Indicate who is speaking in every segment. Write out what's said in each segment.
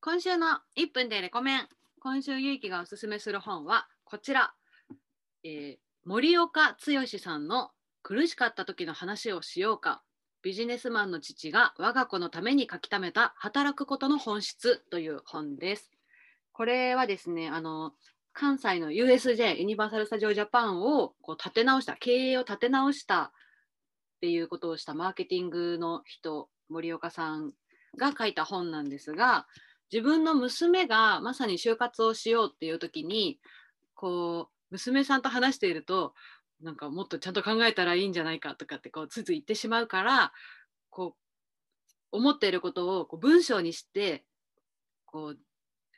Speaker 1: 今週の1分でレコメン今週ゆうきがおすすめする本はこちら、えー森岡剛さんの「苦しかった時の話をしようか」ビジネスマンの父が我が子のために書き溜めた働くことの本質という本です。これはですねあの関西の USJ ユニバーサル・スタジオ・ジャパンをこう立て直した経営を立て直したっていうことをしたマーケティングの人森岡さんが書いた本なんですが自分の娘がまさに就活をしようっていう時にこう娘さんと話しているとなんかもっとちゃんと考えたらいいんじゃないかとかってこうついつい言ってしまうからこう思っていることをこう文章にしてこう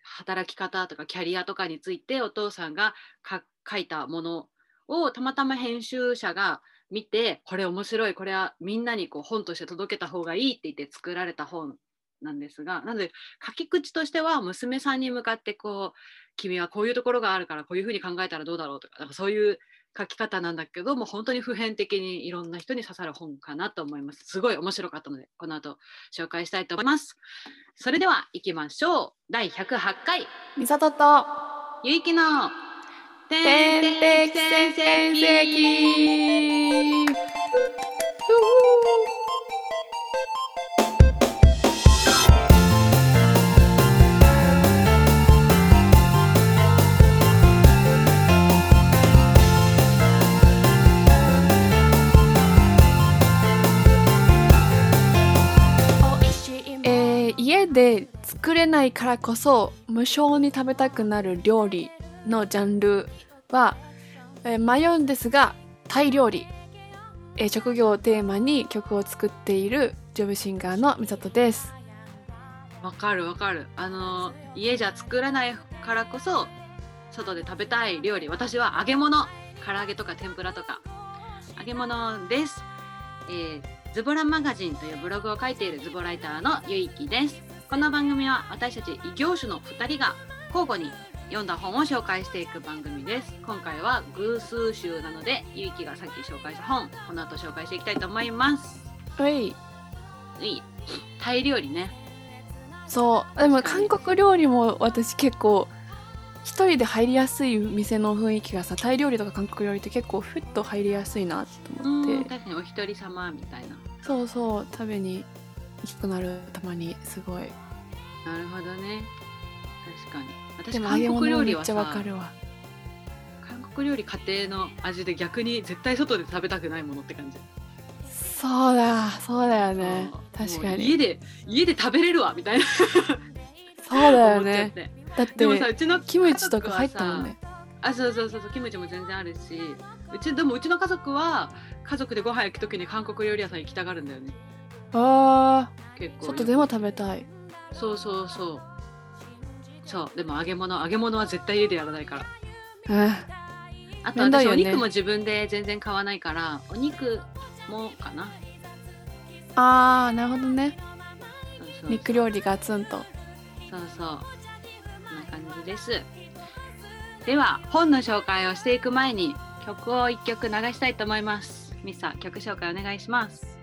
Speaker 1: 働き方とかキャリアとかについてお父さんがか書いたものをたまたま編集者が見てこれ面白いこれはみんなにこう本として届けた方がいいって言って作られた本なんですがなので書き口としては娘さんに向かってこう君はこういうところがあるからこういうふうに考えたらどうだろうとかなんかそういう書き方なんだけどもう本当に普遍的にいろんな人に刺さる本かなと思いますすごい面白かったのでこの後紹介したいと思いますそれでは行きましょう第108回
Speaker 2: みさとと
Speaker 1: ゆいきの
Speaker 2: 天敵先生えー家で作れないからこそ無償に食べたくなる料理のジャンルは、えー迷うんですがタイ料理、えー職業をテーマに曲を作っているジョブシンガーのみさとです
Speaker 1: わかるわかるあの家じゃ作らないからこそ外で食べたい料理私は揚げ物唐揚げとか天ぷらとか揚げ物です、えーズボラマガジンというブログを書いているズボライターのゆいきですこの番組は私たち異業種の2人が交互に読んだ本を紹介していく番組です今回は偶数集なのでゆいきがさっき紹介した本この後紹介していきたいと思います
Speaker 2: は
Speaker 1: い
Speaker 2: い
Speaker 1: いタイ料理ね
Speaker 2: そうでも
Speaker 1: 確かに
Speaker 2: 韓国料理も私結構一人で入りやすい店の雰囲気がさタイ料理とか韓国料理って結構ふっと入りやすいなと思って
Speaker 1: うん確かにお一人様みたいな
Speaker 2: そうそう食べに行きたくなるたまにすごい
Speaker 1: なるほどね確かに
Speaker 2: で
Speaker 1: 私
Speaker 2: も揚げ
Speaker 1: 韓国
Speaker 2: 物
Speaker 1: 料
Speaker 2: もめ
Speaker 1: 理
Speaker 2: っ
Speaker 1: は
Speaker 2: ちゃわ
Speaker 1: さ
Speaker 2: かるわ
Speaker 1: 韓国料理家庭の味で逆に絶対外で食べたくないものって感じ
Speaker 2: そうだそうだよね
Speaker 1: そう
Speaker 2: 確か
Speaker 1: もう
Speaker 2: に
Speaker 1: 家で家で食べれるわみたいな
Speaker 2: そうだよ
Speaker 1: 思っちゃっ
Speaker 2: ね
Speaker 1: て
Speaker 2: だっ
Speaker 1: でもさ
Speaker 2: て
Speaker 1: うちの
Speaker 2: キムチとか入ったも
Speaker 1: 家
Speaker 2: んね
Speaker 1: あそうそうそうそうキムチも全然あるしうちでもうちの家族は家族でご飯行く時に韓国料理屋さん行きたがるんだよね
Speaker 2: あ
Speaker 1: 結
Speaker 2: ー
Speaker 1: 構
Speaker 2: 外でも食べたい
Speaker 1: そうそうそうそうでも揚げ物揚げ物は絶対家でやらないから
Speaker 2: あ
Speaker 1: あと
Speaker 2: 面倒
Speaker 1: 私、
Speaker 2: よ
Speaker 1: お
Speaker 2: ね
Speaker 1: 肉も自分で全然買わないからお肉もかな
Speaker 2: あーなるほどね
Speaker 1: そうそう
Speaker 2: 肉料理がツンと
Speaker 1: そうそうこんな感じですでは本の紹介をしていく前に曲を1曲流したいと思いますミサ曲紹介お願いします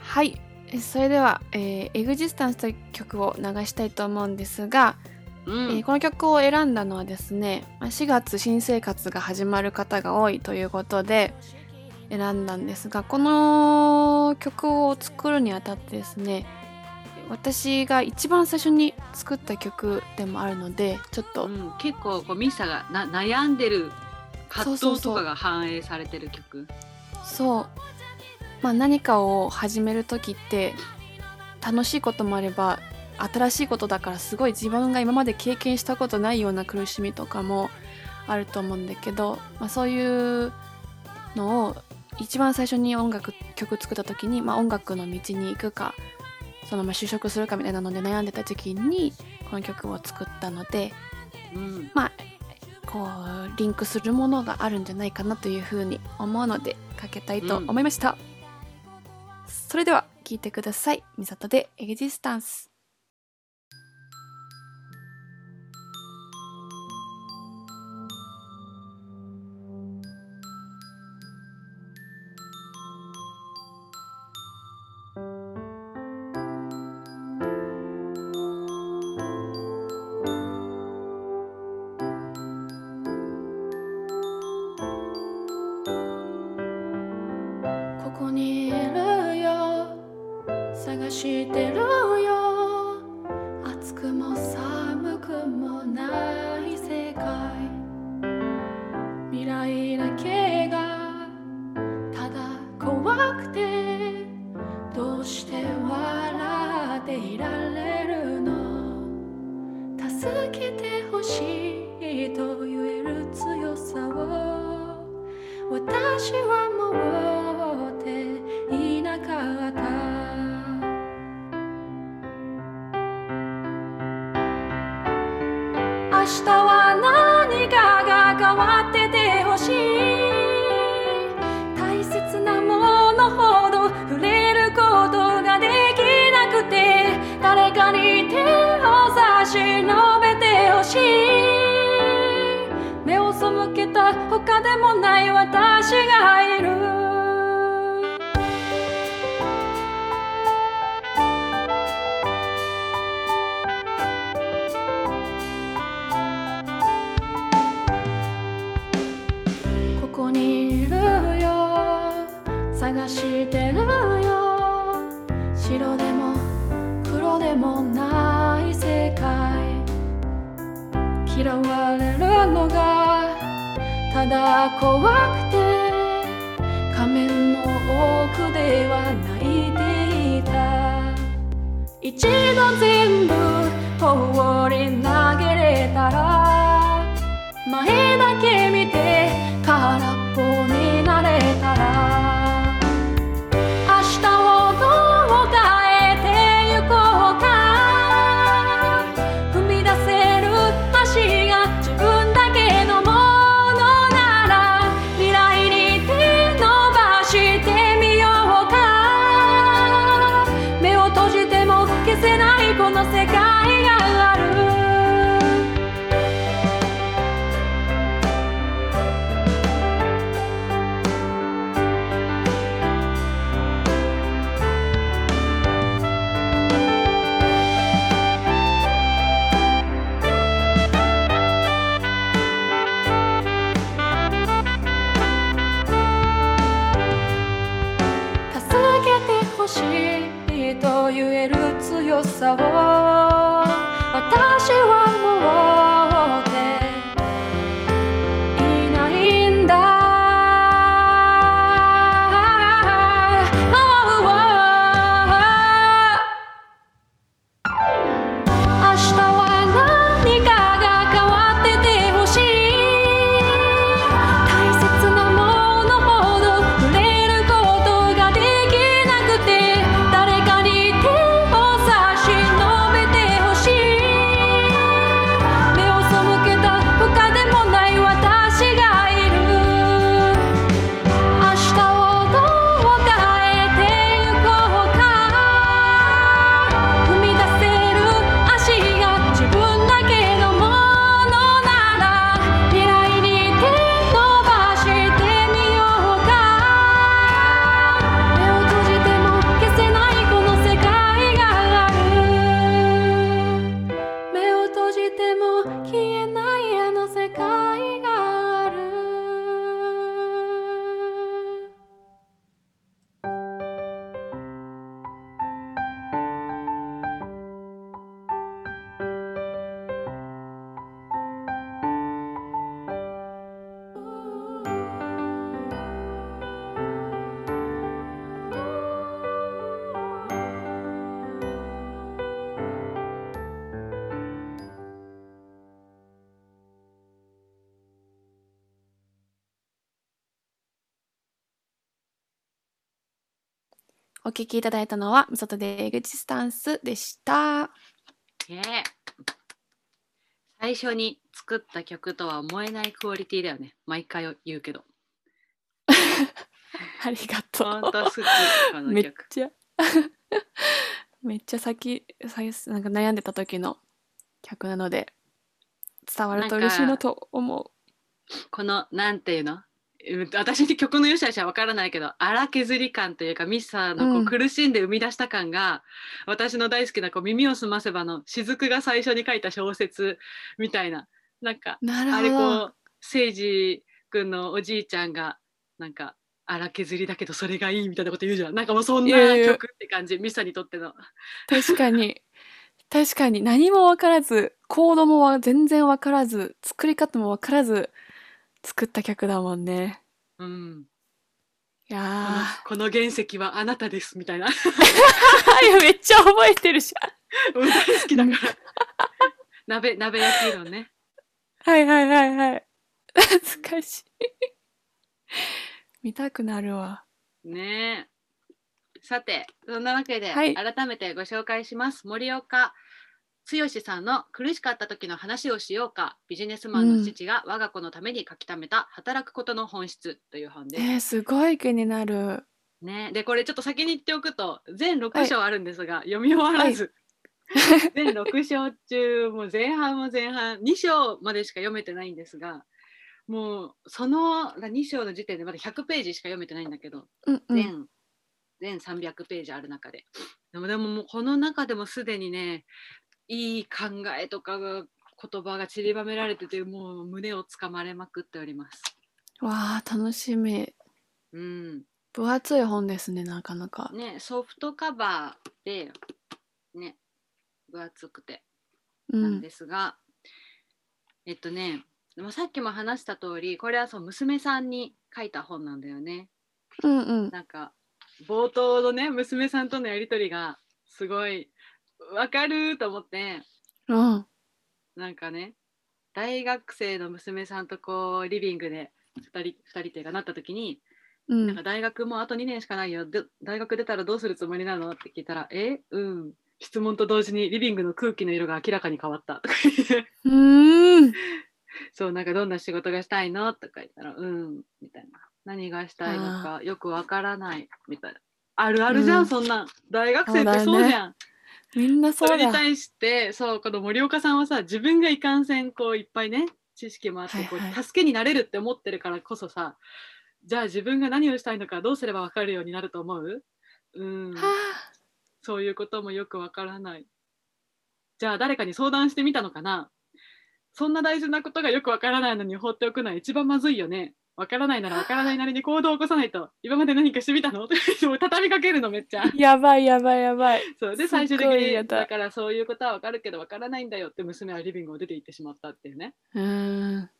Speaker 2: はいえそれでは、えーエグジスタンスという曲を流したいと思うんですが、
Speaker 1: う
Speaker 2: え
Speaker 1: ん、
Speaker 2: ーこの曲を選んだのはですねまあ4月新生活が始まる方が多いということで選んだんですがこの曲を作るにあたってですね私が一番最初に作った曲でもあるのでちょっと、
Speaker 1: うん結構こうミサがな悩んでる葛
Speaker 2: そう
Speaker 1: 藤
Speaker 2: そ
Speaker 1: と
Speaker 2: うそ
Speaker 1: か
Speaker 2: う
Speaker 1: が反映されてる曲
Speaker 2: そう、まあ、何かを始める時って楽しいこともあれば新しいことだからすごい自分が今まで経験したことないような苦しみとかもあると思うんだけど、まあ、そういうのを一番最初に音楽曲作った時に、まあ、音楽の道に行くかそのまま就職するかみたいなので悩んでた時期にこの曲を作ったので
Speaker 1: うん
Speaker 2: こうリンクするものがあるんじゃないかなというふうに思うのでかけたいと思いました、それでは聞いてください「みさとでエグジスタンス」
Speaker 3: 「
Speaker 2: 暑くも寒くもない世界未来だけがただ怖くてどうして笑っていられるの助けてほしいと言える強さを私は持っていなかった明日は何かが変わっててほしい大切なものほど触れることができなくて誰かに手を差し伸べてほしい目を背けた他でもない私がいるここにいるよ探してるよ白でも黒でもない世界嫌われるのがただ怖くて仮面の奥では泣いていた一度全部放り投げれたら前だけ見て空っぽになれたら明日をどう変えてゆこうか踏み出せる足が自分だけのものなら未来に手伸ばしてみようか目を閉じても消せないこの世界がある助けてほしいと言える強さを私はもう持っていないんだ明日は何かが変わっててほしい大切なものほど触れることができなくて誰かに手を差し伸べてほしい目を背けた他でもない私がいる明日をどう変えてゆこうか踏み出せる足が自分だけのものなら未来に手伸ばしてみようか目を閉じても消せないこの世界がある目を閉じても消えないあの世界があるお聞きいただいたのは、みそとでエグチスタンスでした。
Speaker 1: イエーイ最初に作った曲とは思えないクオリティだよね。毎回言うけど。
Speaker 2: ありがと
Speaker 1: ほんと
Speaker 2: う。
Speaker 1: 好き、この
Speaker 2: めっ
Speaker 1: 曲。
Speaker 2: ちゃめっちゃ先先なんか悩んでた時の曲なので伝わると嬉しい
Speaker 1: なん
Speaker 2: な
Speaker 1: か
Speaker 2: と思
Speaker 1: この、なんていうのうん私に曲の良し悪しは分からないけど荒削り感というかミッサーのこ
Speaker 2: う
Speaker 1: うん苦しんで生み出した感が、私の大好きなこう耳をすませばの雫が最初に書いた小説みたいななんか
Speaker 2: う。なる
Speaker 1: あ
Speaker 2: ほ
Speaker 1: れ
Speaker 2: ど。
Speaker 1: こう誠治君のおじいちゃんがなんか荒削りだけどそれがいいみたいなこと言うじゃんなんかもうそん
Speaker 2: い
Speaker 1: な
Speaker 2: やいや
Speaker 1: 曲って感じミサにとっての
Speaker 2: 確かに確かに何も分からずコードもわ全然分からず作り方も分からず作った曲だもんね
Speaker 1: うん、
Speaker 2: いや
Speaker 1: この原石はあなたですみたいな
Speaker 2: ーいやめっちゃ覚えてるじ
Speaker 1: 大好きだから 鍋鍋焼きうどんね
Speaker 2: ゃんはいはいはいはい懐かしい見たくなるわ
Speaker 1: ねえ。さて、そんなわけで、
Speaker 2: はい
Speaker 1: 改めてご紹介します。森岡剛さんの苦しかった時の話をしようか、ビジネスマンの父が我が子のために書き溜めた働くことの本質という本です。
Speaker 2: えー、すごい気になる
Speaker 1: ね、で、これちょっと先に言っておくと、全6章あるんですが、読み終わら ず、全6章中、もう前半も前半、2章までしか読めてないんですが、もうその2章の時点でまだ100ページしか読めてないんだけど、
Speaker 2: うんうん、
Speaker 1: 全、全300ページある中で。でもでももうこの中でもすでにね、いい考えとかが言葉が散りばめられてて、もう胸をつかまれまくっております。
Speaker 2: わあ楽しみ
Speaker 1: うん。
Speaker 2: 分厚い本ですねなかなか
Speaker 1: ね、ソフトカバーで、ね、分厚くて
Speaker 2: う
Speaker 1: なん
Speaker 2: ん
Speaker 1: ですが、えっとね、でもさっきも話した通り、これはそう娘さんに書いた本なんだよね。
Speaker 2: うんうん
Speaker 1: なんか冒頭のね娘さんとのやり取りがすごいわかると思って
Speaker 2: うん
Speaker 1: なんかね大学生の娘さんとこうリビングで2人二人手がなった時に、
Speaker 2: う
Speaker 1: なんか
Speaker 2: ん
Speaker 1: 大学もうあと2年しかないよで大学出たらどうするつもりなのって聞いたらえうん質問と同時にリビングの空気の色が明らかに変わったと か言って
Speaker 2: うーん
Speaker 1: そうなんかどんな仕事がしたいのとか言ったら「うん」みたいな「何がしたいのかよくわからない」みたいなあるあるじゃん、
Speaker 2: うん
Speaker 1: そんなん大学
Speaker 2: そ
Speaker 1: 生
Speaker 2: う
Speaker 1: っ
Speaker 2: だ
Speaker 1: て
Speaker 2: よね
Speaker 1: そうじゃん
Speaker 2: みんな
Speaker 1: そ
Speaker 2: そう
Speaker 1: れに
Speaker 2: だ
Speaker 1: 対してそうこの森岡さんはさ自分がいかんせんこういっぱいね知識もあってこう、
Speaker 2: はいはい
Speaker 1: 助けになれるって思ってるからこそさじゃあ自分が何をしたいのかどうすればわかるようになると思ううん
Speaker 2: はあ
Speaker 1: そういうこともよくわからない。じゃあ誰かに相談してみたのかなそんな大事なことがよくわからないのに放っておくのは一番まずいよね。わからないならわからないなりに行動を起こさないと。今まで何かしてみたの もう畳みかけるのめっちゃ。
Speaker 2: やばいやばいやばい
Speaker 1: そうで
Speaker 2: すっごい
Speaker 1: 最終的に
Speaker 2: 嫌だ
Speaker 1: だからそういうことはわかるけどわからないんだよって娘はリビングを出て行ってしまったっていうね。
Speaker 2: うーん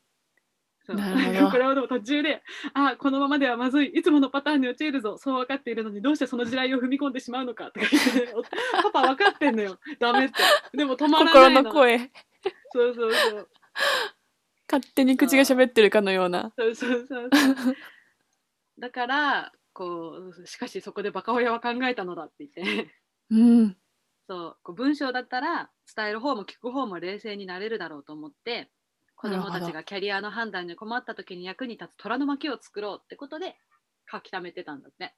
Speaker 1: そう
Speaker 2: なるほ ど
Speaker 1: これはでも途中で、あこのままではまずい、いつものパターンに陥るぞ、そう分かっているのに、どうしてその地雷を踏み込んでしまうのかとか言って、おパパ分かってんのよ、ダメって。でも止まらな
Speaker 2: 心
Speaker 1: いの。
Speaker 2: の声
Speaker 1: そうそうそう。
Speaker 2: 勝手に口が喋ってるかのような
Speaker 1: そうそうそうそうだから、こう、しかしそこでバカ親は考えたのだって言って。
Speaker 2: うん
Speaker 1: そうこう文章だったら伝える方も聞く方も冷静になれるだろうと思って子ども
Speaker 2: なる
Speaker 1: た
Speaker 2: ほ
Speaker 1: ち
Speaker 2: ど
Speaker 1: がキャリアの判断に困った時に役に立つ虎の巻を作ろうってことで書き溜めてたんだって。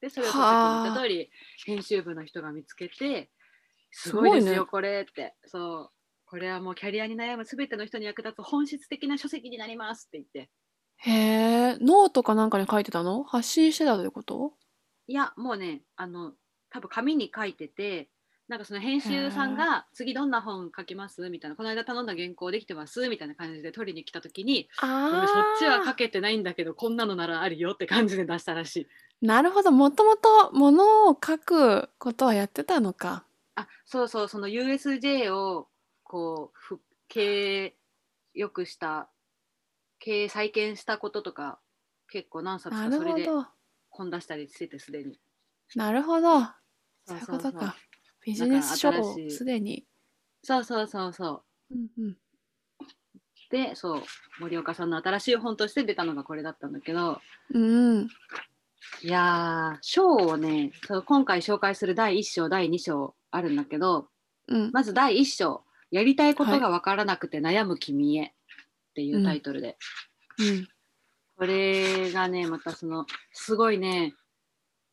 Speaker 1: でそれをさっきも言った通り編集部の人が見つけて「すごいです
Speaker 2: すごい
Speaker 1: よ
Speaker 2: ね
Speaker 1: これ」ってそうこれはもうキャリアに悩む全ての人に役立つ本質的な書籍になりますって言って
Speaker 2: へえノートかなんかに書いてたの発信してたということ
Speaker 1: いやもうねあの多分紙に書いててなんかその編集さんが「次どんな本書きます?」みたいな「この間頼んだ原稿できてます?」みたいな感じで取りに来た時に「ごめんそっちは書けてないんだけどこんなのならあるよ」って感じで出したらしい。
Speaker 2: なるほどもともとものを書くことはやってたのか
Speaker 1: あそうそうその USJ をこうふ経営よくした経営再建したこととか結構何冊
Speaker 2: な
Speaker 1: か
Speaker 2: る
Speaker 1: それ
Speaker 2: ほ
Speaker 1: で
Speaker 2: ど
Speaker 1: 本出したりしててすでに。
Speaker 2: なるほど
Speaker 1: そ
Speaker 2: そ
Speaker 1: うう
Speaker 2: いう
Speaker 1: そ
Speaker 2: こ
Speaker 1: うそ
Speaker 2: と
Speaker 1: う
Speaker 2: かビジネス書を
Speaker 1: 新しい
Speaker 2: すでに
Speaker 1: そうそうそうそう。
Speaker 2: うんうん
Speaker 1: でそう森岡さんの新しい本として出たのがこれだったんだけど
Speaker 2: うん
Speaker 1: いやー章をねそう今回紹介する第1章第2章あるんだけど
Speaker 2: うん
Speaker 1: まず第1章「やりたいことが分からなくて悩む君へ」っていうタイトルで、
Speaker 2: うん
Speaker 1: これがねまたそのすごいね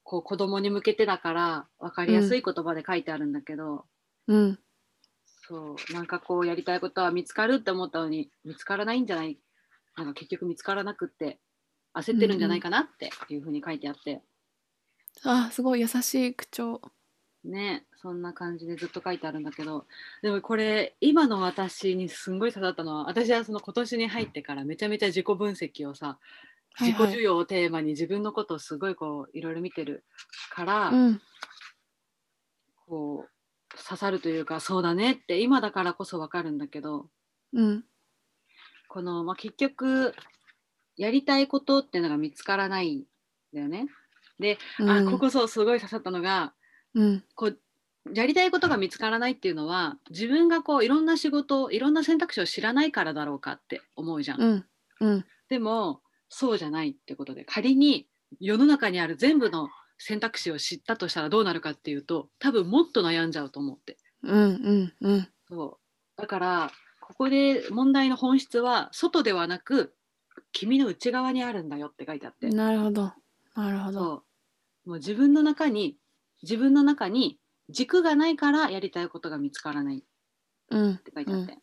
Speaker 1: こう子供に向けてだから分かりやすい言葉で書いてあるんだけど、
Speaker 2: うん
Speaker 1: そうなんかこうやりたいことは見つかるって思ったのに見つからないんじゃないなんか結局見つからなくって焦ってるんじゃないかなっていうふうに書いてあって、
Speaker 2: あすごい優しい口調
Speaker 1: ねそんな感じでずっと書いてあるんだけどでもこれ今の私にすんごい刺さったのは私はその今年に入ってからめちゃめちゃ自己分析をさ、
Speaker 2: はい
Speaker 1: 自己
Speaker 2: は
Speaker 1: 需
Speaker 2: い
Speaker 1: 要をテーマに自分のことをすごいこういろいろ見てるから、
Speaker 2: うん
Speaker 1: こう刺さるというかそうだねって今だからこそ分かるんだけど
Speaker 2: うん
Speaker 1: この、まあ、結局やりたいことっていうのが見つからないんだよね。
Speaker 2: うん
Speaker 1: あここそうすごい刺さったのが
Speaker 2: うん
Speaker 1: こうやりたいことが見つからないっていうのは自分がこういろんな仕事いろんな選択肢を知らないからだろうかって思うじゃん。
Speaker 2: うんうん
Speaker 1: でもそうじゃないってことで仮に世の中にある全部の選択肢を知ったとしたらどうなるかっていうと多分もっと悩んじゃうと思って。
Speaker 2: うんうんうん
Speaker 1: そうだからここで問題の本質は外ではなく君の内側にあるんだよって書いてあって、
Speaker 2: なるほどなるほど
Speaker 1: そうもう自分の中に自分の中に軸がないからやりたいことが見つからないっ
Speaker 2: うん
Speaker 1: て書いてあって、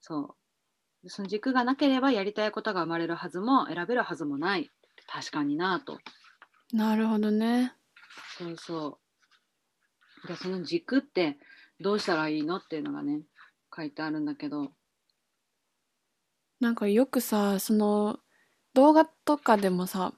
Speaker 1: そうでその軸がなければやりたいことが生まれるはずも選べるはずもない確かになぁと
Speaker 2: なるほどね
Speaker 1: そうそうでその軸ってどうしたらいいのっていうのがね書いてあるんだけど
Speaker 2: なんかよくさその動画とかでもさ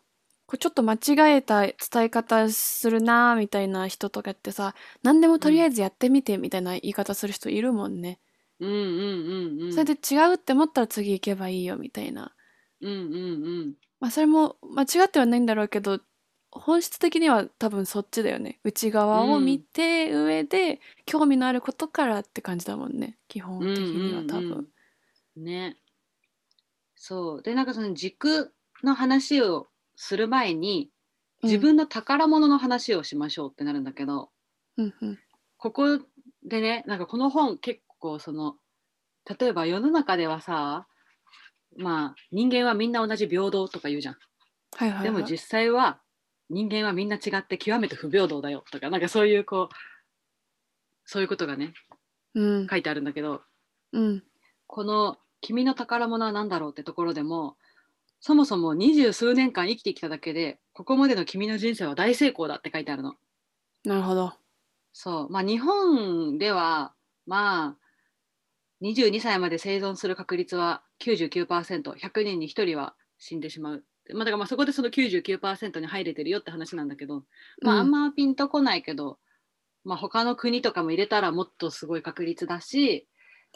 Speaker 2: こうちょっと間違えた伝え方するなーみたいな人とかってさ何でもとりあえずやってみてみたいな言い方する人いるもんね、
Speaker 1: うんうんうんうん
Speaker 2: それで違うって思ったら次行けばいいよみたいな
Speaker 1: うんうんうん
Speaker 2: まあそれも間違ってはないんだろうけど本質的には多分そっちだよね内側を見て上で、興味のあることからって感じだもんね基本的には多
Speaker 1: うんうん
Speaker 2: 分
Speaker 1: うんねそうでなんかその軸の話をする前に自分の宝物の話をしましょうってなるんだけど、
Speaker 2: うんうん
Speaker 1: ここでねなんかこの本結構その例えば世の中ではさまあ人間はみんな同じ平等とか言うじゃん、
Speaker 2: はいはい、はい、
Speaker 1: でも実際は人間はみんな違って極めて不平等だよとかなんかそういうこうそういうことがね
Speaker 2: うん
Speaker 1: 書いてあるんだけど
Speaker 2: うん
Speaker 1: この「君の宝物は何だろう?」ってところでもそもそも二十数年間生きてきただけでここまでの君の人生は大成功だって書いてあるの。
Speaker 2: なるほど
Speaker 1: そうまあ日本ではまあ22歳まで生存する確率は 99%100 人に1人は死んでしまう。まあ、だからまあそこでその99%に入れてるよって話なんだけど、まあ、あんまピンとこないけど、まあ、他の国とかも入れたらもっとすごい確率だし、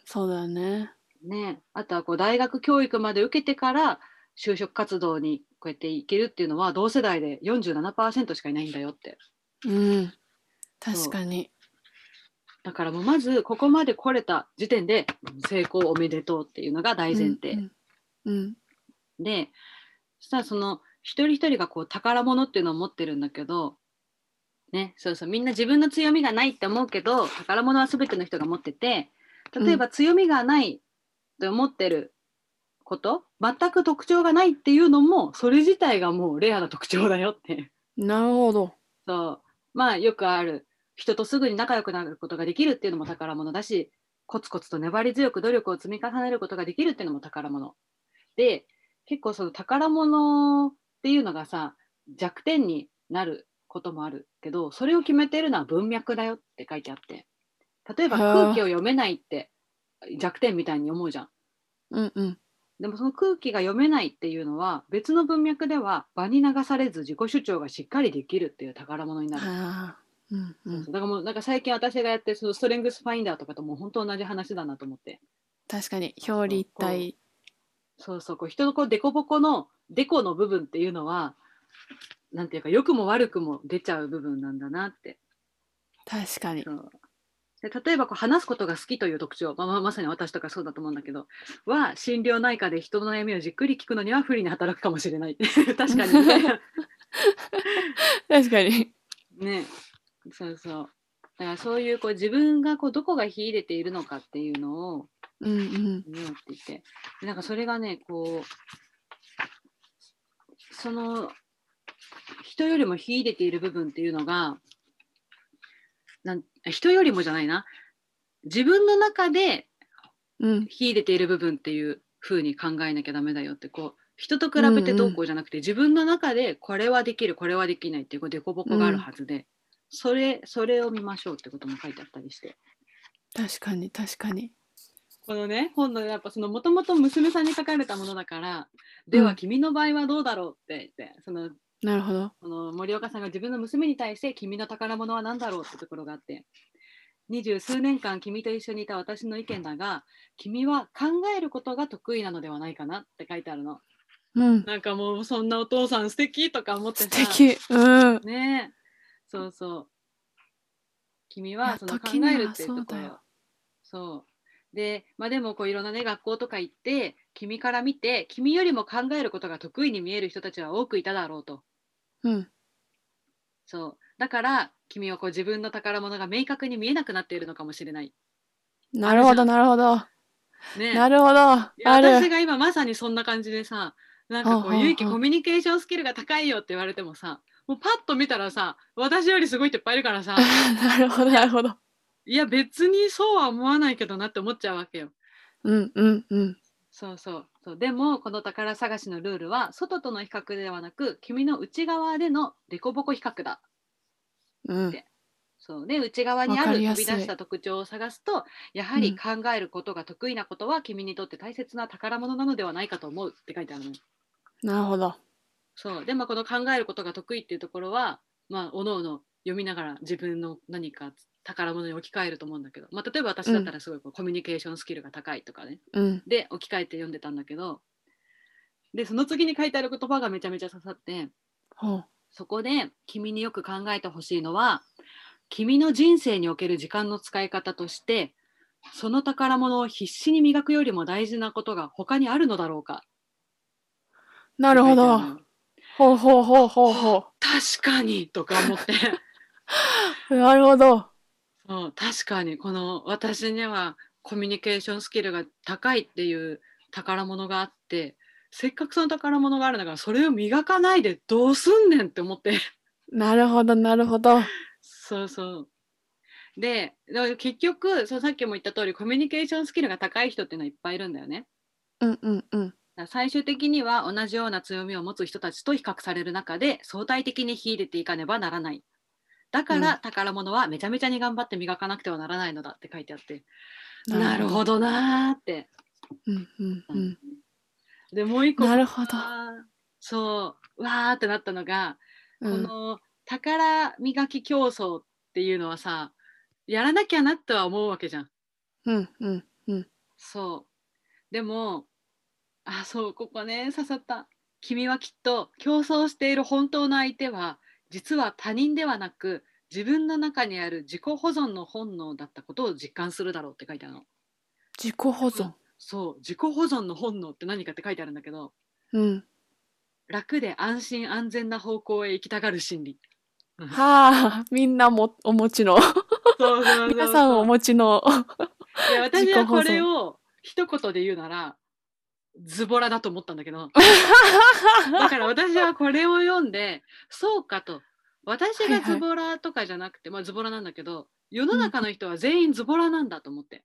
Speaker 2: そうだよね。
Speaker 1: ね、あとはこう大学教育まで受けてから就職活動にこうやっていけるっていうのは同世代で47%しかいないんだよって
Speaker 2: うん。
Speaker 1: う
Speaker 2: 確かに。
Speaker 1: だからもうまずここまで来れた時点で成功おめでとうっていうのが大前提、
Speaker 2: うん。うん。
Speaker 1: でそしたらその一人一人がこう宝物っていうのを持ってるんだけど、ね、そうそうみんな自分の強みがないって思うけど宝物は全ての人が持ってて例えば強みがないって思ってること、全く特徴がないっていうのもそれ自体がもうレアな特徴だよって。
Speaker 2: うんなるほど。
Speaker 1: そうまあよくある人とすぐに仲良くなることができるっていうのも宝物だしコツコツと粘り強く努力を積み重ねることができるっていうのも宝物で結構その宝物っていうのがさ弱点になることもあるけどそれを決めてるのは文脈だよって書いてあって例えば
Speaker 2: へー
Speaker 1: 空気を読めないって弱点みたいに思うじゃん
Speaker 2: うんうん。
Speaker 1: でもその空気が読めないっていうのは別の文脈では場に流されず自己主張がしっかりできるっていう宝物になる
Speaker 2: ああ。うんう
Speaker 1: そうそ
Speaker 2: ん。
Speaker 1: うだからもうなんか最近私がやってるそのストレングスファインダーとかともう本当同じ話だなと思って
Speaker 2: 確かに。表裏一体。
Speaker 1: そうそうこう人のこうデコボコのデコの部分っていうのはなんていうか良くも悪くも出ちゃう部分なんだなって
Speaker 2: 確かに。
Speaker 1: そうで例えばこう話すことが好きという特徴、まあまあ、まさに私とかそうだと思うんだけどは心療内科で人の悩みをじっくり聞くのには不利に働くかもしれない 確かにね
Speaker 2: 確かに。
Speaker 1: ねそうそうだからそういうこう自分がこうどこが秀でているのかっていうのを
Speaker 2: うんうん。
Speaker 1: 見ようって言ってでなんかそれがねこうその人よりも秀でている部分っていうのがなん人よりもじゃないな自分の中で
Speaker 2: うん。
Speaker 1: 秀でている部分っていう風に考えなきゃダメだよってこう人と比べてどうこうじゃなくて、自分の中でこれはできるこれはできないっていうこう凸凹があるはずで、それそれを見ましょうってことも書いてあったりして。
Speaker 2: 確かに。確かに。
Speaker 1: このね本のやっぱそのもともと娘さんに書かれたものだからでは君の場合はどうだろうって言ってその
Speaker 2: なるほど。
Speaker 1: その森岡さんが自分の娘に対して君の宝物は何だろうってところがあって二十数年間君と一緒にいた私の意見だが君は考えることが得意なのではないかなって書いてあるの
Speaker 2: うん。
Speaker 1: なんかもうそんなお父さん素敵とか思って
Speaker 2: 素
Speaker 1: さ
Speaker 2: 敵。うん。
Speaker 1: ねえそうそう君
Speaker 2: い
Speaker 1: は
Speaker 2: や
Speaker 1: その考
Speaker 2: 時には
Speaker 1: えるっていうとこ
Speaker 2: そうだ
Speaker 1: ろ
Speaker 2: よ
Speaker 1: そうでまあでもこういろんなね学校とか行って君から見て君よりも考えることが得意に見える人たちは多くいただろうと
Speaker 2: うん。
Speaker 1: そうだから君はこう自分の宝物が明確に見えなくなっているのかもしれない
Speaker 2: なるほど、
Speaker 1: あるじゃん
Speaker 2: なるほど。
Speaker 1: ね
Speaker 2: なるほど。あ
Speaker 1: いや私
Speaker 2: る。
Speaker 1: が今まさにそんな感じでさなんかこ
Speaker 2: はあは
Speaker 1: う
Speaker 2: あ
Speaker 1: 勇気コミュニケーションスキルが高いよって言われてもさもうパッと見たらさ私よりすごいっていっぱいいるからさ
Speaker 2: なるほ ど、なるほど。
Speaker 1: いや別にそうは思わないけどなって思っちゃうわけよ。
Speaker 2: うんうんうん。
Speaker 1: そうそうそうでもこの宝探しのルールは外との比較ではなく君の内側での凸凹比較だ
Speaker 2: うん。
Speaker 1: そうで内側にある
Speaker 2: わかり
Speaker 1: 飛
Speaker 2: や
Speaker 1: び
Speaker 2: すい
Speaker 1: 出した特徴を探すとやはり考えることが得意なことは君にとって大切な宝物なのではないかと思うって書いてあるのよ。
Speaker 2: なるほど。
Speaker 1: そうでまあこの考えることが得意っていうところはまあおのおの読みながら自分の何か宝物に置き換えると思うんだけど、まあ、例えば私だったらすごいこうコミュニケーションスキルが高いとかね
Speaker 2: うん。
Speaker 1: で置き換えて読んでたんだけどでその次に書いてある言葉がめちゃめちゃ刺さって
Speaker 2: ほう。
Speaker 1: そこで君によく考えてほしいのは君の人生における時間の使い方としてその宝物を必死に磨くよりも大事なことが他にあるのだろうか
Speaker 2: なるほ
Speaker 1: っ
Speaker 2: ど
Speaker 1: て書いてあ。るの
Speaker 2: ほうほうほうほうほ
Speaker 1: 確かにとか思って。
Speaker 2: う。なるほど。
Speaker 1: そう確かにこの私にはコミュニケーションスキルが高いっていう宝物があってせっかくその宝物があるんだからそれを磨かないでどうすんねんって思って
Speaker 2: なるほど、なるほど。
Speaker 1: そうそうでだから結局そうさっきも言った通りコミュニケーションスキルが高い人っていうのはいっぱいいるんだよね
Speaker 2: うんうんうん。
Speaker 1: だから最終的には同じような強みを持つ人たちと比較される中で相対的に秀でていかねばならないだから宝物はめちゃめちゃに頑張って磨かなくてはならないのだって書いてあってなるほ
Speaker 2: ど。
Speaker 1: どなーって。
Speaker 2: うんうんうん。
Speaker 1: でもう一個
Speaker 2: なるほど。
Speaker 1: わーそうわーってなったのが、
Speaker 2: う
Speaker 1: こ
Speaker 2: ん。
Speaker 1: の宝磨き競争っていうのはさやらなきゃなとは思うわけじゃん。
Speaker 2: うんうん。
Speaker 1: そうでもあそうここね刺さった君はきっと競争している本当の相手は実は他人ではなく自分の中にある自己保存の本能だったことを実感するだろうって書いてあるの。
Speaker 2: 自己保存。
Speaker 1: そう自己保存の本能って何かって書いてあるんだけど
Speaker 2: うん。
Speaker 1: 楽で安心安全な方向へ行きたがる心理。
Speaker 2: はあ、みんなもお持ちの、
Speaker 1: そうそう
Speaker 2: 皆さんお持ちの。
Speaker 1: いや私はこれを一言で言うならズボラだと思ったんだけ どだから私はこれを読んでそうかと私がズボラとかじゃなくて、まあズボラなんだけど世の中の人は全員ズボラなんだと思って、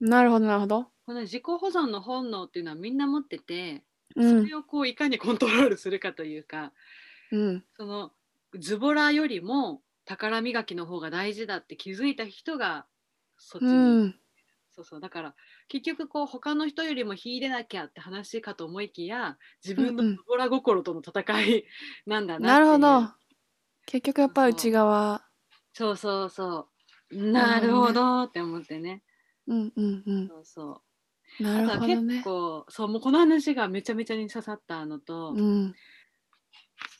Speaker 2: なるほど、なるほど。
Speaker 1: この自己保存の本能っていうのはみんな持ってて、
Speaker 2: う
Speaker 1: そ
Speaker 2: ん
Speaker 1: れをこういかにコントロールするかというか
Speaker 2: うん。
Speaker 1: そのズボラよりも宝磨きの方が大事だって気づいた人がそっち
Speaker 2: う
Speaker 1: に、
Speaker 2: ん。
Speaker 1: そうそうだから結局こう他の人よりも秀でなきゃって話かと思いきや自分の
Speaker 2: うんうん
Speaker 1: ズボラ心との戦いなんだな
Speaker 2: な
Speaker 1: って
Speaker 2: る
Speaker 1: いう
Speaker 2: ほど。結局やっぱり内側。
Speaker 1: そうそうそうなるほどって思ってね
Speaker 2: うんうんうん。
Speaker 1: そうそう
Speaker 2: なる
Speaker 1: あとは
Speaker 2: ほど
Speaker 1: 結
Speaker 2: ね。
Speaker 1: 構そうもうこの話がめちゃめちゃに刺さったのと、
Speaker 2: うん。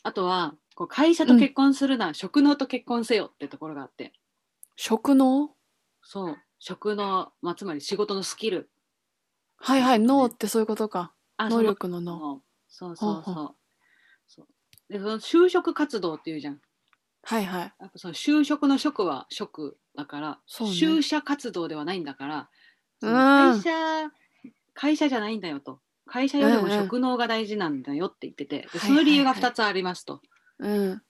Speaker 1: あとはこう会社と結婚するなら職能と結婚せよってところがあって
Speaker 2: 食の
Speaker 1: そう職能、まあ、つまり仕事のスキル
Speaker 2: はいはい、脳ってそういうことか。
Speaker 1: あ
Speaker 2: 能力の
Speaker 1: その
Speaker 2: 脳。
Speaker 1: そうそうそう
Speaker 2: ほ
Speaker 1: そうでその就職活動っていうじゃん
Speaker 2: はいはい。
Speaker 1: やっぱその就職の職は職だから、
Speaker 2: そうね
Speaker 1: 就社活動ではないんだからそ
Speaker 2: う
Speaker 1: の
Speaker 2: ん
Speaker 1: 会社、会社じゃないんだよと会社より
Speaker 2: う
Speaker 1: も
Speaker 2: んうん
Speaker 1: 職能が大事なんだよって言ってて、で
Speaker 2: はい
Speaker 1: そ
Speaker 2: はい
Speaker 1: の理由が
Speaker 2: はい
Speaker 1: 2つありますと、
Speaker 2: うん。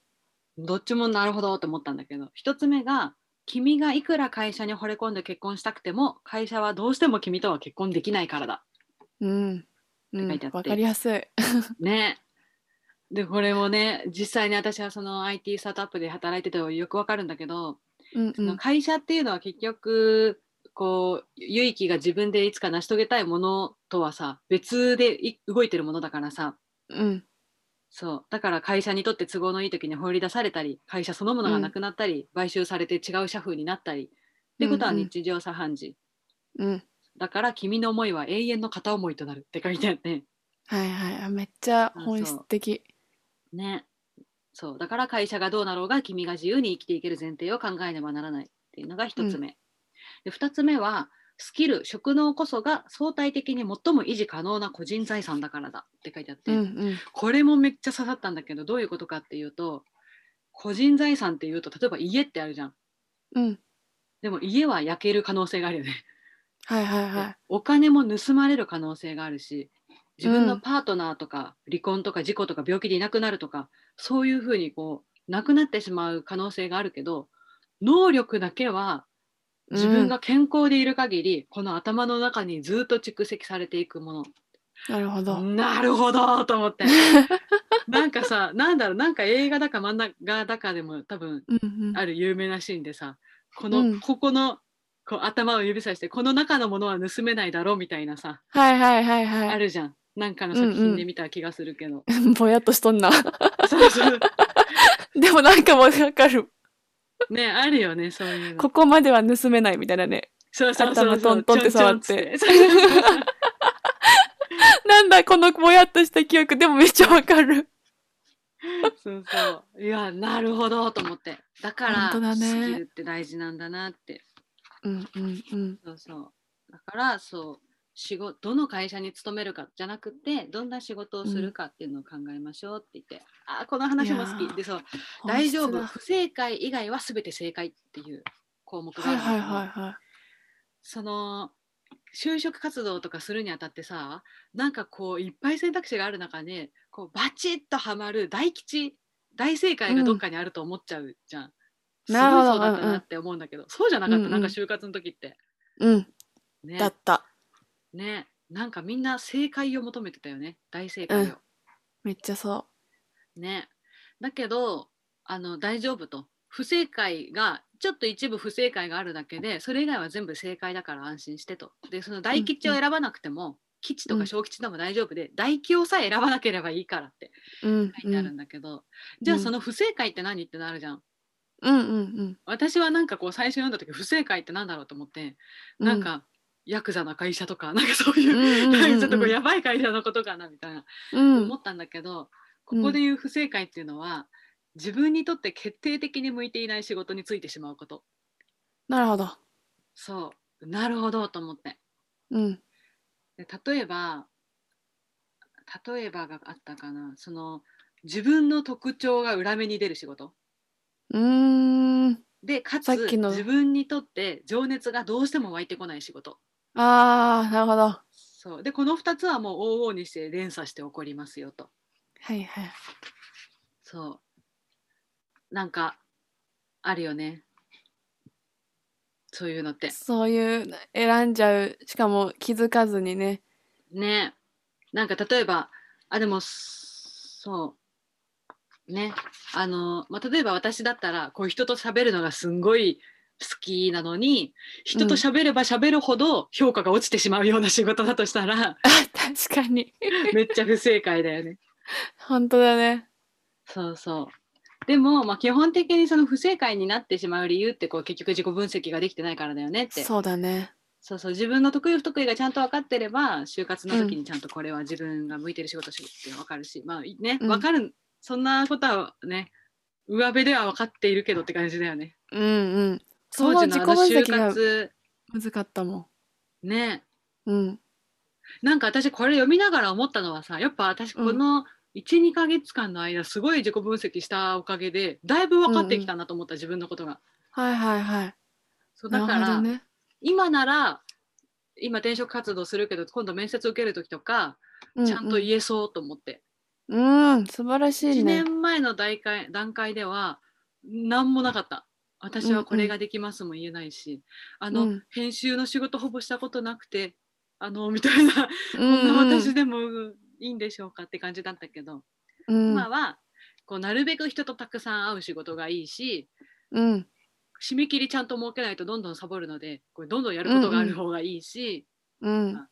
Speaker 1: どっちもなるほどと思ったんだけど1つ目が君がいくら会社に惚れ込んで結婚したくても会社はどうしても君とは結婚できないからだ
Speaker 2: うん。う
Speaker 1: って書い
Speaker 2: ん
Speaker 1: てあって
Speaker 2: わかりやすい。
Speaker 1: ね。でこれもね実際に私はその IT スタートアップで働いててよくわかるんだけど、
Speaker 2: うん
Speaker 1: そうの
Speaker 2: ん。
Speaker 1: 会社っていうのは結局こう有意義が自分でいつか成し遂げたいものとはさ別でい動いてるものだからさ
Speaker 2: うん。
Speaker 1: そうだから会社にとって都合のいい時に放り出されたり会社そのものがなくなったり、買収されて違う社風になったりてことは
Speaker 2: うんうん
Speaker 1: 日常茶飯事、
Speaker 2: うん。
Speaker 1: だから君の思いは永遠の片思いとなるって書いてあって
Speaker 2: はいはい。あめっちゃ本質的。
Speaker 1: ねそうだから会社がどうなろうが君が自由に生きていける前提を考えねばならないっていうのが一つ目、で二つ目はスキル職能こそが相対的に最も維持可能な個人財産だからだって書いてあって、
Speaker 2: うんうん。
Speaker 1: これもめっちゃ刺さったんだけどどういうことかっていうと個人財産っていうと例えば家ってあるじゃん
Speaker 2: うん。
Speaker 1: でも家は焼ける可能性があるよね
Speaker 2: はいはいはい。
Speaker 1: お金も盗まれる可能性があるし自分
Speaker 2: う
Speaker 1: の
Speaker 2: ん
Speaker 1: パートナーとか、離婚とか事故とか病気でいなくなるとかそういうふうにこうなくなってしまう可能性があるけど能力だけは自分が健康でいる限り、この頭の中にずっと蓄積されていくも
Speaker 2: うん。なるほど。
Speaker 1: のなるほどと思ってなんかさなんだろうなんか映画だか漫画だかでも多分
Speaker 2: うんうん。
Speaker 1: ある有名なシーンでさこの、
Speaker 2: うん
Speaker 1: ここのこう頭を指さしてこの中のものは盗めないだろうみたいなさ
Speaker 2: はいはいはいは
Speaker 1: あ
Speaker 2: い。
Speaker 1: るじゃん。なんかの作品で見た気がするけど。
Speaker 2: ぼやっとしとんな。
Speaker 1: そうそう。
Speaker 2: でもなんかわかる。
Speaker 1: ね、あるよね、そういうの。
Speaker 2: ここまでは盗めないみたいなね。
Speaker 1: そうそうそうそう。
Speaker 2: 頭トントンって触って
Speaker 1: ちょんちょんつって。そうそうそう
Speaker 2: なんだこのぼやっとした記憶でもめっちゃわかる。
Speaker 1: そうそう。いや、なるほどと思って。だから、
Speaker 2: 本当だね
Speaker 1: スキルって大事なんだなって。
Speaker 2: うんうんうん。
Speaker 1: そうそう。だから、そう。仕事どの会社に勤めるかじゃなくてどんな仕事をするかっていうのを考えましょうって言って、あーこの話も
Speaker 2: い
Speaker 1: 好
Speaker 2: やー
Speaker 1: きでそう大丈夫
Speaker 2: 本質
Speaker 1: 不正解以外は全て正解っていう項目
Speaker 2: だ
Speaker 1: があ
Speaker 2: は
Speaker 1: る
Speaker 2: い
Speaker 1: んだけど
Speaker 2: はいはいはい。
Speaker 1: その就職活動とかするにあたってさなんかこういっぱい選択肢がある中でこうバチッとはまる大吉大正解がどっかにあると思っちゃうじゃん。すごい
Speaker 2: なるほど
Speaker 1: そうだった
Speaker 2: うん
Speaker 1: な
Speaker 2: う
Speaker 1: んって思うんだけど、そうじゃなかった、
Speaker 2: うんうん
Speaker 1: なんか就活の時って
Speaker 2: うん。
Speaker 1: ね
Speaker 2: だった。
Speaker 1: ねなんかみんな正解を求めてたよね大正解を、
Speaker 2: めっちゃそ
Speaker 1: ねだけどあの大丈夫と不正解がちょっと一部不正解があるだけでそれ以外は全部正解だから安心してとでその大吉を選ばなくても、吉と
Speaker 2: うん
Speaker 1: か小吉でも大丈夫で、大吉をさえ選ばなければいいからって
Speaker 2: う。うん
Speaker 1: 書い
Speaker 2: うん。
Speaker 1: て
Speaker 2: う
Speaker 1: ある
Speaker 2: ん
Speaker 1: んだけど、じゃあ
Speaker 2: うん
Speaker 1: その不正解って何ってなるじゃん
Speaker 2: うんうん。
Speaker 1: 私はなんかこう最初読んだ時不正解ってなんだろうと思って、
Speaker 2: うん
Speaker 1: なんかヤクザな会社とかなんかそういうう、
Speaker 2: んうんうんうん
Speaker 1: なんかちょっ とこうやばい会社のことかなみたいな
Speaker 2: うん
Speaker 1: 思ったんだけど、
Speaker 2: うん
Speaker 1: ここで言う不正解っていうのは自分にとって決定的に向いていない仕事についてしまうこと
Speaker 2: なるほど。
Speaker 1: そうなるほどと思って
Speaker 2: うん。
Speaker 1: で例えば例えばがあったかなその自分の特徴が裏目に出る仕事
Speaker 2: うーん。
Speaker 1: でかつ
Speaker 2: さっきの
Speaker 1: 自分にとって情熱がどうしても湧いてこない仕事
Speaker 2: ああ、なるほど。は
Speaker 1: そうでこの2つはもう往々にして連鎖して起こりますよと
Speaker 2: いはい。
Speaker 1: そうなんかあるよねそういうのって
Speaker 2: そういう選んじゃう、しかも気づかずにね。
Speaker 1: ねなんか例えばあでもそうねあの、まあ、例えば私だったらこう人と喋るのがすんごい好きなのに人と喋れば喋るほど評価が落ちてしまうような仕事だとしたら、
Speaker 2: あ、確かに。
Speaker 1: めっちゃ不正解だよね。
Speaker 2: 本当だね。
Speaker 1: そうそうでも、まあ、基本的にその不正解になってしまう理由ってこう結局自己分析ができてないからだよねって
Speaker 2: そうだね。
Speaker 1: そうそう自分の得意不得意がちゃんと分かってれば就活の時にちゃんとこれは自分が向いてる仕事しって分かるし、まあいね
Speaker 2: うん
Speaker 1: 分かる、そんなことはね上辺では分かっているけどって感じだよね
Speaker 2: うんうん。そ
Speaker 1: 当時
Speaker 2: の自
Speaker 1: の
Speaker 2: 己
Speaker 1: あの
Speaker 2: 分
Speaker 1: 就
Speaker 2: 析が
Speaker 1: 活
Speaker 2: 難かったも
Speaker 1: ね
Speaker 2: ん。うん。
Speaker 1: なんか私これ読みながら思ったのはさやっぱ私この12、2ヶ月間の間すごい自己分析したおかげでだいぶ分かってきたなと思った、自分のことが。
Speaker 2: はいはいはい。
Speaker 1: そうだ
Speaker 2: な
Speaker 1: か
Speaker 2: るほ
Speaker 1: ら、
Speaker 2: どね。
Speaker 1: 今なら今転職活動するけど今度面接受ける時とか
Speaker 2: うんうん
Speaker 1: ちゃんと言えそうと思って。
Speaker 2: うん、素晴らしい
Speaker 1: 1
Speaker 2: ね。
Speaker 1: 年前の段階段階では何もなかった私はこれができますも言えないし、あの、
Speaker 2: うん
Speaker 1: 編集の仕事ほぼしたことなくてあのみたいな、
Speaker 2: う
Speaker 1: こん
Speaker 2: ん
Speaker 1: な私でもいいんでしょうかって感じだったけど、
Speaker 2: うん
Speaker 1: 今はこうなるべく人とたくさん会う仕事がいいし
Speaker 2: うん
Speaker 1: 締め切りちゃんと設けないとどんどんサボるのでこれどんどんやることがある方がいいし、
Speaker 2: うん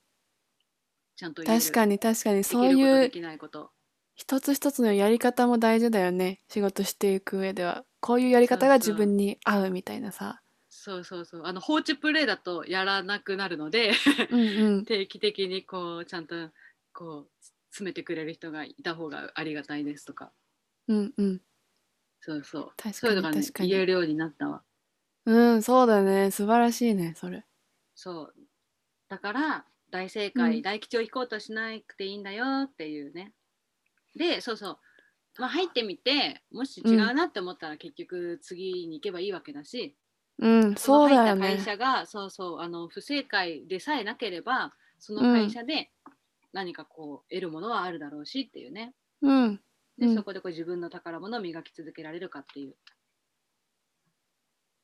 Speaker 1: ちゃんと言える
Speaker 2: 確かに確かに
Speaker 1: でき
Speaker 2: そう
Speaker 1: ること
Speaker 2: い
Speaker 1: で
Speaker 2: う
Speaker 1: きないこと
Speaker 2: 一つ一つのやり方も 大事だよね仕事していく上ではこういうやり方が自分に合うみたいなさ
Speaker 1: そうそうそうあの放置プレイだとやらなくなるので
Speaker 2: うんうん
Speaker 1: 定期的にこうちゃんとこう詰めてくれる人がいた方がありがたいですとか
Speaker 2: うんうん
Speaker 1: そうそう
Speaker 2: 確
Speaker 1: そうい
Speaker 2: か
Speaker 1: うの
Speaker 2: に
Speaker 1: がね
Speaker 2: 確か
Speaker 1: 言え
Speaker 2: に
Speaker 1: るようになったわ
Speaker 2: うんそうだね素晴らしいねそれ
Speaker 1: そうだから大正解、
Speaker 2: うん
Speaker 1: 大吉を引こうとしなくていいんだよっていうねでそうそうまあ入ってみてもし違うなって思ったら結局次に行けばいいわけだし、
Speaker 2: うんそうだよ
Speaker 1: その入った
Speaker 2: ね
Speaker 1: 会社がそうそうあの不正解でさえなければその会社で何かこう得るものはあるだろうしっていうね、
Speaker 2: うんう
Speaker 1: で
Speaker 2: ん
Speaker 1: そこでこう自分の宝物を磨き続けられるかっていう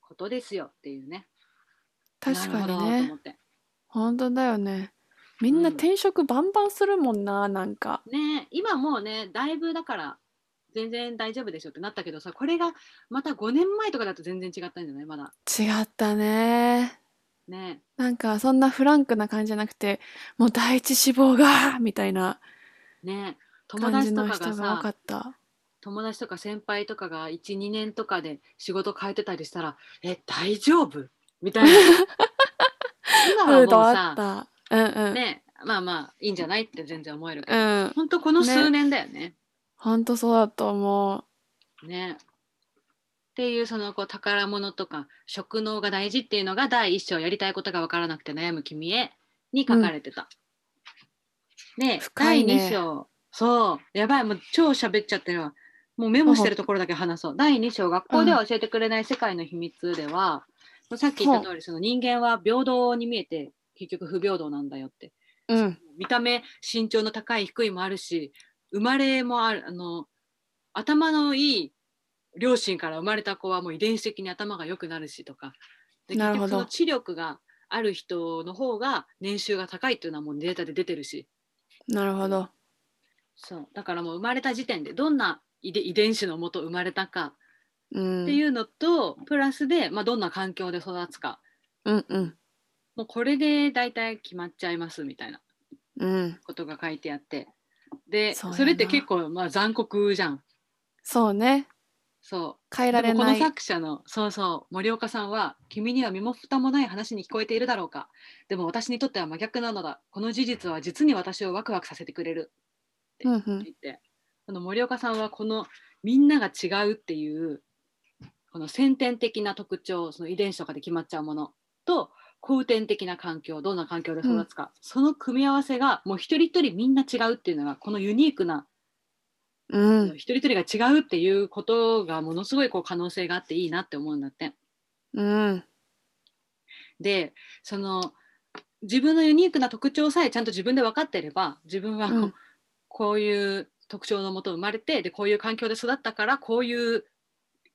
Speaker 1: ことですよっていうね
Speaker 2: 確
Speaker 1: な
Speaker 2: か
Speaker 1: るほど
Speaker 2: に
Speaker 1: と思
Speaker 2: ね
Speaker 1: って
Speaker 2: 本当だよねみんな転職バンバンするもんななんか
Speaker 1: ね今もうねだいぶだから全然大丈夫でしょってなったけどさこれがまた5年前とかだと全然違ったんじゃないまだ
Speaker 2: 違ったね
Speaker 1: ね
Speaker 2: なんかそんなフランクな感じじゃなくてもう第一志望が みたいな
Speaker 1: ね友
Speaker 2: 感
Speaker 1: 達
Speaker 2: じ
Speaker 1: と
Speaker 2: の
Speaker 1: かが
Speaker 2: 人が多か
Speaker 1: さ
Speaker 2: った
Speaker 1: 友達とか先輩とかが12年とかで仕事変えてたりしたら「え大丈夫?」み たいな今は
Speaker 2: うんと
Speaker 1: もう
Speaker 2: あ
Speaker 1: さ
Speaker 2: ったうんうん
Speaker 1: ねまあまあいいんじゃないって全然思えるけ
Speaker 2: う
Speaker 1: ど、
Speaker 2: ん
Speaker 1: ほんとこの
Speaker 2: ね
Speaker 1: 数年だよね。
Speaker 2: ほんとそうだと思う
Speaker 1: ねっていうそのこう宝物とか職能が大事っていうのが第一章やりたいことが分からなくて悩む君へに書かれてた。で、
Speaker 2: 深
Speaker 1: 第
Speaker 2: いね
Speaker 1: 二章そうやばいもう超喋っちゃってるわもうメモしてるところだけ話そう第二章学校では教えてくれない世界の秘密では、もうさっき言った通りその人間は平等に見えて結局不平等なんだよって
Speaker 2: うん
Speaker 1: 見た目身長の高い低いもあるし生まれもあるあの頭のいい両親から生まれた子はもう遺伝子的に頭が良くなるしとかで
Speaker 2: な
Speaker 1: 結局
Speaker 2: るほど
Speaker 1: その知力がある人の方が年収が高いっていうのはもうデータで出てるし
Speaker 2: なるほど
Speaker 1: そうだからもう生まれた時点でどんな遺伝遺伝子のもと生まれたか
Speaker 2: う
Speaker 1: って
Speaker 2: ん
Speaker 1: いうのと、プラスで、まあ、どんな環境で育つか
Speaker 2: うんうん
Speaker 1: もうこれで大体決まっちゃいますみたいな
Speaker 2: うん
Speaker 1: ことが書いてあってで
Speaker 2: そう
Speaker 1: そ
Speaker 2: やな
Speaker 1: れって結構まあ残酷じゃん。
Speaker 2: そうね
Speaker 1: そう
Speaker 2: 変えら
Speaker 1: で
Speaker 2: れ
Speaker 1: もこ
Speaker 2: な
Speaker 1: の
Speaker 2: い
Speaker 1: 作者のそうそう森岡さんは「君には身も蓋もない話に聞こえているだろうかでも私にとっては真逆なのだこの事実は実に私をワクワクさせてくれる」
Speaker 2: うんう
Speaker 1: って
Speaker 2: ん
Speaker 1: 言ってその森岡さんはこのみんなが違うっていうこの先天的な特徴その遺伝子とかで決まっちゃうものと後天的な環境どんな環境で育つか、その組み合わせがもう一人一人みんな違うっていうのがこのユニークな
Speaker 2: う
Speaker 1: 一
Speaker 2: ん
Speaker 1: 人一人が違うっていうことがものすごいこう可能性があっていいなって思うんだって。
Speaker 2: うん
Speaker 1: でその自分のユニークな特徴さえちゃんと自分で分かってれば自分はこう,、
Speaker 2: うん
Speaker 1: こういう特徴のもと生まれてでこういう環境で育ったからこういう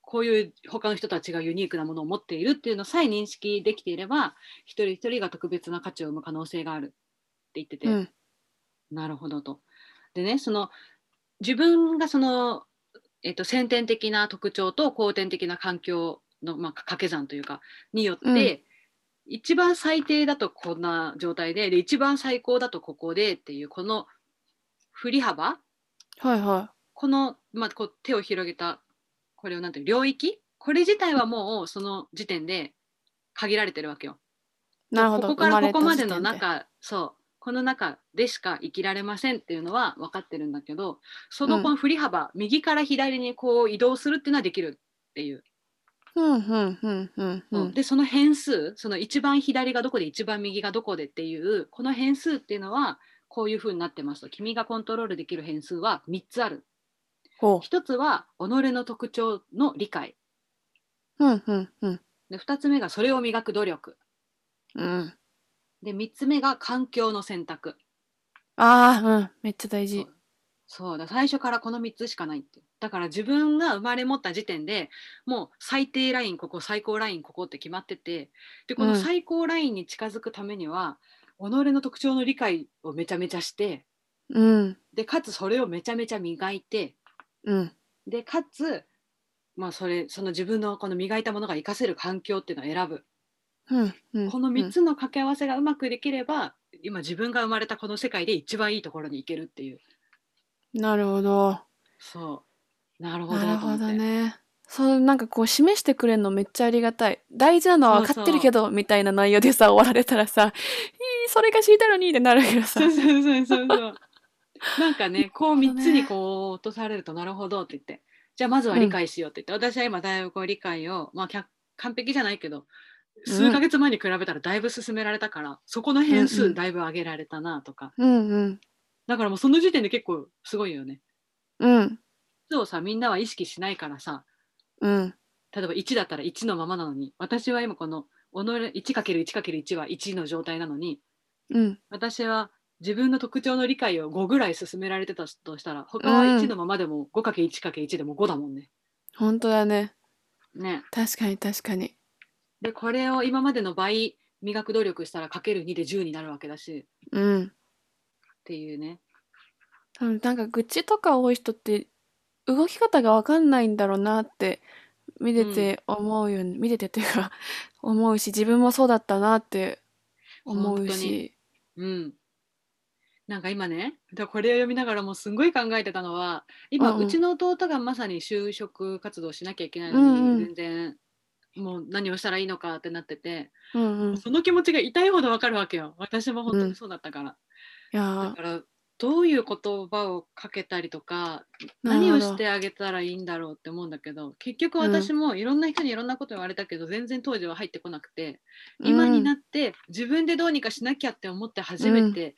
Speaker 1: こういう他の人とは違うユニークなものを持っているっていうのさえ認識できていれば一人一人が特別な価値を生む可能性があるって言ってて、
Speaker 2: うん
Speaker 1: なるほどと。でねその自分がその、えっと先天的な特徴と後天的な環境の、まあ、掛け算というかによって、
Speaker 2: うん
Speaker 1: 一番最低だとこんな状態でで一番最高だとここでっていうこの振り幅
Speaker 2: はいは
Speaker 1: この、まあ、こう手を広げたこれをなんていう領域これ自体はもうその時点で限られてるわけよ。
Speaker 2: いなるほど
Speaker 1: ここからここまでの
Speaker 2: 生れた時点
Speaker 1: 中そうこの中でしか生きられませんっていうのは分かってるんだけどそのこの振り幅、右から左にこう移動するっていうのはできるっていう、
Speaker 2: うんうんうんうんう
Speaker 1: うん
Speaker 2: ん
Speaker 1: でその変数その一番左がどこで一番右がどこでっていうこの変数っていうのはこういうふうになってますと君がコントロールできる変数は3つある
Speaker 2: ほ
Speaker 1: 1つは己の特徴の理解
Speaker 2: ううんうんうん
Speaker 1: で2つ目がそれを磨く努力
Speaker 2: うん
Speaker 1: で3つ目が環境の選択
Speaker 2: ああうんめっちゃ大
Speaker 1: そ
Speaker 2: 事
Speaker 1: うそうだ最初からこの3つしかないってだから自分が生まれ持った時点でもう最低ラインここ最高ラインここって決まっててでこ
Speaker 2: う
Speaker 1: の
Speaker 2: ん
Speaker 1: 最高ラインに近づくためには、己の特徴の理解をめちゃめちゃして
Speaker 2: うん
Speaker 1: でかつそれをめちゃめちゃ磨いて
Speaker 2: うん
Speaker 1: でかつ、まあ、それその自分のこの磨いたものが活かせる環境っていうのを選ぶ
Speaker 2: うんうん
Speaker 1: この
Speaker 2: う
Speaker 1: 3
Speaker 2: ん
Speaker 1: つの掛け合わせがうまくできれば今自分が生まれたこの世界で一番いいところに行けるっていう
Speaker 2: なるほど
Speaker 1: そうなるほど
Speaker 2: な
Speaker 1: と思
Speaker 2: る
Speaker 1: って
Speaker 2: ほどねそうなんかこう示してくれるのめっちゃありがたい大事なのは分かってるけどみたいな内容でさ終わられたらさ「いいそれが知りたいのに」ってなるけどさ
Speaker 1: そうそうそうそうそう。なんか ね、こう三つにこう落とされるとなるほどって言って、じゃあまずは理解しようって言って、私は今だいぶこう理解をまあ客完璧じゃないけど、
Speaker 2: うん
Speaker 1: 数ヶ月前に比べたらだいぶ進められたから、そこの変
Speaker 2: うんう
Speaker 1: 数
Speaker 2: ん
Speaker 1: だいぶ上げられたなとか、
Speaker 2: うんうん
Speaker 1: だからもうその時点で結構すごいよね。
Speaker 2: うん
Speaker 1: 実をさみんなは意識しないからさ、
Speaker 2: うん
Speaker 1: 例えば1だったら1のままなのに、私は今この己 1×1×1 は1の状態なのに、
Speaker 2: うん
Speaker 1: 私は自分の特徴の理解を5ぐらい進められてたとしたら他は1のままでも 5×1×1 でも5だもんね。
Speaker 2: 本当だね
Speaker 1: ね
Speaker 2: 確かに確かに
Speaker 1: でこれを今までの倍磨く努力したらかける2で10になるわけだし
Speaker 2: うん
Speaker 1: っていうね。
Speaker 2: 多分なんか愚痴とか多い人って動き方が分かんないんだろうなって見てて思うように、見ててというか思うし自分もそうだったなって思う
Speaker 1: 本当に
Speaker 2: し
Speaker 1: うんなんか今ねだこれを読みながらもうすんごい考えてたのは今、
Speaker 2: う
Speaker 1: うん
Speaker 2: うん
Speaker 1: ちの弟がまさに就職活動しなきゃいけないの
Speaker 2: う
Speaker 1: に、
Speaker 2: んうん
Speaker 1: 全然もう何をしたらいいのかってなってて
Speaker 2: うんうんい
Speaker 1: その気持ちが痛いほどわかるわけよ私も本当にそうだったから。
Speaker 2: や
Speaker 1: だ
Speaker 2: ー
Speaker 1: からどういう言葉をかけたりとか
Speaker 2: なるほど
Speaker 1: 何をしてあげたらいいんだろうって思うんだけど結局私もいろんな人にいろんなこと言われたけど、全然当時は入ってこなくて今になって自分でどうにかしなきゃって思って初めて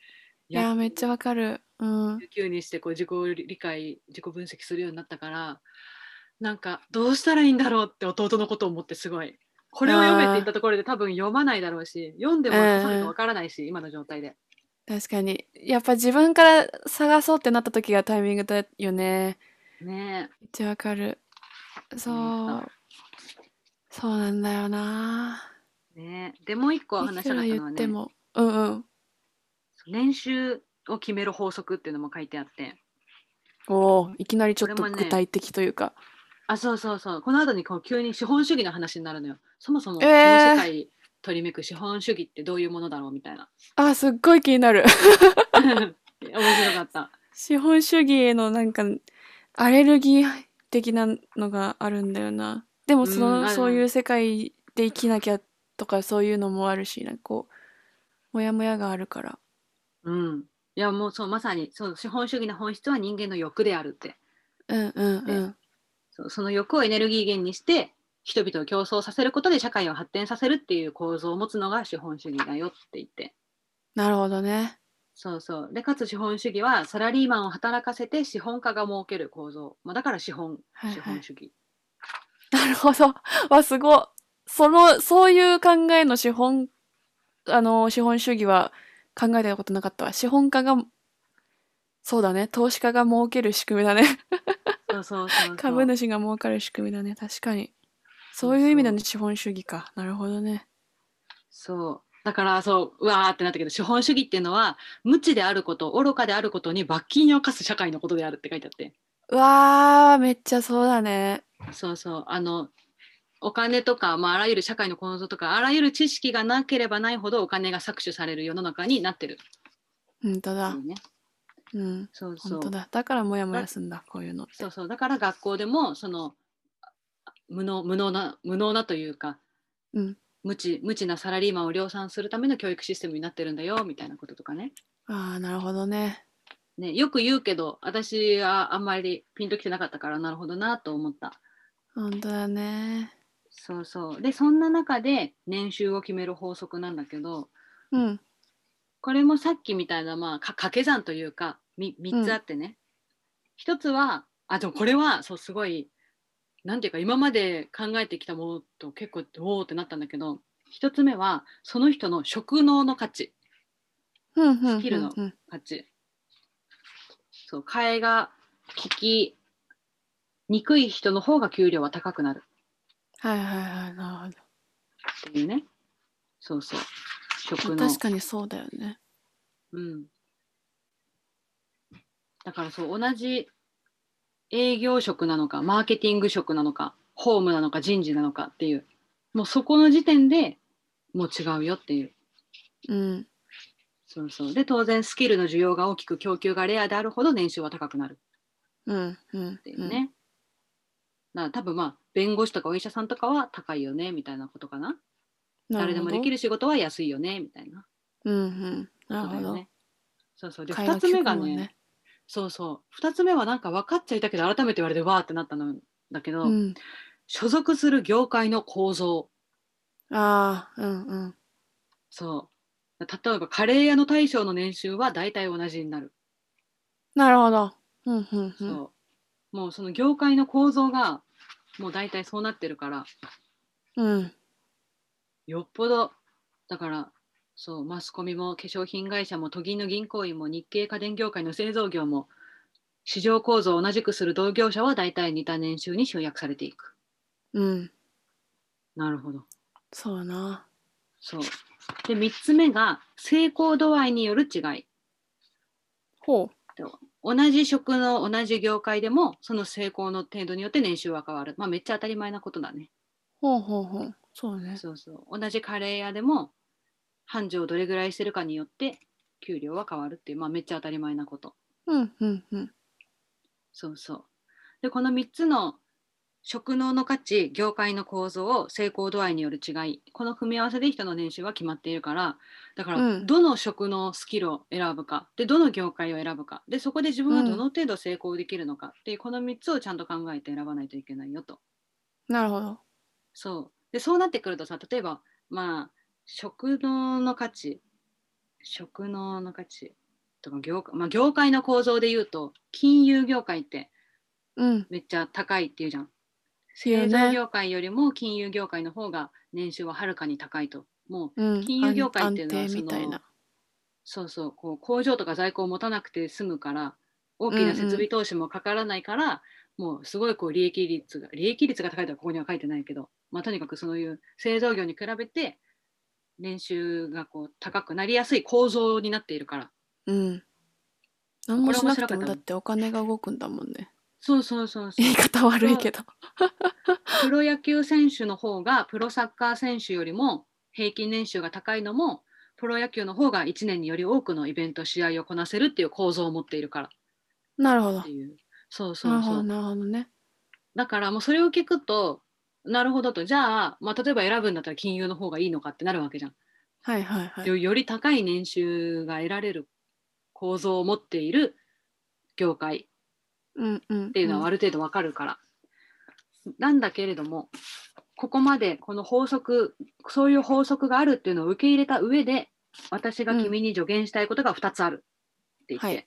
Speaker 2: いやーめっちゃわかる。うん。
Speaker 1: 9にしてこう自己理解自己分析するようになったからなんかどうしたらいいんだろうって弟のことを思ってすごい。これを読めって言ったところで多分読まないだろうし読んでも刺さるかわからないし、今の状態で。
Speaker 2: 確かに。やっぱ自分から探そうってなった時がタイミングだよね。
Speaker 1: ね
Speaker 2: めっちゃわかる。そ
Speaker 1: ね
Speaker 2: う。そうなんだよな。
Speaker 1: えねえでもう一個
Speaker 2: い
Speaker 1: 話したかった
Speaker 2: くら
Speaker 1: の
Speaker 2: 言
Speaker 1: は
Speaker 2: っ
Speaker 1: ね
Speaker 2: ても。うんうん。
Speaker 1: 年収を決める法則っていうのも書いてあって
Speaker 2: おお、いきなりちょっ
Speaker 1: ことれもね
Speaker 2: 具体的というか。
Speaker 1: あそうそうそうこの後にこう急に資本主義の話になるのよそもそもこ
Speaker 2: え
Speaker 1: の
Speaker 2: ー
Speaker 1: 世界取りめく資本主義ってどういうものだろうみたいな
Speaker 2: あ、すっごい気になる。
Speaker 1: 面白かった
Speaker 2: 資本主義へのなんか、アレルギー的なのがあるんだよな。でもその、
Speaker 1: うんある
Speaker 2: そういう世界で生きなきゃとかそういうのもあるし、なんかこう、もやもやがあるから。
Speaker 1: うんいやもうそうまさにそう資本主義の本質は人間の欲であるって
Speaker 2: うんうんうん。
Speaker 1: そうその欲をエネルギー源にして人々を競争させることで社会を発展させるっていう構造を持つのが資本主義だよって言って
Speaker 2: なるほどね。
Speaker 1: そうそう。で、かつ資本主義はサラリーマンを働かせて資本家が儲ける構造。まあ、だから資本、
Speaker 2: はいはい
Speaker 1: 資本主義。
Speaker 2: なるほど。わ、すごい。その、そういう考えの資本、あの、資本主義は考えたことなかったわ。資本家が、そうだね。投資家が儲ける仕組みだね。
Speaker 1: そうそうそうそう。
Speaker 2: 株主が儲かる仕組みだね。確かに。そういう意味だね、資本主義か。なるほどね。
Speaker 1: そう。だからそううわーってなったけど資本主義っていうのは無知であること愚かであることに罰金を課す社会のことであるって書いてあって
Speaker 2: うわー、めっちゃそうだね。
Speaker 1: そうそうあのお金とか、まあ、あらゆる社会の構造とかあらゆる知識がなければないほどお金が搾取される世の中になってる
Speaker 2: ほんとだ
Speaker 1: ってい。うね
Speaker 2: うん。
Speaker 1: そうそ
Speaker 2: 本
Speaker 1: う
Speaker 2: 当だ。だからモヤモヤすんだ、こういうのって。
Speaker 1: そうそうだから学校でもそのあ無能無能な無能なというか、
Speaker 2: うん
Speaker 1: 無知無知なサラリーマンを量産するための教育システムになってるんだよみたいなこととかね
Speaker 2: あー、なるほどね。
Speaker 1: ねよく言うけど私はあんまりピンときてなかったからなるほどなと思った
Speaker 2: ほんとだね。
Speaker 1: そうそうでそんな中で年収を決める法則なんだけど
Speaker 2: うん。
Speaker 1: これもさっきみたいな、まあ、か掛け算というかみ3つあってね、1つはあでもこれはそうすごいなんていうか今まで考えてきたものと結構おおってなったんだけど1つ目はその人の職能の価値
Speaker 2: うんうんうん
Speaker 1: スキルの
Speaker 2: うん
Speaker 1: 価値そう替えが利きにくい人の方が給料は高くなる
Speaker 2: はいはいはい、なる
Speaker 1: っていうねそうそう
Speaker 2: ほ
Speaker 1: 職
Speaker 2: ど。
Speaker 1: 能
Speaker 2: 確かにそうだよね。
Speaker 1: うん。だからそう同じ営業職なのかマーケティング職なのかホームなのか人事なのかっていうもうそこの時点でもう違うよっていう
Speaker 2: うん。
Speaker 1: そうそうで当然スキルの需要が大きく供給がレアであるほど年収は高くなる
Speaker 2: うん。うん
Speaker 1: っていう。ね、だから多分まあ弁護士とかお医者さんとかは高いよねみたいなことかな誰でもでき
Speaker 2: る
Speaker 1: る仕事は安いよねみたいな
Speaker 2: ほど。うんうん。な
Speaker 1: ことだ
Speaker 2: るほ
Speaker 1: よ
Speaker 2: ど。
Speaker 1: ねそうそうで
Speaker 2: 会
Speaker 1: 2
Speaker 2: 話
Speaker 1: つ目が
Speaker 2: 聞くもん
Speaker 1: ね。そうそう2つ目はなんか分かっちゃいたけど改めて言われてわーってなったのだけど、
Speaker 2: うん。
Speaker 1: 所属する業界の構造
Speaker 2: ああ、うんうん。
Speaker 1: そう例えばカレー屋の大将の年収は大体同じになる、
Speaker 2: なるほど。うんうんうん。
Speaker 1: そうもうその業界の構造がもう大体そうなってるから
Speaker 2: うん。
Speaker 1: よっぽどだからそうマスコミも化粧品会社も都銀の銀行員も日系家電業界の製造業も市場構造を同じくする同業者は大体似た年収に集約されていく
Speaker 2: うん。
Speaker 1: なるほど
Speaker 2: そうやな。
Speaker 1: そうで3つ目が成功度合いによる違い
Speaker 2: ほ
Speaker 1: 同じ職の同じ業界でもその成功の程度によって年収は変わるまあめっちゃ当たり前なことだね
Speaker 2: う。ほうほうほう。そうね。
Speaker 1: そうそう同じカレー屋でも繁盛をどれぐらいしてるかによって給料は変わるっていうまあめっちゃ当たり前なこと
Speaker 2: うんうんうん。
Speaker 1: そうそう。で、この3つの職能の価値、業界の構造を成功度合いによる違い、この組み合わせで人の年収は決まっているから、だか
Speaker 2: う
Speaker 1: ら、
Speaker 2: ん
Speaker 1: どの職能スキルを選ぶか、で、どの業界を選ぶか、で、そこで自分はどの程度成功できるのかっていう、この3つをちゃんと考えて選ばないといけないよと。
Speaker 2: なるほど。
Speaker 1: そう。で、そうなってくるとさ、例えば、まあ、職能の価値、職能の価値とか業界、まあ、業界の構造で言うと、金融業界って、
Speaker 2: うん。
Speaker 1: めっちゃ高いっていうじゃん。
Speaker 2: うね
Speaker 1: 製造業界よりも金融業界の方が年収ははるかに高いと。もう
Speaker 2: うん、
Speaker 1: 金融業界っていうのは
Speaker 2: 安定みたいな。
Speaker 1: そうそうこう工場とか在庫を持たなくて済むから大きな設備投資もかからないから、もうすごいこう利益率が利益率が高いとはここには書いてないけど、まあ、とにかくそういう製造業に比べて年収がこう高くなりやすい構造になっているから
Speaker 2: うん。何もしなくて
Speaker 1: これ面白かっ
Speaker 2: も
Speaker 1: たね
Speaker 2: だってお金が動くんだもんね。
Speaker 1: そうそうそう そう
Speaker 2: 言い方悪いけど。
Speaker 1: プロ野球選手の方がプロサッカー選手よりも平均年収が高いのもプロ野球の方が1年により多くのイベント試合をこなせるっていう構造を持っているから
Speaker 2: なるほど
Speaker 1: って。いうそう
Speaker 2: な
Speaker 1: そ
Speaker 2: る
Speaker 1: う
Speaker 2: ほ
Speaker 1: そ
Speaker 2: ど、
Speaker 1: う
Speaker 2: なるほどね。
Speaker 1: だからもうそれを聞くとなるほどとじゃあ、まあ、例えば選ぶんだったら金融の方がいいのかってなるわけじゃん
Speaker 2: はいはいはい。
Speaker 1: よより高い年収が得られる構造を持っている業界
Speaker 2: うんうん。っ
Speaker 1: っていうのはある程度わかるから、なんだけれどもここまでこの法則そういう法則があるっていうのを受け入れた上で私が君に助言したいことが2つあるって言って、
Speaker 2: うんはい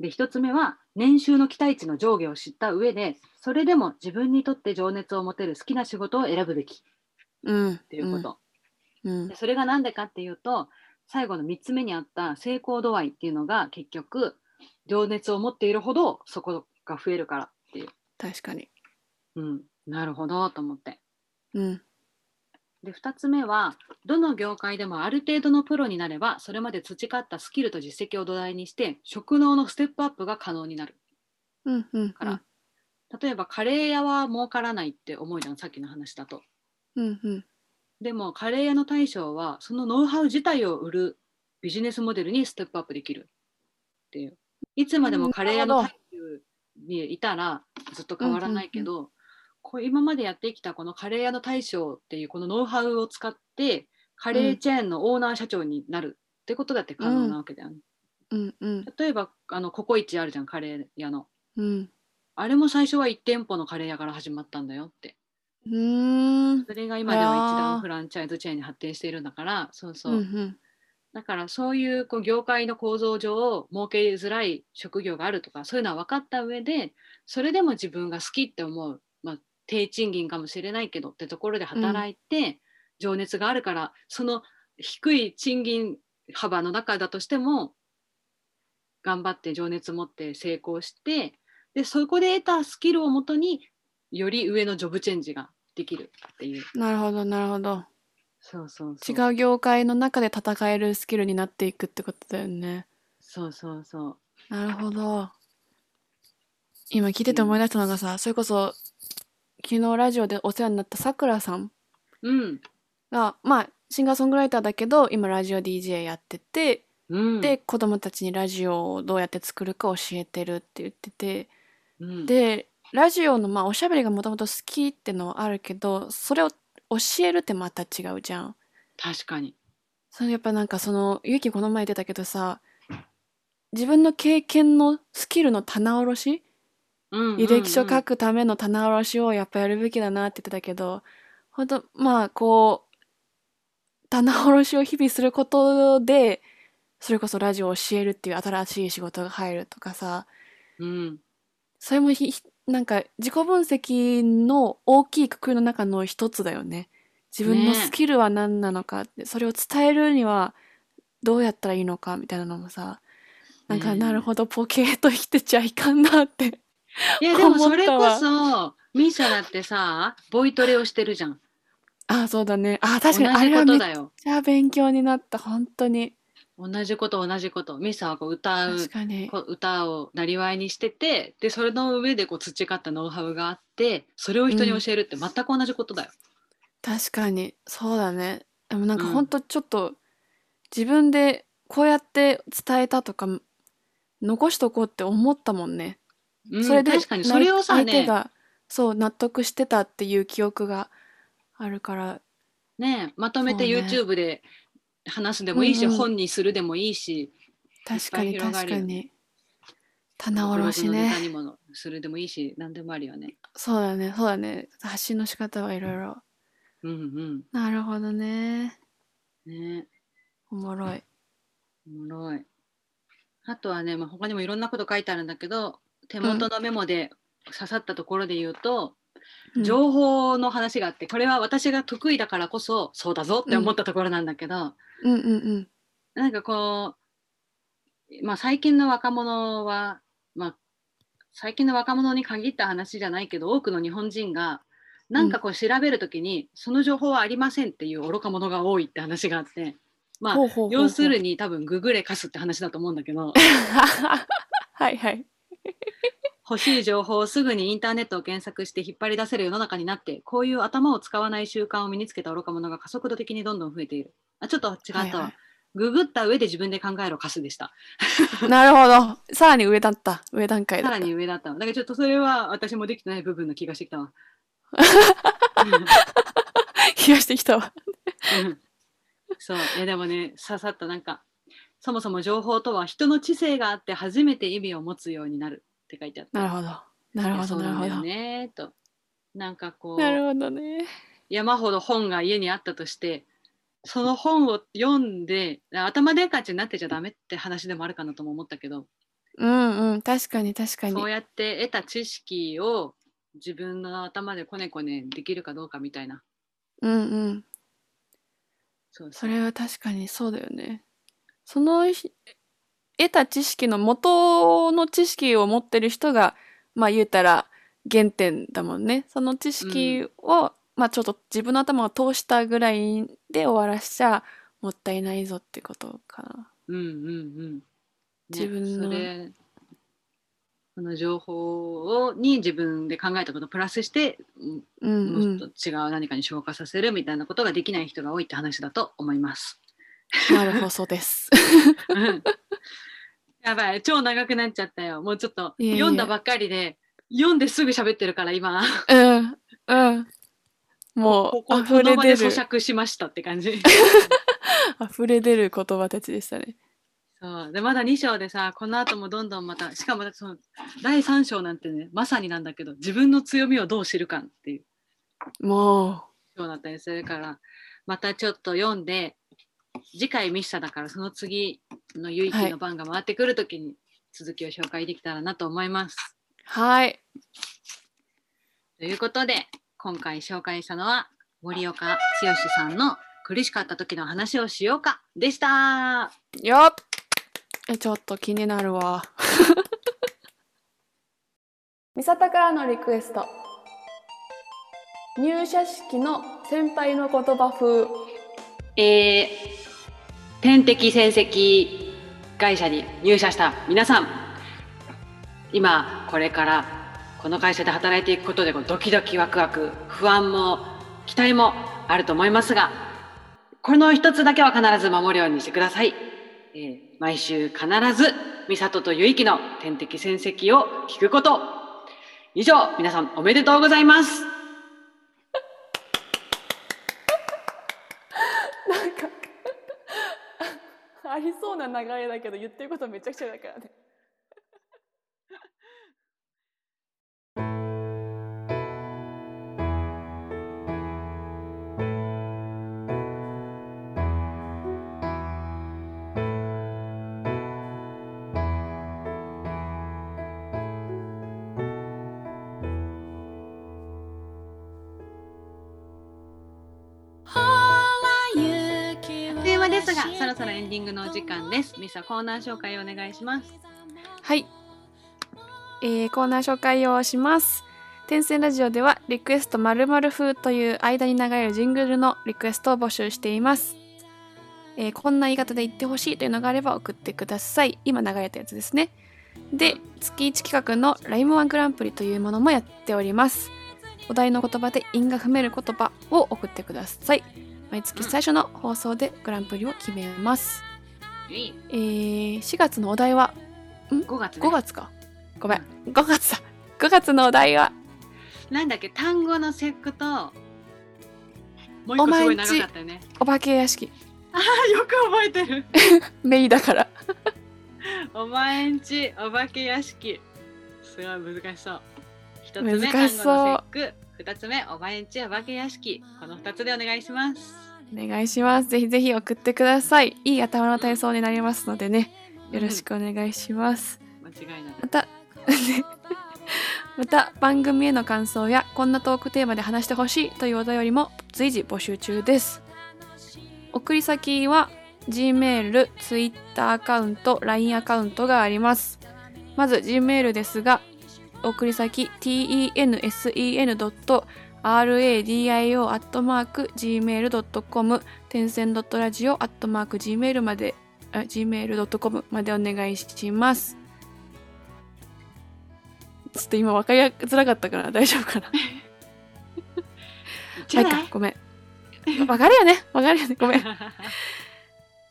Speaker 1: で1つ目は年収の期待値の上下を知った上でそれでも自分にとって情熱を持てる好きな仕事を選ぶべきっ
Speaker 2: うん。って
Speaker 1: いうこと、
Speaker 2: うん。
Speaker 1: でそれが何でかっていうと最後の3つ目にあった成功度合いっていうのが結局情熱を持っているほどそこが増えるからっていう、
Speaker 2: 確かに。
Speaker 1: うん、なるほどと思って
Speaker 2: うん。
Speaker 1: で2つ目はどの業界でもある程度のプロになればそれまで培ったスキルと実績を土台にして職能のステップアップが可能になる
Speaker 2: うんうん。
Speaker 1: から、例えばカレー屋は儲からないって思うじゃんさっきの話だと
Speaker 2: うんうん。
Speaker 1: でもカレー屋の大将はそのノウハウ自体を売るビジネスモデルにステップアップできるっていういつまでもカレー屋の大将にいたらずっと変わらないけど、こう今までやってきたこのカレー屋の大将っていうこのノウハウを使ってカレーチェーンのオーナー社長になるってことだって可能なわけだよね。
Speaker 2: うんうん。
Speaker 1: 例えばあのココイチあるじゃんカレー屋の。
Speaker 2: うん。
Speaker 1: あれも最初は1店舗のカレー屋から始まったんだよって。
Speaker 2: うーん。
Speaker 1: それが今では一
Speaker 2: あー
Speaker 1: 段フランチャイズチェーンに発展しているんだからそうそう。
Speaker 2: うんうん。
Speaker 1: だからそういうこう業界の構造上儲けづらい職業があるとかそういうのは分かった上でそれでも自分が好きって思う、まあ、低賃金かもしれないけどってところで働いて、情熱があるからその低い賃金幅の中だとしても頑張って情熱持って成功してでそこで得たスキルをもとにより上のジョブチェンジができるっていう。
Speaker 2: なるほど、なるほど。
Speaker 1: そうそうそう
Speaker 2: 違う業界の中で戦えるスキルになっていくってことだよね。
Speaker 1: そうそうそう
Speaker 2: なるほど。今聞いてて思い出したのがさ、それこそ昨日ラジオでお世話になったさくらさん
Speaker 1: うん、
Speaker 2: が、まあシンガーソングライターだけど今ラジオ DJ やってて、
Speaker 1: うん、
Speaker 2: で子供たちにラジオをどうやって作るか教えてるって言ってて、
Speaker 1: うん、
Speaker 2: でラジオのまあおしゃべりがもともと好きってのはあるけどそれを教えるってまた違うじゃん。
Speaker 1: 確かに。
Speaker 2: それやっぱなんかそのゆうきこの前言ってたけどさ自分の経験のスキルの棚卸し
Speaker 1: うんうんうん
Speaker 2: 履歴書書くための棚卸しをやっぱやるべきだなって言ってたけど本当まあこう棚卸しを日々することでそれこそラジオを教えるっていう新しい仕事が入るとかさ
Speaker 1: うん。
Speaker 2: それもひひなんか自己分析の大きいくくりの中の一つだよね。自分
Speaker 1: ね
Speaker 2: の
Speaker 1: え
Speaker 2: スキルは何なのかってそれを伝えるにはどうやったらいいのかみたいなのもさなんか
Speaker 1: ねえ
Speaker 2: なるほどポケーと生きてちゃいかんなって
Speaker 1: いやでも
Speaker 2: 思ったわ
Speaker 1: それこそミーシャだってさボイトレをしてるじゃん。
Speaker 2: あそうだね
Speaker 1: 同
Speaker 2: あ確
Speaker 1: じ
Speaker 2: かにあれは
Speaker 1: こ
Speaker 2: め
Speaker 1: と
Speaker 2: っ
Speaker 1: だよ。
Speaker 2: めっちゃ勉強になった本当に
Speaker 1: 同じこと同じこと。ミーシャはこう歌う
Speaker 2: 確かに
Speaker 1: こう歌をなりわいにしててでそれの上でこう培ったノウハウがあってそれを人に教えるって全く同じことだよ。
Speaker 2: 確かにそうだねでもなんか
Speaker 1: うん
Speaker 2: 本当ちょっと、自分でこうやって伝えたとか残しとこうって思ったもんね、
Speaker 1: うん、
Speaker 2: それで
Speaker 1: 確かに
Speaker 2: な
Speaker 1: それをさ
Speaker 2: 相手
Speaker 1: ね
Speaker 2: がそう納得してたっていう記憶があるから
Speaker 1: ねまとめて
Speaker 2: そうね
Speaker 1: YouTube で話すでもいいし、
Speaker 2: うんうん
Speaker 1: 本にするでもいいし
Speaker 2: 確かに
Speaker 1: いっぱい広が
Speaker 2: 確
Speaker 1: る
Speaker 2: か
Speaker 1: よ
Speaker 2: に
Speaker 1: ね
Speaker 2: 棚卸し
Speaker 1: ブログのネタ
Speaker 2: ね
Speaker 1: にもするでもいいし何でもあるよね。
Speaker 2: そうだねそうだね発信の仕方はいろいろ
Speaker 1: うん
Speaker 2: なるほどね
Speaker 1: うん。ね
Speaker 2: おもろい
Speaker 1: おもろい。あとはね、まあ、他にもいろんなこと書いてあるんだけど手元のメモで刺さったところで言うと、
Speaker 2: うん
Speaker 1: 情報の話があってこれは私が得意だからこそそうだぞって思ったところなんだけど、
Speaker 2: うんうんうん
Speaker 1: なんかこう、まあ、最近の若者は、まあ、最近の若者に限った話じゃないけど多くの日本人がなんかこう調べるときに、その情報はありませんっていう愚か者が多いって話があって、まあ、
Speaker 2: ほうほうほうほう
Speaker 1: 要するに多分ググレカスって話だと思うんだけど
Speaker 2: はいはい。
Speaker 1: 欲しい情報をすぐにインターネットを検索して引っ張り出せる世の中になってこういう頭を使わない習慣を身につけた愚か者が加速度的にどんどん増えているあちょっと違ったわ、
Speaker 2: はいは
Speaker 1: ググった上で自分で考えろカスでした
Speaker 2: いなるほど。さらに上だった。上段階だ
Speaker 1: さ
Speaker 2: った。
Speaker 1: らに上だったの。だからちょっとそれは私もできてない部分の気がしてきた わ。
Speaker 2: 冷やしてきたわ。
Speaker 1: うんそう。いやでもね、ささっとなんか、そもそも情報とは人の知性があって初めて意味を持つようになるって書いてあった。
Speaker 2: なるほど。なるほど、
Speaker 1: いやそう
Speaker 2: なる
Speaker 1: なん
Speaker 2: ほ
Speaker 1: だ
Speaker 2: ど
Speaker 1: よ。ねと。なんかこ
Speaker 2: なる
Speaker 1: う、
Speaker 2: ほどね。
Speaker 1: 山ほど本が家にあったとして、その本を読んで、頭でっかちになってちゃダメって話でもあるかなとも思ったけど、
Speaker 2: うんうん。確かに確かに
Speaker 1: そう。やって得た知識を自分の頭でこねこねできるかどうかみたいな。
Speaker 2: うんうん。
Speaker 1: そうそう
Speaker 2: それは確かにそうだよね。そのひ得た知識の元の知識を持ってる人が、まあ言うたら原点だもんね。その知識を、まあちょっと自分の頭を通したぐらいで終わらしちゃもったいないぞってことかな。
Speaker 1: うんうんうん。ね
Speaker 2: 自分の
Speaker 1: それその情報をに自分で考えたことをプラスして、
Speaker 2: うん
Speaker 1: も
Speaker 2: う
Speaker 1: うんちょっと違う何かに消化させるみたいなことができない人が多いって話だと思います。
Speaker 2: なるほどです。
Speaker 1: う ん やばい超長くなっちゃったよもうちょっと
Speaker 2: いえいえ
Speaker 1: 読んだばっかりで読んですぐ喋ってるから 今
Speaker 2: うん、うん。も
Speaker 1: こ
Speaker 2: う、
Speaker 1: こ
Speaker 2: 溢
Speaker 1: こ
Speaker 2: れ
Speaker 1: の場で
Speaker 2: 出
Speaker 1: 咀
Speaker 2: る、
Speaker 1: 嚼しましたって感 じ。
Speaker 2: 溢れ出る言葉たちでしたね。
Speaker 1: そうでまだ2章でさこの後もどんどんまたしかもその第3章なんてねまさになんだけど自分の強みをどう知るかっていう
Speaker 2: も
Speaker 1: 章だったりするからまたちょっと読んで次回ミッシャだからその次の結城の番が回ってくるときに続きを紹介できたらなと思います。
Speaker 2: う、はい。
Speaker 1: ということで今回紹介したのは森岡剛さんの「苦しかった時の話をしようか」でした。
Speaker 2: よっえ、ちょっと気になるわ。 美里からのリクエスト。入社式の先輩の言葉風。
Speaker 1: えー天敵成績会社に入社した皆さん今これからこの会社で働いていくことでこうドキドキワクワク不安も期待もあると思いますがこの一つだけは必ず守るようにしてください、えー毎週必ず美里と結城の天敵成績を聞くこと以上、皆さんおめでとうございます。
Speaker 2: なんか ありそうな流れだけど言ってることめちゃくちゃだからね。
Speaker 1: あっという間ですが、そろそろエンディングのお時間です。ミサコーナー紹介お願いします。
Speaker 2: はい、えーコーナー紹介をします。天線ラジオではリクエストまるまる風という間に流れるジングルのリクエストを募集しています。えーこんな言い方で言ってほしいというのがあれば送ってください。今流れたやつですね。で、月1企画のライムワングランプリというものもやっております。お題の言葉で因が踏める言葉を送ってください。毎月最初の放送でグランプリを決めます。えー、4月のお題は
Speaker 1: 5月、ね、
Speaker 2: 5月かごめん5月だ5月のお題は
Speaker 1: なんだっけ単語の節句ともう一個すごい長かったよね。
Speaker 2: お化け屋敷
Speaker 1: あよく覚えてる。
Speaker 2: メイだから
Speaker 1: お前んちお化け屋敷すごい難しそう一つ目
Speaker 2: 難
Speaker 1: 単
Speaker 2: しそう
Speaker 1: 語の節句二つ目お前んちお化け屋敷この二つでお願いします
Speaker 2: お願いしますぜひぜひ送ってくださいいい頭の体操になりますのでねよろしくお願いします
Speaker 1: うん間違いない
Speaker 2: また ねまた番組への感想やこんなトークテーマで話してほしいというお便りも随時募集中です送り先は Gmail、Twitter アカウント、LINE アカウントがありますまず Gmail ですが送り先 ten.sen.radio.gmail.com 点線 .radio.gmail まであ gmail.com までお願いしますちょっと今分かりづらかったから大丈夫かな
Speaker 1: じゃ
Speaker 2: まあ
Speaker 1: ない
Speaker 2: っかごめん分かるよね分かるよねごめん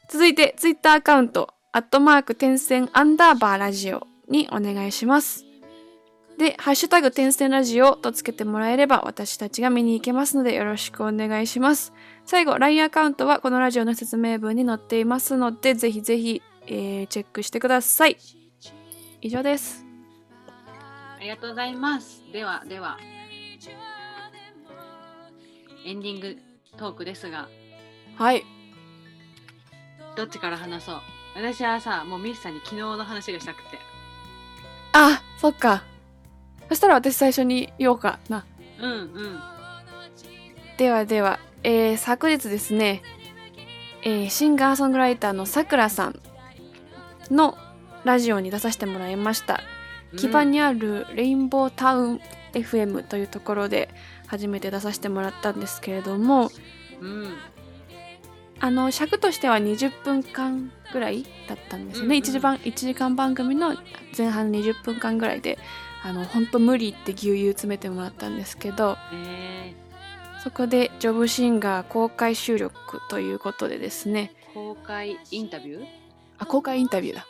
Speaker 2: 続いてツイッターアカウント、アットマーク点線アンダーバーラジオにお願いします。で、ハッシュタグ点線ラジオとつけてもらえれば私たちが見に行けますのでよろしくお願いします。最後、LINE アカウントはこのラジオの説明文に載っていますので、ぜひぜひ、えーチェックしてください。以上です。
Speaker 1: ありがとうございますではではエンディングトークですが
Speaker 2: はい。
Speaker 1: どっちから話そう私はさもうミスさんに昨日の話がしたくて
Speaker 2: あ、そっか。そしたら私最初に言おうかな。
Speaker 1: うんうん
Speaker 2: ではでは、えー昨日ですね、えーシンガーソングライターのさくらさんのラジオに出させてもらいました、基盤にあるレインボータウン FM というところで初めて出させてもらったんですけれども
Speaker 1: うん
Speaker 2: あの尺としては20分間ぐらいだったんですよ
Speaker 1: うんう
Speaker 2: ね、
Speaker 1: ん
Speaker 2: 一時番1時間番組の前半20分間ぐらいであの本当無理言ってぎゅうぎゅう詰めてもらったんですけど
Speaker 1: え
Speaker 2: そこでジョブシンガー公開収録ということでですね、
Speaker 1: ー、公開インタビュ
Speaker 2: あ、公開インタビューだ。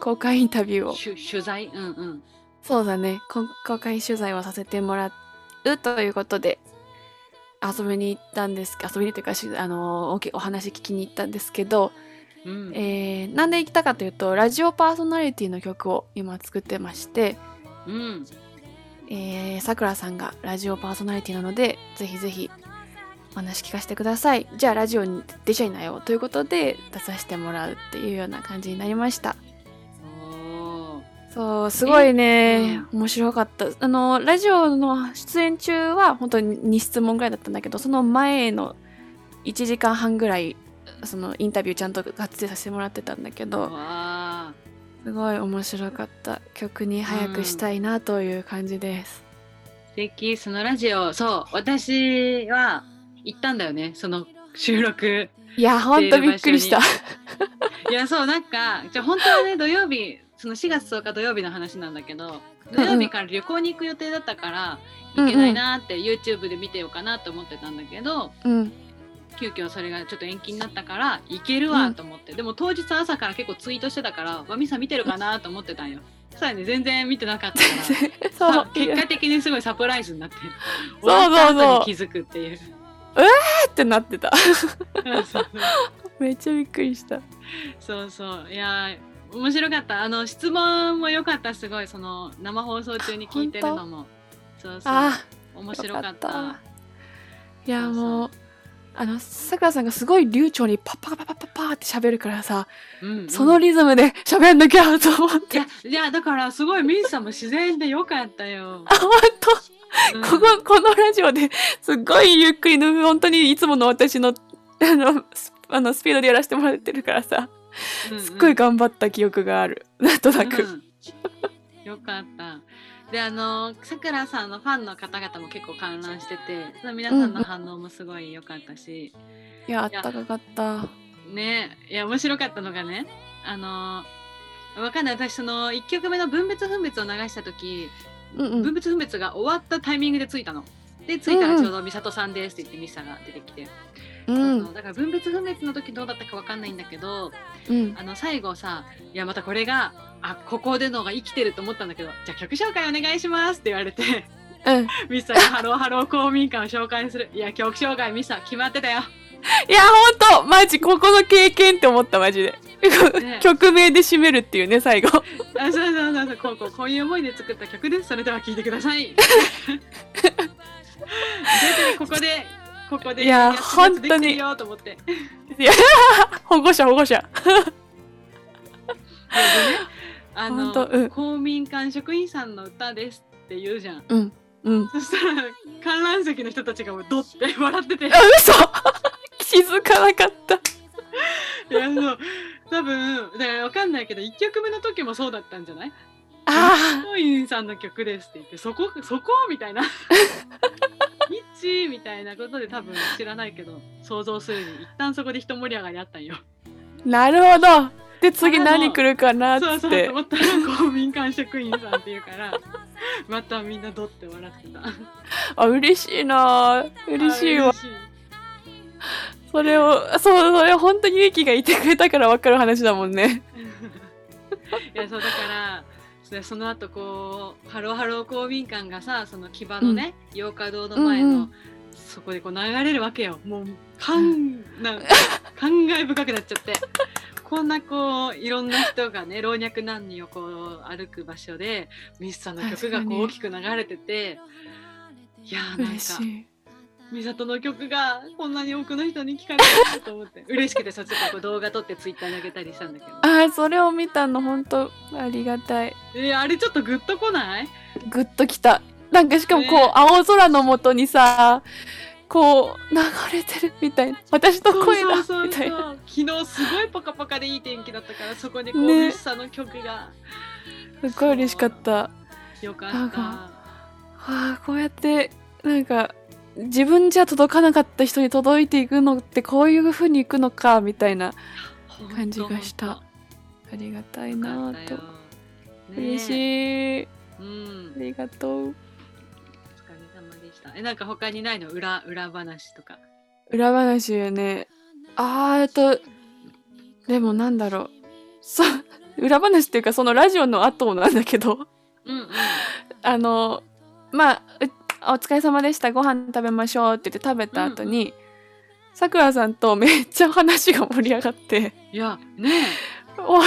Speaker 2: 公開インタビュ
Speaker 1: ー
Speaker 2: ーを、
Speaker 1: 取取材うんうん
Speaker 2: そうだね、こ公開取材をさせてもらうということで、遊びに行ったんです、遊びにというか、しあのおけお話聞きに行ったんですけど、
Speaker 1: うん
Speaker 2: えーなんで行ったかというと、ラジオパーソナリティの曲を今作ってまして、
Speaker 1: うん
Speaker 2: えーさくらさんがラジオパーソナリティなのでぜひぜひお話聞かせてくださいじゃあラジオに出ちゃいなよということで出させてもらうっていうような感じになりました
Speaker 1: おー
Speaker 2: そうすごいね、面白かったあのラジオの出演中は本当に2質問ぐらいだったんだけどその前の1時間半ぐらいそのインタビューちゃんとがっつりさせてもらってたんだけど、
Speaker 1: わあ
Speaker 2: すごい面白かった曲に早くしたいなという感じです、
Speaker 1: 素敵そのラジオそう私は行ったんだよねその収録
Speaker 2: いやほんとびっくりした
Speaker 1: いやそうなんかじゃあ本当はね土曜日その4月10日土曜日の話なんだけど土曜日から旅行に行く予定だったから行けないなーって YouTube で見てようかなと思ってたんだけど
Speaker 2: うん
Speaker 1: 急遽それがちょっと延期になったから行けるわと思って、でも当日朝から結構ツイートしてたから「まあ、ミサ見てるかな?」と思ってたんよそうやね全然見てなかったから
Speaker 2: そ
Speaker 1: さ
Speaker 2: ういや
Speaker 1: 結果的にすごいサプライズになって
Speaker 2: そうそうそう
Speaker 1: 終わった後に気づくっていう
Speaker 2: ってなってた
Speaker 1: そうそう
Speaker 2: めっちゃびっくりした
Speaker 1: そうそういやー面白かったあの質問も良かったすごいその生放送中に聞いてるのもそうそう
Speaker 2: あ
Speaker 1: 面白かった
Speaker 2: よかっいや
Speaker 1: そうそう
Speaker 2: もうあのさくらさんがすごい流暢にパッパパパパパーって喋るからさ、
Speaker 1: うんうん
Speaker 2: そのリズムで喋んなきゃと思っ
Speaker 1: い
Speaker 2: て
Speaker 1: やいやだからすごいミンさんも自然で良かったよ
Speaker 2: あ、、本
Speaker 1: う
Speaker 2: 当
Speaker 1: ん
Speaker 2: ここ、このラジオですごいゆっくりの、本当にいつもの私の、あの、スあのスピードでやらせてもらってるからさ、
Speaker 1: うんうん
Speaker 2: すっごい頑張った記憶がある。なんとな
Speaker 1: う
Speaker 2: く。
Speaker 1: んよかった。であのさくらさんのファンの方々も結構観覧しててその皆さんの反応もすごい良かったし、
Speaker 2: いや、あったかかった。
Speaker 1: ねいや面白かったのがねあのわかんない私その1曲目の分別分別を流した時、
Speaker 2: うんう
Speaker 1: 分
Speaker 2: ん。
Speaker 1: 別分別が終わったタイミングで着いたの。で着いたらちょうど美里さんですって言ってミサが出てきて、
Speaker 2: う
Speaker 1: その
Speaker 2: ん。
Speaker 1: だから分別分別の時どうだったかわかんないんだけど
Speaker 2: うん。
Speaker 1: あの最後さいやまたこれがあここでのが生きてると思ったんだけどじゃあ曲紹介お願いしますって言われて
Speaker 2: うん。
Speaker 1: ミスさんがハローハロー公民館を紹介するいや曲紹介ミスさん決まってたよ
Speaker 2: いや、ほんとマジ、ここの経験って思った、マジで。
Speaker 1: ね
Speaker 2: 曲名で締めるっていうね、最後。
Speaker 1: あそうそうそうそうこうこうこういう思いで作った曲ですそれでは聴いてくだ さい絶対ここでここで
Speaker 2: い
Speaker 1: や
Speaker 2: や
Speaker 1: つやつできてる
Speaker 2: 本当に
Speaker 1: よと思ってでね
Speaker 2: 保護者、保護者。
Speaker 1: あ
Speaker 2: 本
Speaker 1: の、
Speaker 2: 当うん
Speaker 1: 公民館職員さんの歌ですって言うじゃん
Speaker 2: うん。うん。
Speaker 1: そしたら観覧席の人たちがもうドッて笑ってて
Speaker 2: あ、嘘 気づかなかった。
Speaker 1: いやそう多分だからわかんないけど1曲目の時もそうだったんじゃない
Speaker 2: あ
Speaker 1: コインさんの曲ですって言ってそこそこみ たいな一致みたいなことで多分知らないけど想像するに一旦そこで一盛り上がりあったんよ
Speaker 2: あ、なるほど。で、次
Speaker 1: あで
Speaker 2: 何
Speaker 1: も
Speaker 2: 来るかなっ
Speaker 1: そう
Speaker 2: つ
Speaker 1: そう
Speaker 2: っ
Speaker 1: と
Speaker 2: て。
Speaker 1: 思ったら公民館職員さんっていうからまたみんなドって笑ってた
Speaker 2: あ嬉しいなあ嬉しい
Speaker 1: あ
Speaker 2: わそれをそうそれ本当に勇気がいてくれたから分かる話だもんね
Speaker 1: いいやそうだからそその後こうハローハロー公民館がさその木場のね洋華、堂の前の、
Speaker 2: うんうん
Speaker 1: そこでこう流れるわけよもうかんなんか感慨深くなっちゃってこんなこういろんな人がね老若男女をこう歩く場所でミスさんの曲がこ
Speaker 2: 確か
Speaker 1: う
Speaker 2: に
Speaker 1: 大きく流れてていやーなん
Speaker 2: 嬉
Speaker 1: か
Speaker 2: しい
Speaker 1: 美里の曲がこんなに多くの人に聞かれてると思って嬉しくてさちょっとこう動画撮ってツイッターに上げたりしたんだけど
Speaker 2: あーそれを見たの本当ありがたい
Speaker 1: えーあれちょっとグッとこない
Speaker 2: グッときたなんかしかもこう、
Speaker 1: ね
Speaker 2: 青空のもとにさこう流れてるみたいな私の声
Speaker 1: そうそ
Speaker 2: だ
Speaker 1: うそう
Speaker 2: みたいな
Speaker 1: そう昨日すごいポカポカでいい天気だったからそこでこう、
Speaker 2: ね
Speaker 1: ミスさんの曲が
Speaker 2: すごい嬉しかった
Speaker 1: よか
Speaker 2: なん
Speaker 1: っ
Speaker 2: か
Speaker 1: た
Speaker 2: はあこうやってなんか自分じゃ届かなかった人に届いていくのってこういう風にいくのかみたいな感じがした
Speaker 1: ほん
Speaker 2: ありがたい
Speaker 1: とほ
Speaker 2: なんあ
Speaker 1: と
Speaker 2: と
Speaker 1: よかったよね
Speaker 2: 嬉しい
Speaker 1: うん
Speaker 2: ありがとう
Speaker 1: お疲れ様でしたえなんか他にないの裏裏話とか
Speaker 2: 裏話よねあーえっとでもなんだろうそう裏話っていうかそのラジオの後なんだけど
Speaker 1: うんうん
Speaker 2: あのまあうお疲れ様でしたご飯食べましょうって言って食べた後に、さくらさんとめっちゃ話が盛り上がって
Speaker 1: いやね
Speaker 2: お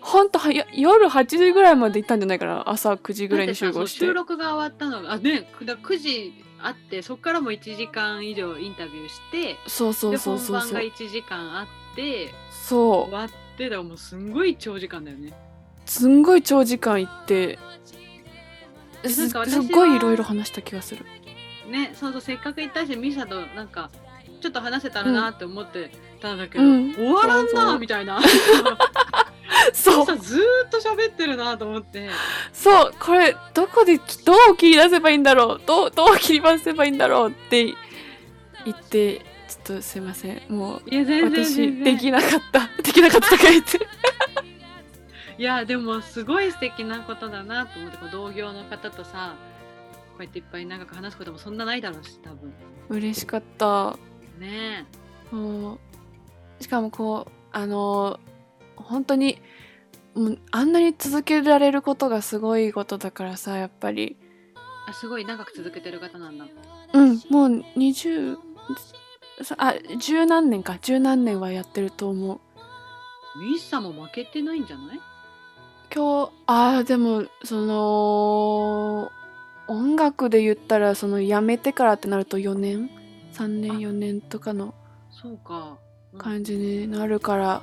Speaker 2: ほんとはや夜8時ぐらいまで行ったんじゃないかな朝9時
Speaker 1: え
Speaker 2: ぐらいに集
Speaker 1: だっ
Speaker 2: 合
Speaker 1: さ
Speaker 2: し
Speaker 1: そう
Speaker 2: て
Speaker 1: 収録が終わったのがあねだ9時あってそこからも1時間以上インタビューして
Speaker 2: そうそうそうそう
Speaker 1: で本番が
Speaker 2: そう
Speaker 1: 1時間あって
Speaker 2: そう
Speaker 1: 終わってだからもうすんごい長時間だよね。
Speaker 2: すんごい長時間行って
Speaker 1: え
Speaker 2: す
Speaker 1: なん
Speaker 2: す
Speaker 1: か私
Speaker 2: っ
Speaker 1: は
Speaker 2: ごいいろいろ話した気 がする
Speaker 1: ねそうそうせっかく行ったしミサとなんかちょっと話せたらなって思ってたんだけど、
Speaker 2: うん
Speaker 1: 終わらん
Speaker 2: そうそ
Speaker 1: な
Speaker 2: う
Speaker 1: みた いな
Speaker 2: そ
Speaker 1: ミ
Speaker 2: う
Speaker 1: サずーっと喋ってるなと思って
Speaker 2: そうこれどこでどう切り出せばいいんだろうどうどう切り出せばいいんだろうって言ってちょっとすいませんもう
Speaker 1: いや全然
Speaker 2: 私
Speaker 1: 全
Speaker 2: で
Speaker 1: 然
Speaker 2: きなか ったできなかったとか言って
Speaker 1: いやでもすごい素敵なことだなと思ってこう同業の方とさこうやっていっぱい長く話すこともそんなないだろうし多分
Speaker 2: 嬉しかった
Speaker 1: ね
Speaker 2: もうしかもこうあの本当にもうあんなに続けられることがすごいことだからさやっぱり
Speaker 1: あすごい長く続けてる方なんだ。
Speaker 2: うんもう20さあ十何年か十何年はやってると思う
Speaker 1: ミッサも負けてないんじゃない
Speaker 2: 今日あーでもその音楽で言ったらその辞めてからってなると4年3年
Speaker 1: あ
Speaker 2: 4年とかの
Speaker 1: そうか。うん
Speaker 2: 感じになるから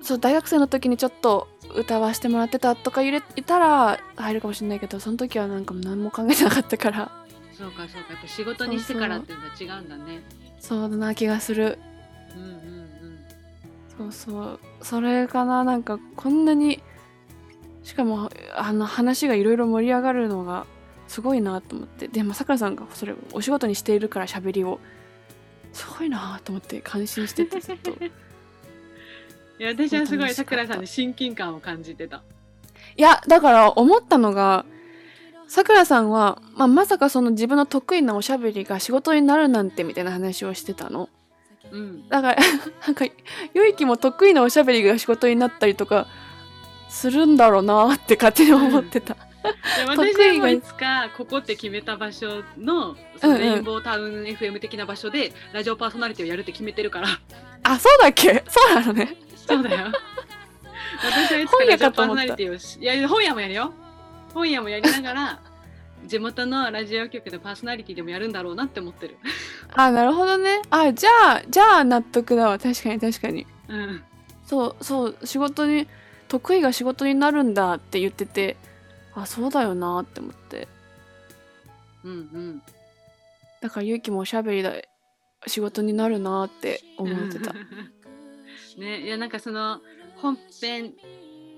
Speaker 2: そう大学生の時にちょっと歌わしてもらってたとか入れいたら入るかもしれないけどその時はなんかもう何も考えてなかったから
Speaker 1: そうかそうか。やっぱ仕事にしてからっていうのは違うんだね。
Speaker 2: そうだな気がする
Speaker 1: うんうんうん。
Speaker 2: そうそうそれかななんかこんなにしかもあの話がいろいろ盛り上がるのがすごいなと思ってでまさくらさんがそれお仕事にしているから喋りをすごいなと思って感心しててずっとい
Speaker 1: いや私はすごい
Speaker 2: 楽しか
Speaker 1: さ
Speaker 2: った
Speaker 1: くらさんに親近感を感じてた。
Speaker 2: やだから思ったのがさくらさんは、まあ、まさかその自分の得意なおしゃべりが仕事になるなんてみたいな話をしてたの
Speaker 1: うん。
Speaker 2: だから なんかゆいきも得意なおしゃべりが仕事になったりとかするんだろうなって勝手に思ってた
Speaker 1: いや
Speaker 2: 得意
Speaker 1: 私
Speaker 2: が
Speaker 1: はもういつかここって決めた場所のそのレインボータウン FM 的な場所でラジオパーソナリティをやるって決めて るから
Speaker 2: あ、そうだっけ そうなのね。
Speaker 1: そうだよ私はいつかラジオパーソナリティをしいや本屋もやるよ本屋もやりながら地元のラジオ局のパーソナリティでもやるんだろうなって思ってる
Speaker 2: あ、なるほどね。あ、じゃあ、じゃあ納得だわ。確かに確かに。
Speaker 1: うん
Speaker 2: そう、そう、仕事に、得意が仕事になるんだって言ってて、あ、そうだよなって思って。
Speaker 1: うんうん
Speaker 2: だから、ゆうきもおしゃべりだ、仕事になるなって思ってた。
Speaker 1: ねいやなんかその本編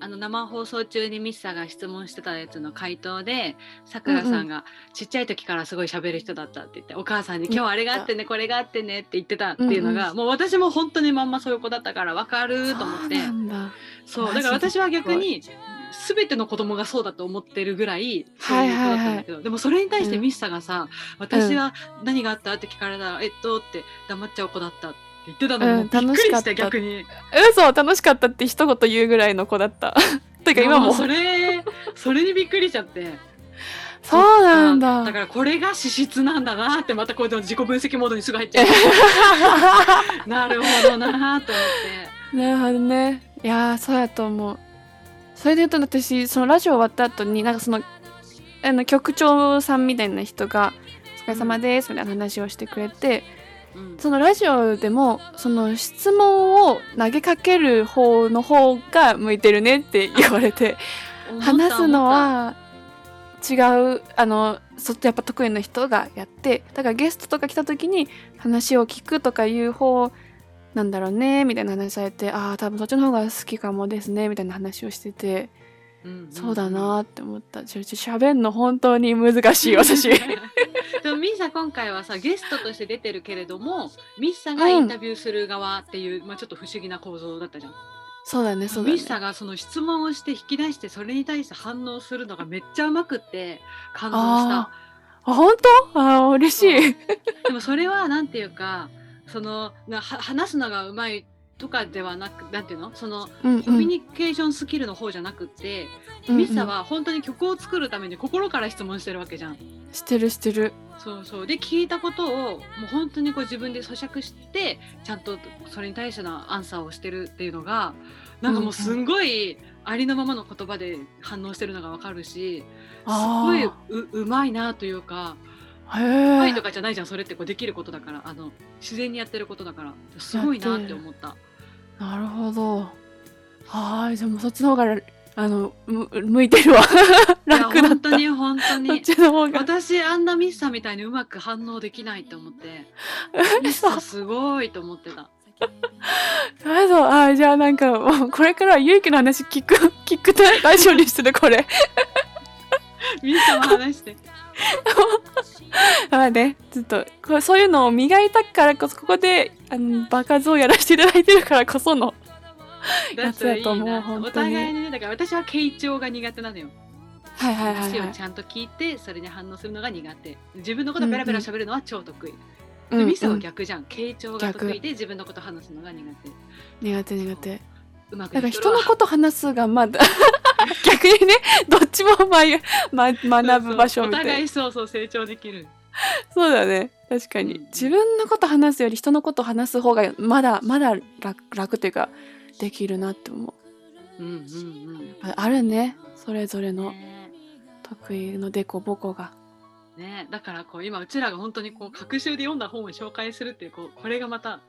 Speaker 1: あの生放送中にミッサーが質問してたやつの回答でさくらさんがちっちゃい時からすごい喋る人だったって言って、お母さんに「今日あれがあってねこれがあってね」って言ってたっていうのが、
Speaker 2: うん
Speaker 1: もう私も本当にまんまそういう子だったから分かると思
Speaker 2: そ
Speaker 1: っ
Speaker 2: う
Speaker 1: て
Speaker 2: なんだ。
Speaker 1: そう
Speaker 2: マジ
Speaker 1: だ
Speaker 2: で
Speaker 1: から私は逆に全ての子供がそうだと思ってるぐらいそういう子だったんだけど、でもそれに対してミッサがさ、私は何があったって聞かれたら「えっと」って黙っちゃう子だったって言ってたのに、
Speaker 2: うん
Speaker 1: もうびっくりし
Speaker 2: 楽しかった
Speaker 1: て逆に。
Speaker 2: 嘘、楽しかったって一言言うぐらいの子だった。 てか、今
Speaker 1: も
Speaker 2: も。
Speaker 1: う
Speaker 2: そ
Speaker 1: それそれにびっくりしちゃって
Speaker 2: うなんだ。
Speaker 1: だからこれが資質なんだなってまたこういうの自己分析モードにすぐ入っちゃ うなるほどなと思っ
Speaker 2: なるほどねいやーそうやと思うそれで言うと私そのラジオ終わった後になんかそのあの局長さんみたいな人が「お疲れ様です」みたいな話をしてくれて
Speaker 1: て、うん
Speaker 2: そのラジオでもその質問を投げかける方の方が向いてるねって言われて
Speaker 1: 思った
Speaker 2: 話すのは違うあのそやっぱ得意な人がやってだからゲストとか来た時に話を聞くとかいう方なんだろうねみたいな話されてああ多分そっちの方が好きかもですねみたいな話をしてて、
Speaker 1: 思った、んん
Speaker 2: そうだなーって思ったちょちょ喋んの本当に難 しい私
Speaker 1: でもミッサ今回はさゲストとして出てるけれどもミッサがインタビューする側っていう、まあ、ちょっと不思議な構造だったじゃん、
Speaker 2: そうだねそうだ
Speaker 1: ミ
Speaker 2: ね
Speaker 1: ッサがその質問をして引き出してそれに対して反応するのがめっちゃうまくって感動した
Speaker 2: あーあ本当あー嬉しい
Speaker 1: でもそれはなんていうかそのなは話すのがうまいとかではなくなんていうのその
Speaker 2: うんうん
Speaker 1: コミュニケーションスキルの方じゃなくって、
Speaker 2: うんうん
Speaker 1: ミッサは本当に曲を作るために心から質問してるわけじゃん。
Speaker 2: してるしてる
Speaker 1: そうそうで聞いたことをもう本当にこう自分で咀嚼してちゃんとそれに対してのアンサーをしてるっていうのがなんかもうすんごいありのままの言葉で反応してるのがわかるしす
Speaker 2: あ
Speaker 1: ご
Speaker 2: ー
Speaker 1: いううまいなというか
Speaker 2: へ
Speaker 1: 怖
Speaker 2: え
Speaker 1: いとかじゃないじゃんそれってこうできることだからあの自然にやってることだからすごいなって思った
Speaker 2: なるほど。はーい、じゃあもうそっちの方が、あの、む向いてるわ。楽
Speaker 1: いや
Speaker 2: だっ
Speaker 1: 本
Speaker 2: た。
Speaker 1: 当に本当
Speaker 2: そっ
Speaker 1: に
Speaker 2: ちの方が。
Speaker 1: 私あんなミッサみたいにうまく反応できないと思ってミッサすごいと思ってた
Speaker 2: なるほど。あーじゃあなんか、もうこれからは勇気の話聞く、 聞くたラジオにする、これ。
Speaker 1: ミッサも話して
Speaker 2: まあね、ちょっと、こうそういうのを磨いたからこそ、ここで、あの、場数をやらせていただいてるからこその。
Speaker 1: だったらいい
Speaker 2: やつやと思う
Speaker 1: な
Speaker 2: 本当に
Speaker 1: お互いにねだから私は傾聴が苦手なのよ
Speaker 2: はいはいはい、
Speaker 1: 話
Speaker 2: は
Speaker 1: を
Speaker 2: い
Speaker 1: ち。ゃんと聞いてそれに反応するのが苦手自分のことベラベラ喋るのは超得意、でミッサは逆じゃん傾聴が得意で自分のこと話すのが苦手
Speaker 2: 苦手苦手。
Speaker 1: うまく
Speaker 2: だから
Speaker 1: いくと
Speaker 2: 人
Speaker 1: るわ
Speaker 2: のこと話すが まだ逆にねどっちもまゆま学ぶ場所みた
Speaker 1: お
Speaker 2: いな
Speaker 1: 互いそうそう成長できる
Speaker 2: そうだね確かに、
Speaker 1: うん
Speaker 2: 自分のこと話すより人のこと話す方がまだまだ楽楽というかできるなって思
Speaker 1: うんうんうん
Speaker 2: うああるねそれぞれの
Speaker 1: ね
Speaker 2: 得意のデコボコが
Speaker 1: ねだからこう今うちらが本当にこう学習で読んだ本を紹介するっていうこうこれがまた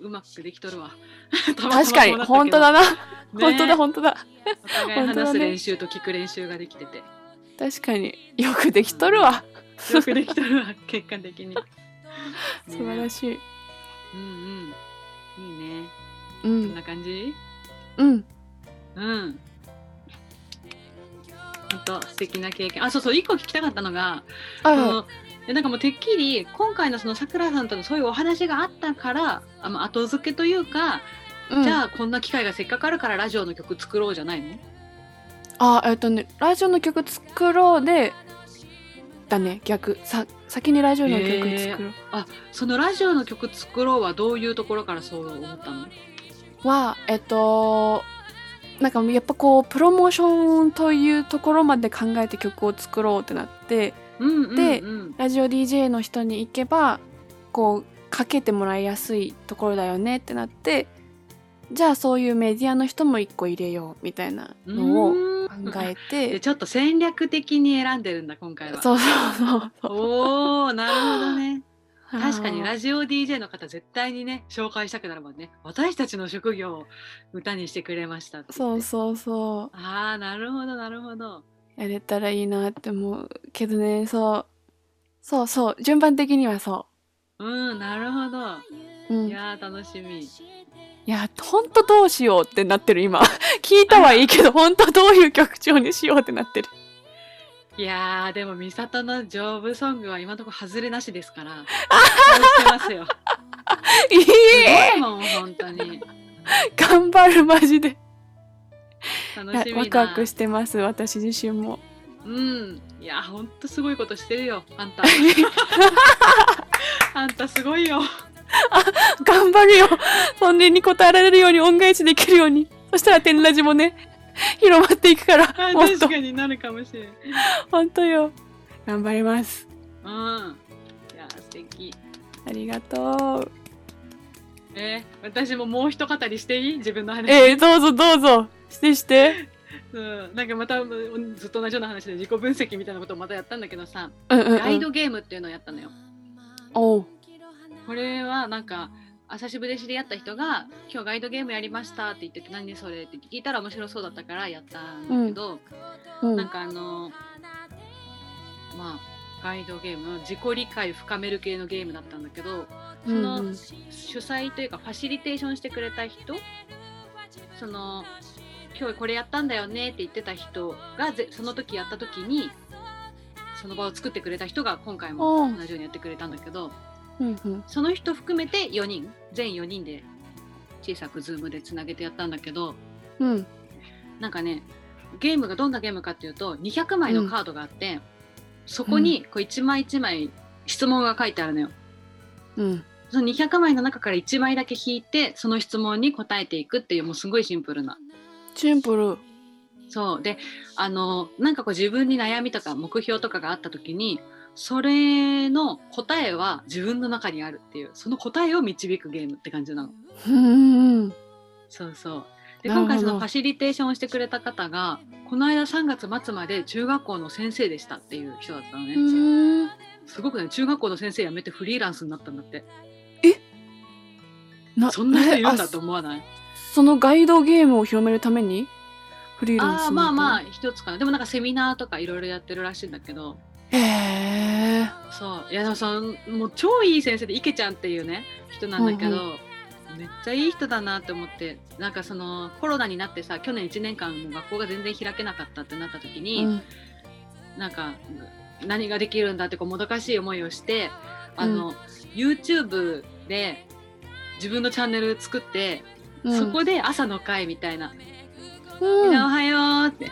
Speaker 1: うまくできとるわ たまたま
Speaker 2: 確かに
Speaker 1: こうなったけど
Speaker 2: 本当だな、
Speaker 1: ね
Speaker 2: 本当だ本当だ
Speaker 1: お互い話す練習と聞く練習ができてて、
Speaker 2: 確かによくできとるわ、
Speaker 1: よくできとるわ結果的に
Speaker 2: 素晴ら
Speaker 1: しい
Speaker 2: しい
Speaker 1: うんうんいいね
Speaker 2: う
Speaker 1: こん
Speaker 2: ん
Speaker 1: な感じ
Speaker 2: うん
Speaker 1: うん本当素敵な経験あそうそう一個聞きたかったのが
Speaker 2: はい
Speaker 1: そ
Speaker 2: はい
Speaker 1: のえなんかもうてっきり今回のそのさくらさんとのそういうお話があったからあまあ後付けというか、
Speaker 2: うん
Speaker 1: じゃあこんな機会がせっかくあるからラジオの曲作ろうじゃないの
Speaker 2: あえっとねラジオの曲作ろうでだね逆さ先にラジオの曲作ろう、
Speaker 1: そのラジオの曲作ろうはどういうところからそう思ったの
Speaker 2: はえっとなんかやっぱこうプロモーションというところまで考えて曲を作ろうってなって
Speaker 1: うんうん
Speaker 2: で
Speaker 1: うん
Speaker 2: ラジオ DJ の人に行けばこうかけてもらいやすいところだよねってなってじゃあそういうメディアの人も一個入れようみたいなのを考
Speaker 1: を
Speaker 2: え
Speaker 1: で
Speaker 2: て
Speaker 1: ちょっと戦略的に選んでるんだ今回は。
Speaker 2: そうそうそうそう
Speaker 1: おおなるほどね。 確かに
Speaker 2: あー
Speaker 1: ラジオ DJ の方絶対にね紹介したくなるもんね。私たちの職業を歌にしてくれましたって言
Speaker 2: そ
Speaker 1: っ
Speaker 2: う
Speaker 1: て。
Speaker 2: そうそう
Speaker 1: ああなるほどなるほど。
Speaker 2: やれたらいいなって思うけどねそうそうそう順番的にはそ
Speaker 1: うんなるほど。
Speaker 2: う、うん、
Speaker 1: いやー楽しみ。
Speaker 2: いや、ほんとどうしようってなってる今。 聞いたはいいけど、ほんとどういう曲調にしようってなってる。
Speaker 1: いやーでも美里のジョブソングは今のところ外れなしです から。期待してますよ。
Speaker 2: いい
Speaker 1: すごいもん本当に。
Speaker 2: 頑張る、マジで。いや
Speaker 1: 楽しみだ。
Speaker 2: ワクワクしてます、私自身も。
Speaker 1: うん。いやーほんとすごいことしてるよあん た。あんたすごいよ。
Speaker 2: 頑張るよ。本音に応えられるように恩返しできるように。そしたら、天ラジもね、広まっていくから、
Speaker 1: あ
Speaker 2: もっ
Speaker 1: 確
Speaker 2: と、
Speaker 1: かになるかもしれん。うん。い
Speaker 2: ほんとよ。頑張ります。
Speaker 1: やー素敵。
Speaker 2: ありがとう。
Speaker 1: えー私ももう一語りしていい自分の話、
Speaker 2: えー、どうぞどうぞ。してして。
Speaker 1: うん、なんかまたうんずっと同じような話で自己分析みたいなことをまたやったんだけどさ、
Speaker 2: うんうん、うん。
Speaker 1: ガイドゲームっていうのをやったのよ
Speaker 2: おう。
Speaker 1: これはなんかあ久しぶりに知り合った人が「今日ガイドゲームやりました」って言ってて「何それ?」って聞いたら面白そうだったからやったんだけど、
Speaker 2: うん
Speaker 1: なんかあのまあガイドゲーム自己理解を深める系のゲームだったんだけどその
Speaker 2: うんうん
Speaker 1: 主催というかファシリテーションしてくれた人その今日これやったんだよねって言ってた人がぜその時やった時にその場を作ってくれた人が今回
Speaker 2: お
Speaker 1: も
Speaker 2: う
Speaker 1: 同じようにやってくれたんだけど
Speaker 2: うんうん。
Speaker 1: その人含めて4人全4人で小さくズームでつなげてやったんだけど
Speaker 2: うん。
Speaker 1: なんかねゲームがどんなゲームかっていうと200枚のカードがあって、そこにこう1枚1枚質問が書いてあるのよ。
Speaker 2: うん。
Speaker 1: その200枚の中から1枚だけ引いてその質問に答えていくっていうもうすごいシンプルな。
Speaker 2: シンプル。
Speaker 1: そうであのなんかこう自分に悩みとか目標とかがあった時にそれの答えは自分の中にあるっていうその答えを導くゲームって感じなの。
Speaker 2: うんうん
Speaker 1: そうそうで
Speaker 2: な
Speaker 1: 今
Speaker 2: るほど
Speaker 1: 回そのファシリテーションをしてくれた方がこの間3月末まで中学校の先生でしたっていう人だったのね。
Speaker 2: うん。
Speaker 1: すごくね中学校の先生辞めてフリーランスになったんだって
Speaker 2: な
Speaker 1: そんな人いるんだ
Speaker 2: え
Speaker 1: と
Speaker 2: あ
Speaker 1: 思わない
Speaker 2: そのガイドゲームを広めるためにフリーランス
Speaker 1: あーまあまあ
Speaker 2: あ
Speaker 1: 一つかなでもなんかセミナーとかいろいろやってるらしいんだけど
Speaker 2: へえ
Speaker 1: そういやでもそのもう超いい先生で池ちゃんっていうね人なんだけど、
Speaker 2: うん
Speaker 1: めっちゃいい人だなって思ってなんかそのコロナになってさ去年1年間もう学校が全然開けなかったってなった時に、
Speaker 2: うん
Speaker 1: なんか何ができるんだってこうもどかしい思いをしてあの、YouTube で自分のチャンネル作って、
Speaker 2: うん
Speaker 1: そこで朝の会みたいな
Speaker 2: うん
Speaker 1: みんなおはようって。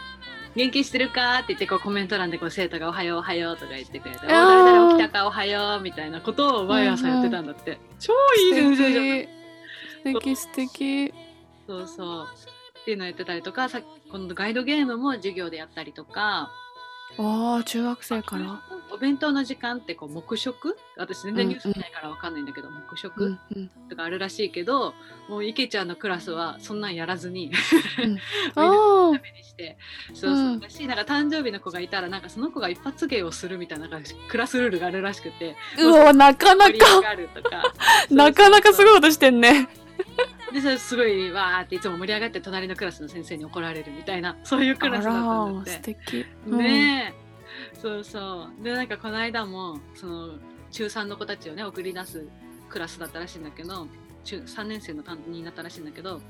Speaker 1: 元気してるかって言ってこうコメント欄でこう生徒が「おはようおはよう」とか言ってくれて「お
Speaker 2: あー
Speaker 1: 誰々起きたかおはよう」みたいなことを毎朝やってたんだって、超いい先生じゃん
Speaker 2: 素敵素敵素敵
Speaker 1: そうそうっていうのをやってたりとかさこのガイドゲームも授業でやったりとか
Speaker 2: ああ中学生から。
Speaker 1: お弁当の時間ってこう黙食私全然ニュース見ないからわかんないんだけど、黙
Speaker 2: う
Speaker 1: 食
Speaker 2: ん うん。
Speaker 1: とかあるらしいけどもう池ちゃんのクラスはそんなんやらずに
Speaker 2: あ
Speaker 1: ダ
Speaker 2: あ
Speaker 1: メにしてそう
Speaker 2: う
Speaker 1: そ
Speaker 2: ん
Speaker 1: うだし、なんか誕生日の子がいたらなんかその子が一発芸をするみたいななんかクラスルールがあるらしくて
Speaker 2: うわなかな
Speaker 1: 盛り上
Speaker 2: か
Speaker 1: がるとか
Speaker 2: なかなかすご
Speaker 1: い
Speaker 2: いことしてんね。
Speaker 1: でそれすごいわーっていつも盛り上がって隣のクラスの先生に怒られるみたいなそういう
Speaker 2: あ
Speaker 1: クラスだったんだ
Speaker 2: ら
Speaker 1: って
Speaker 2: 素。敵。うん
Speaker 1: ねえ、そうそうでなんかこの間もその中3の子たちをね送り出すクラスだったらしいんだけど中3年生の担任になったらしいんだけど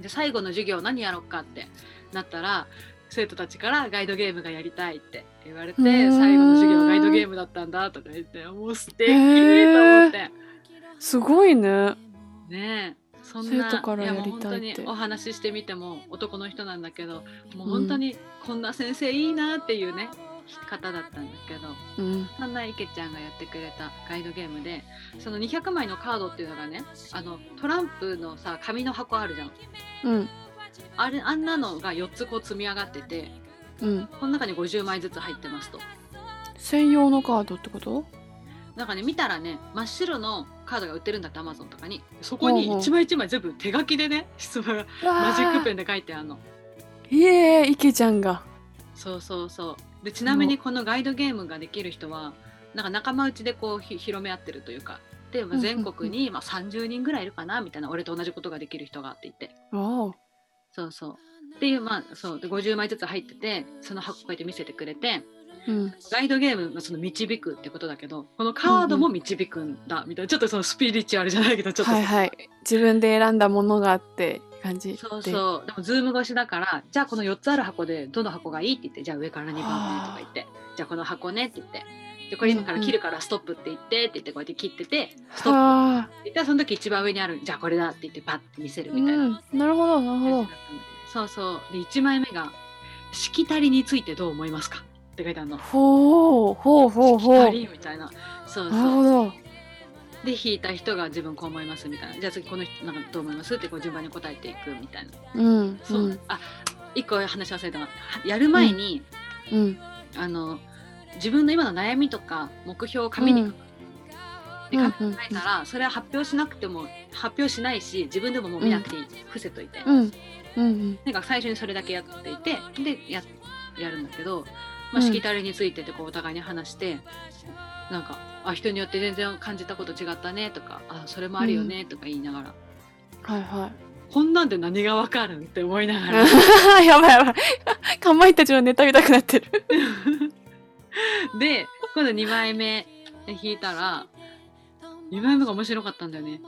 Speaker 1: で最後の授業何やろうかってなったら生徒たちからガイドゲームがやりたいって言われて
Speaker 2: うーん
Speaker 1: 最後の授業はガイドゲームだったんだとか言ってもう素敵と
Speaker 2: へ
Speaker 1: 思
Speaker 2: ー
Speaker 1: って
Speaker 2: すごいね。
Speaker 1: ねえそんな
Speaker 2: 生徒から
Speaker 1: いやもう
Speaker 2: やりたいって
Speaker 1: 本当にお話ししてみても男の人なんだけどもう本当にこんな先生いいなっていうね、方だったんだけど
Speaker 2: うん。
Speaker 1: そんな池ちゃんがやってくれたガイドゲームでその200枚のカードっていうのがねあのトランプのさ紙の箱あるじゃん
Speaker 2: うん。
Speaker 1: あれあんなのが4つこう積み上がってて
Speaker 2: うん。
Speaker 1: この中に50枚ずつ入ってますと
Speaker 2: 専用のカードってこと？
Speaker 1: なんかね見たらね真っ白のカードが売ってるんだってアマゾンとかにそこに
Speaker 2: ほうほう
Speaker 1: 1枚1枚全部手書きでね質問がマジックペンで書いてあるの
Speaker 2: ン。いえいけちゃんが。
Speaker 1: そうそうそうでちなみにこのガイドゲームができる人はなんか仲間内でこうひ広め合ってるというかでまあ
Speaker 2: うんうんうん
Speaker 1: 全国にまあ30人ぐらいいるかなみたいな俺と同じことができる人がって言って
Speaker 2: ああ。
Speaker 1: そうそうっていうまあそうで50枚ずつ入っててその箱こうやって見せてくれて
Speaker 2: うん。
Speaker 1: ガイドゲームのその導くってことだけどこのカードも導くんだみたいなちょっとそのスピリチュアルじゃないけどちょっと
Speaker 2: はいはい。自分で選んだものがあって感じで。
Speaker 1: そうそうでもズーム越しだからじゃあこの4つある箱でどの箱がいいって言ってじゃあ上から2番目とか言ってじゃあこの箱ねって言ってでこれ今から切るからストップって言ってって言ってこうやって切っててストップ
Speaker 2: はあ。
Speaker 1: って言ったらその時一番上にあるじゃあこれだって言ってパッて見せる
Speaker 2: う。
Speaker 1: みたいなん
Speaker 2: なるほどなる
Speaker 1: 感
Speaker 2: ほど
Speaker 1: じだっ。たんでそうそうで1枚目が「しきたりについてどう思いますか?」って書いてあるの。
Speaker 2: ほうほうほう
Speaker 1: しき
Speaker 2: ほ
Speaker 1: た
Speaker 2: う。
Speaker 1: りみたいなそう
Speaker 2: なる
Speaker 1: そ
Speaker 2: ほ
Speaker 1: う
Speaker 2: ど。
Speaker 1: で引いた人が自分こう思いますみたいなじゃあ次この人なんかどう思いますってこう順番に答えていくみたいな
Speaker 2: うん。
Speaker 1: そうう、
Speaker 2: ん。
Speaker 1: あ一個話忘れたなやる前に、
Speaker 2: うん。
Speaker 1: あの自分の今の悩みとか目標を紙に書く、で
Speaker 2: うん
Speaker 1: 紙に書いたらそれは発表しなくても発表しないし自分でももう見なくていい、伏せといて、
Speaker 2: うん。うん。
Speaker 1: なんか最初にそれだけやっていてでややるんだけど、
Speaker 2: う
Speaker 1: まあ、
Speaker 2: ん
Speaker 1: しきたりについてってこうお互いに話して、なんかあ人によって全然感じたこと違ったねとかあそれもあるよねとか言いながら、
Speaker 2: はいは
Speaker 1: こんなんで何がわかるんって思いながら。
Speaker 2: い。 やばいやばい。かまいたちのネタ見たくなってる。
Speaker 1: で今度2枚目で弾いたら2枚目が面白かったんだよね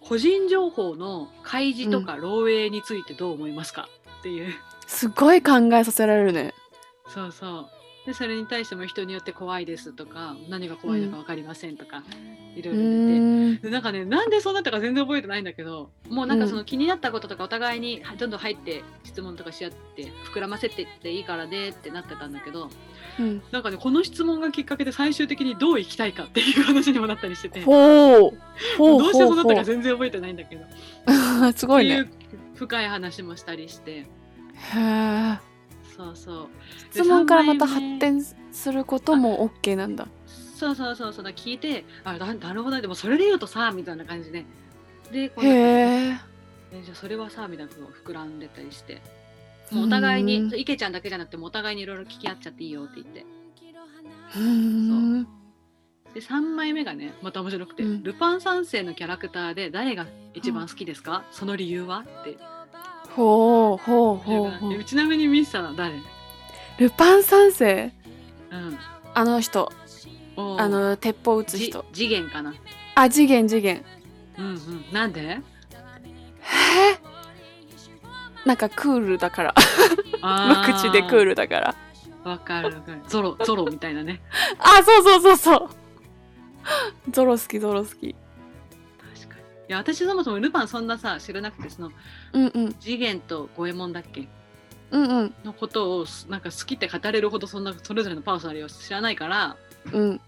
Speaker 1: 個人情報の開示とか漏洩についてどう思いますか、っていう
Speaker 2: すごい考えさせられるね。
Speaker 1: そうそうでそれに対しても人によって怖いですとか何が怖いのか分かりませんとか、いろ
Speaker 2: う
Speaker 1: いろ出て。
Speaker 2: ーん。
Speaker 1: でなんかねなんでそうなったか全然覚えてないんだけどもうなんかその気になったこととかお互いにはどんどん入って質問とかし合って膨らませてっていいからねってなってたんだけど
Speaker 2: うん。
Speaker 1: なんかねこの質問がきっかけで最終的にどう生きたいかっていう話にもなったりしてて
Speaker 2: ほう。ほう
Speaker 1: どうしてそ
Speaker 2: ほ
Speaker 1: う
Speaker 2: う
Speaker 1: なっ
Speaker 2: ほ
Speaker 1: たか全然覚えてないんだけど、
Speaker 2: う。 すごい
Speaker 1: っ
Speaker 2: ね。
Speaker 1: ていう深い話もしたりして
Speaker 2: へー
Speaker 1: そうそう
Speaker 2: 質問からまた
Speaker 1: で三枚目
Speaker 2: 発展することも OK なんだ。
Speaker 1: そうそうそうそうだ聞いてあななるほどねでもそれで言うとさみたいな感じででこうえ
Speaker 2: へえ。
Speaker 1: じゃあそれはさみたいなのが膨らんでたりしてもうお互いにそう池ちゃんだけじゃなくてもうお互いにいろいろ聞き合っちゃっていいよって言って
Speaker 2: うーん。
Speaker 1: で3枚目がねまた面白くて「
Speaker 2: うん
Speaker 1: ルパン三世のキャラクターで誰が一番好きですか、その理由は?」って
Speaker 2: ほうほうほうほ
Speaker 1: で
Speaker 2: う。
Speaker 1: ちなみにミスさんは誰、
Speaker 2: ルパン三世
Speaker 1: うん、
Speaker 2: あの人。
Speaker 1: おー
Speaker 2: あの、鉄砲撃つ
Speaker 1: じ
Speaker 2: 人。
Speaker 1: 次元かな
Speaker 2: あ、次元次元。
Speaker 1: うんうんなん で
Speaker 2: へえなんかクールだから無 口でクールだから
Speaker 1: ルわかるわかるゾロゾロみたいなね
Speaker 2: あそうそうそうそうゾロ好きゾロ好き
Speaker 1: 確かにいや私そもそもルパンそんなさ知らなくてその
Speaker 2: うんうん
Speaker 1: 次元と五右衛門だっけ
Speaker 2: うんうん
Speaker 1: のことをすなんか好きって語れるほどそんなそれぞれのパーソナリティを知らないから、
Speaker 2: うん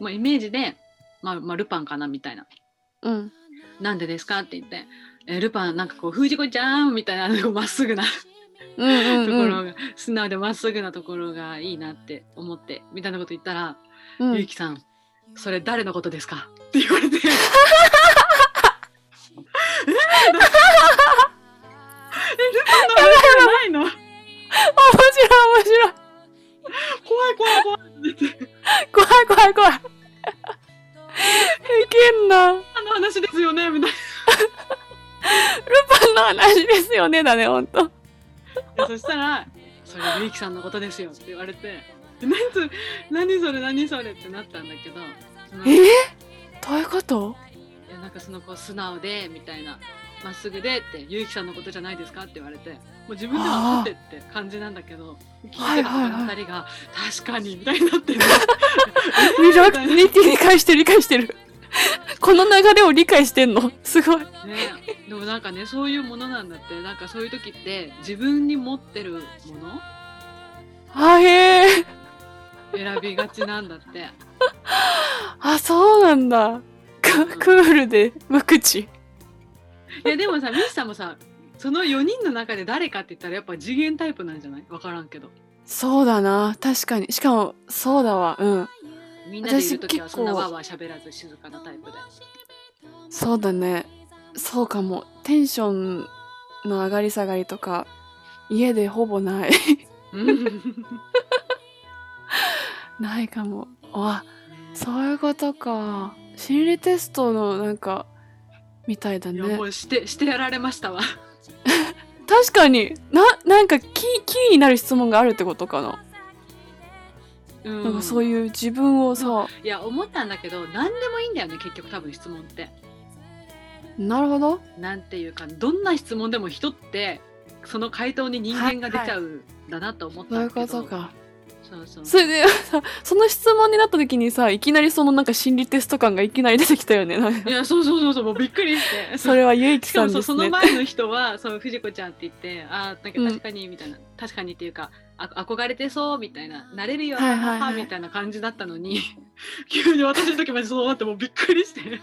Speaker 1: まあ、イメージで、まあまあ、ルパンかなみたいな
Speaker 2: うん
Speaker 1: なんでですかって言ってえールパンなんかこう封じ子ちゃんみたいなあのまっすぐなと
Speaker 2: うんうん
Speaker 1: こ
Speaker 2: う
Speaker 1: ろ
Speaker 2: ん
Speaker 1: が、素直でまっすぐなところがいいなって思ってみたいなこと言ったら、
Speaker 2: うん
Speaker 1: ゆうきさんそれ誰のことですかって言われてえルパンの話じゃないの
Speaker 2: 面白い面白い
Speaker 1: 怖い怖い怖い
Speaker 2: 怖い怖い怖 いいけんなル
Speaker 1: あの話ですよねみたい
Speaker 2: パンの話ですよねだねほんと
Speaker 1: なそしたら「それゆうきさんのことですよ」って言われて「で何それ何それ何それ」ってなったんだけどその
Speaker 2: えー、どういうこと
Speaker 1: いやなんかその子素直でみたいなまっすぐでって結城さんのことじゃないですかって言われてもう自分では分かってって感じなんだけど聞いてたこ
Speaker 2: はいはい
Speaker 1: の
Speaker 2: は
Speaker 1: 二人が確かにみたいになってる
Speaker 2: めちゃくちゃ理理解してる理解してるこの流れを理解してんのすごい
Speaker 1: ねでもなんかねそういうものなんだってなんかそういう時って自分に持ってるもの
Speaker 2: あへえ
Speaker 1: 選びがちなんだって
Speaker 2: あそうなんだかクールで無口
Speaker 1: いやでもさミスさんもさその4人の中で誰かって言ったらやっぱ次元タイプなんじゃない分からんけど
Speaker 2: そうだな確かにしかもそうだわうん
Speaker 1: みんなでいる時は
Speaker 2: 私結
Speaker 1: そ
Speaker 2: 構
Speaker 1: んなわーわー喋らず静かなタイプで
Speaker 2: そうだねそうかもテンションの上がり下がりとか家でほぼない
Speaker 1: うん
Speaker 2: ないかもあそういうことか心理テストのなんかみたいだ
Speaker 1: い
Speaker 2: ね
Speaker 1: やもうしてしてやられましたわ。
Speaker 2: 確かにななんかキーキーになる質問があるってことかな,、
Speaker 1: うん
Speaker 2: なんかそう
Speaker 1: い
Speaker 2: いう自分をさ、
Speaker 1: や思ったんだけど何でもいいんだよね結局多分質問って。
Speaker 2: なるほど
Speaker 1: なんていうかどんな質問でも人ってその回答に人間が出ちゃうんだなと思った
Speaker 2: そう
Speaker 1: ん
Speaker 2: いう
Speaker 1: だけ
Speaker 2: こ
Speaker 1: ど。
Speaker 2: とか
Speaker 1: そうそう
Speaker 2: それで さその質問になった時にさいきなりそのなんか心理テスト感がいきなり出てきたよねなんか
Speaker 1: いやそうそうそうそうもうびっくりして。
Speaker 2: それはゆいき
Speaker 1: し
Speaker 2: さ
Speaker 1: かも
Speaker 2: ん
Speaker 1: そ
Speaker 2: で
Speaker 1: うそ
Speaker 2: す
Speaker 1: の
Speaker 2: ね
Speaker 1: 前の人はそう藤子ちゃんって言 ってあーなんか
Speaker 2: うん
Speaker 1: 確かにみたいな、確かにっていうかあ憧れてそうみたいななれるよ、
Speaker 2: はいはいはい
Speaker 1: ははみたいな感じだったのに 急に私の時までそうなってもうびっくりして で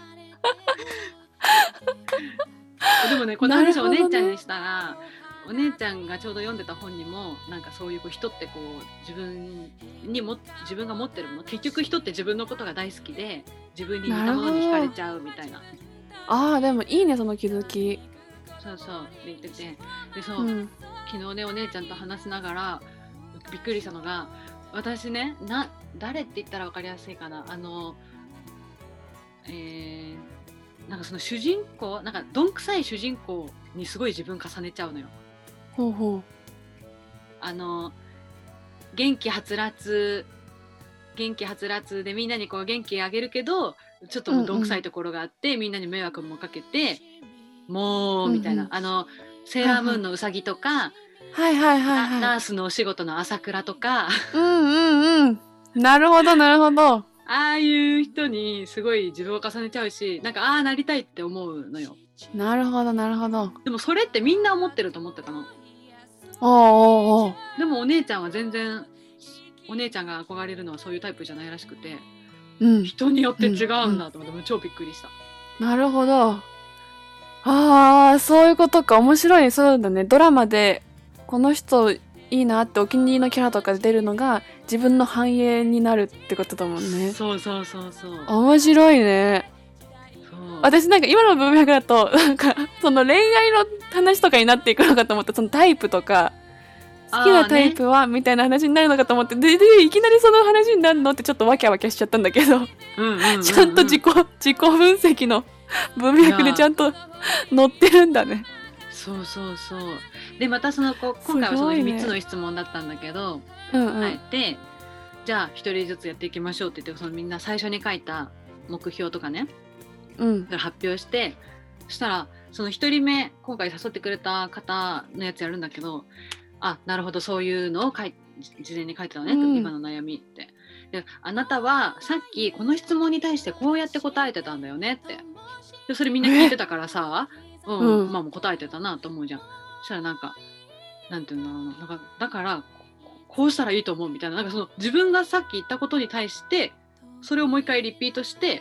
Speaker 1: もねこの話をお
Speaker 2: なる
Speaker 1: 姉
Speaker 2: ほど
Speaker 1: ち
Speaker 2: ね
Speaker 1: ゃんにしたら、お姉ちゃんがちょうど読んでた本にもなんかそういうこう人ってこう自分にも自分が持ってるもの結局人って自分のことが大好きで自分に似たものに惹かれちゃうみたいな
Speaker 2: ああでもいいねその気づき
Speaker 1: そうそうって言っててでそう、
Speaker 2: うん
Speaker 1: 昨日ねお姉ちゃんと話しながらびっくりしたのが私ねな誰って言ったら分かりやすいかなあのえーなんかその主人公なんかどんくさい主人公にすごい自分重ねちゃうのよ。
Speaker 2: ほうほ
Speaker 1: あの元気はつらつ元気はつらつでみんなにこう元気あげるけどちょっともうどんくさいところがあって、みんなに迷惑もかけてもうみたいな、
Speaker 2: うんうん
Speaker 1: あのセーラームーンのうさぎとか、
Speaker 2: うはいはいは
Speaker 1: な
Speaker 2: い
Speaker 1: ナ
Speaker 2: はい
Speaker 1: ースのお仕事の朝倉とか
Speaker 2: うんうんうんなるほどなるほど
Speaker 1: ああいう人にすごい自分を重ねちゃうしなんかああなりたいって思うのよ
Speaker 2: なるほどなるほど
Speaker 1: でもそれってみんな思ってると思ってたの
Speaker 2: おうおうおう
Speaker 1: でもお姉ちゃんは全然お姉ちゃんが憧れるのはそういうタイプじゃないらしくて
Speaker 2: うん
Speaker 1: 人によって違うんだと思って、もう超びっくりした
Speaker 2: なるほどああそういうことか面白いそうだねドラマでこの人いいなってお気に入りのキャラとかで出るのが自分の反映になるってことだもんね
Speaker 1: そうそうそうそうそう
Speaker 2: 面白いね私なんか今の文脈だとなんかその恋愛の話とかになっていくのかと思ったそのタイプとか好きなタイプはみたいな話になるのかと思って、ででいきなりその話になるのってちょっとワキャワキャしちゃったんだけど、ちゃんと自己自己分析の文脈でちゃんと載ってるんだね。
Speaker 1: そうそうそうでまたそのこう今回はその
Speaker 2: すごいね
Speaker 1: 3つの質問だったんだけど、
Speaker 2: うんうん、
Speaker 1: 変えて、じゃあ一人ずつやっていきましょうって言ってそのみんな最初に書いた目標とかね
Speaker 2: うん
Speaker 1: 発表してそしたらその一人目今回誘ってくれた方のやつやるんだけどあなるほどそういうのを書い事前に書いてたのね、
Speaker 2: うん
Speaker 1: 今の悩みって。であなたはさっきこの質問に対してこうやって答えてたんだよねってでそれみんな聞いてたから さ、うん
Speaker 2: うん
Speaker 1: まあもう答えてたなと思うじゃんそしたらなんかなんていうんだろうななんかだからここうしたらいいと思うみたいななんかその自分がさっき言ったことに対してそれをもう一回リピートして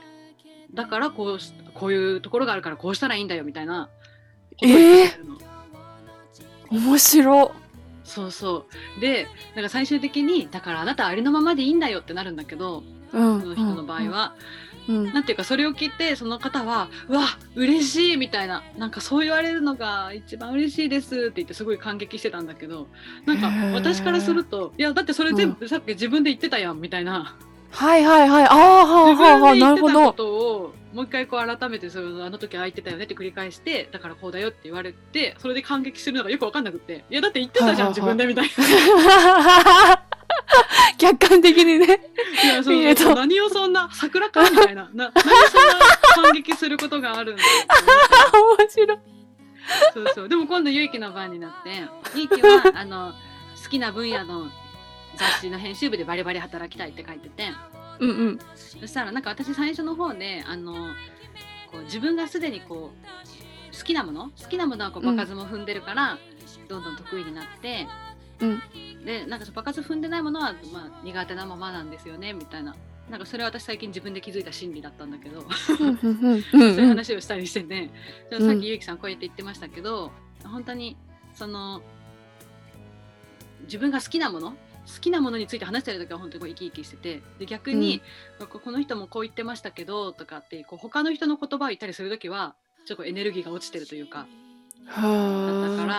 Speaker 1: だからこうしこういうところがあるからこうしたらいいんだよみたいなことを言ってるの、
Speaker 2: 面白
Speaker 1: そうそうでなんか最終的にだからあなたありのままでいいんだよってなるんだけど
Speaker 2: うん
Speaker 1: その人の場合は、
Speaker 2: うんうん
Speaker 1: なんていうかそれを聞いてその方は「うわ嬉しい」みたいななんかそう言われるのが一番嬉しいですって言ってすごい感激してたんだけどなんか
Speaker 2: へー
Speaker 1: 私からすると「いやだってそれ全部さっき自分で言ってたやん」みたいな、
Speaker 2: はいはいはいああはあ
Speaker 1: 自
Speaker 2: はあはあ
Speaker 1: 分で言
Speaker 2: な
Speaker 1: っ
Speaker 2: る
Speaker 1: て
Speaker 2: ほ
Speaker 1: たこ
Speaker 2: ど
Speaker 1: とをもう一回こう改めてそのあの時ああ言ってたよねって繰り返してだからこうだよって言われてそれで感激するのがよく分かんなくて「いやだって言ってたじゃん、
Speaker 2: は
Speaker 1: 自
Speaker 2: いはいは
Speaker 1: 分
Speaker 2: い
Speaker 1: で」みたいな。
Speaker 2: 客観的にね
Speaker 1: いやそう
Speaker 2: 見え
Speaker 1: そう
Speaker 2: た
Speaker 1: 何をそんな桜かみたいなな何をそんな感激することがあるんだ
Speaker 2: あ面白い
Speaker 1: そうそうでも今度ゆいきの番になってゆいきはあの好きな分野の雑誌の編集部でバリバリ働きたいって書いてて
Speaker 2: うんうん
Speaker 1: そしたらなんか私最初の方であのこう自分がすでにこう好きなもの好きなものはこう
Speaker 2: う
Speaker 1: 場
Speaker 2: ん
Speaker 1: 数も踏んでるから、どんどん得意になって、でなんかその場数踏んでないものは、まあ、苦手なままなんですよねみたいな。なんかそれは私最近自分で気づいた心理だったんだけど
Speaker 2: うんうんうんうん
Speaker 1: そういう
Speaker 2: うん
Speaker 1: 話をしたりしてね、じゃあ
Speaker 2: うん
Speaker 1: さっきゆうきさんこうやって言ってましたけど、本当にその自分が好きなもの好きなものについて話してる時は本当にこう生き生きしててで逆に、こうこの人もこう言ってましたけどとかってこう他の人の言葉を言ったりする時はちょっとこうエネルギーが落ちてるというかだったか
Speaker 2: はあ
Speaker 1: ら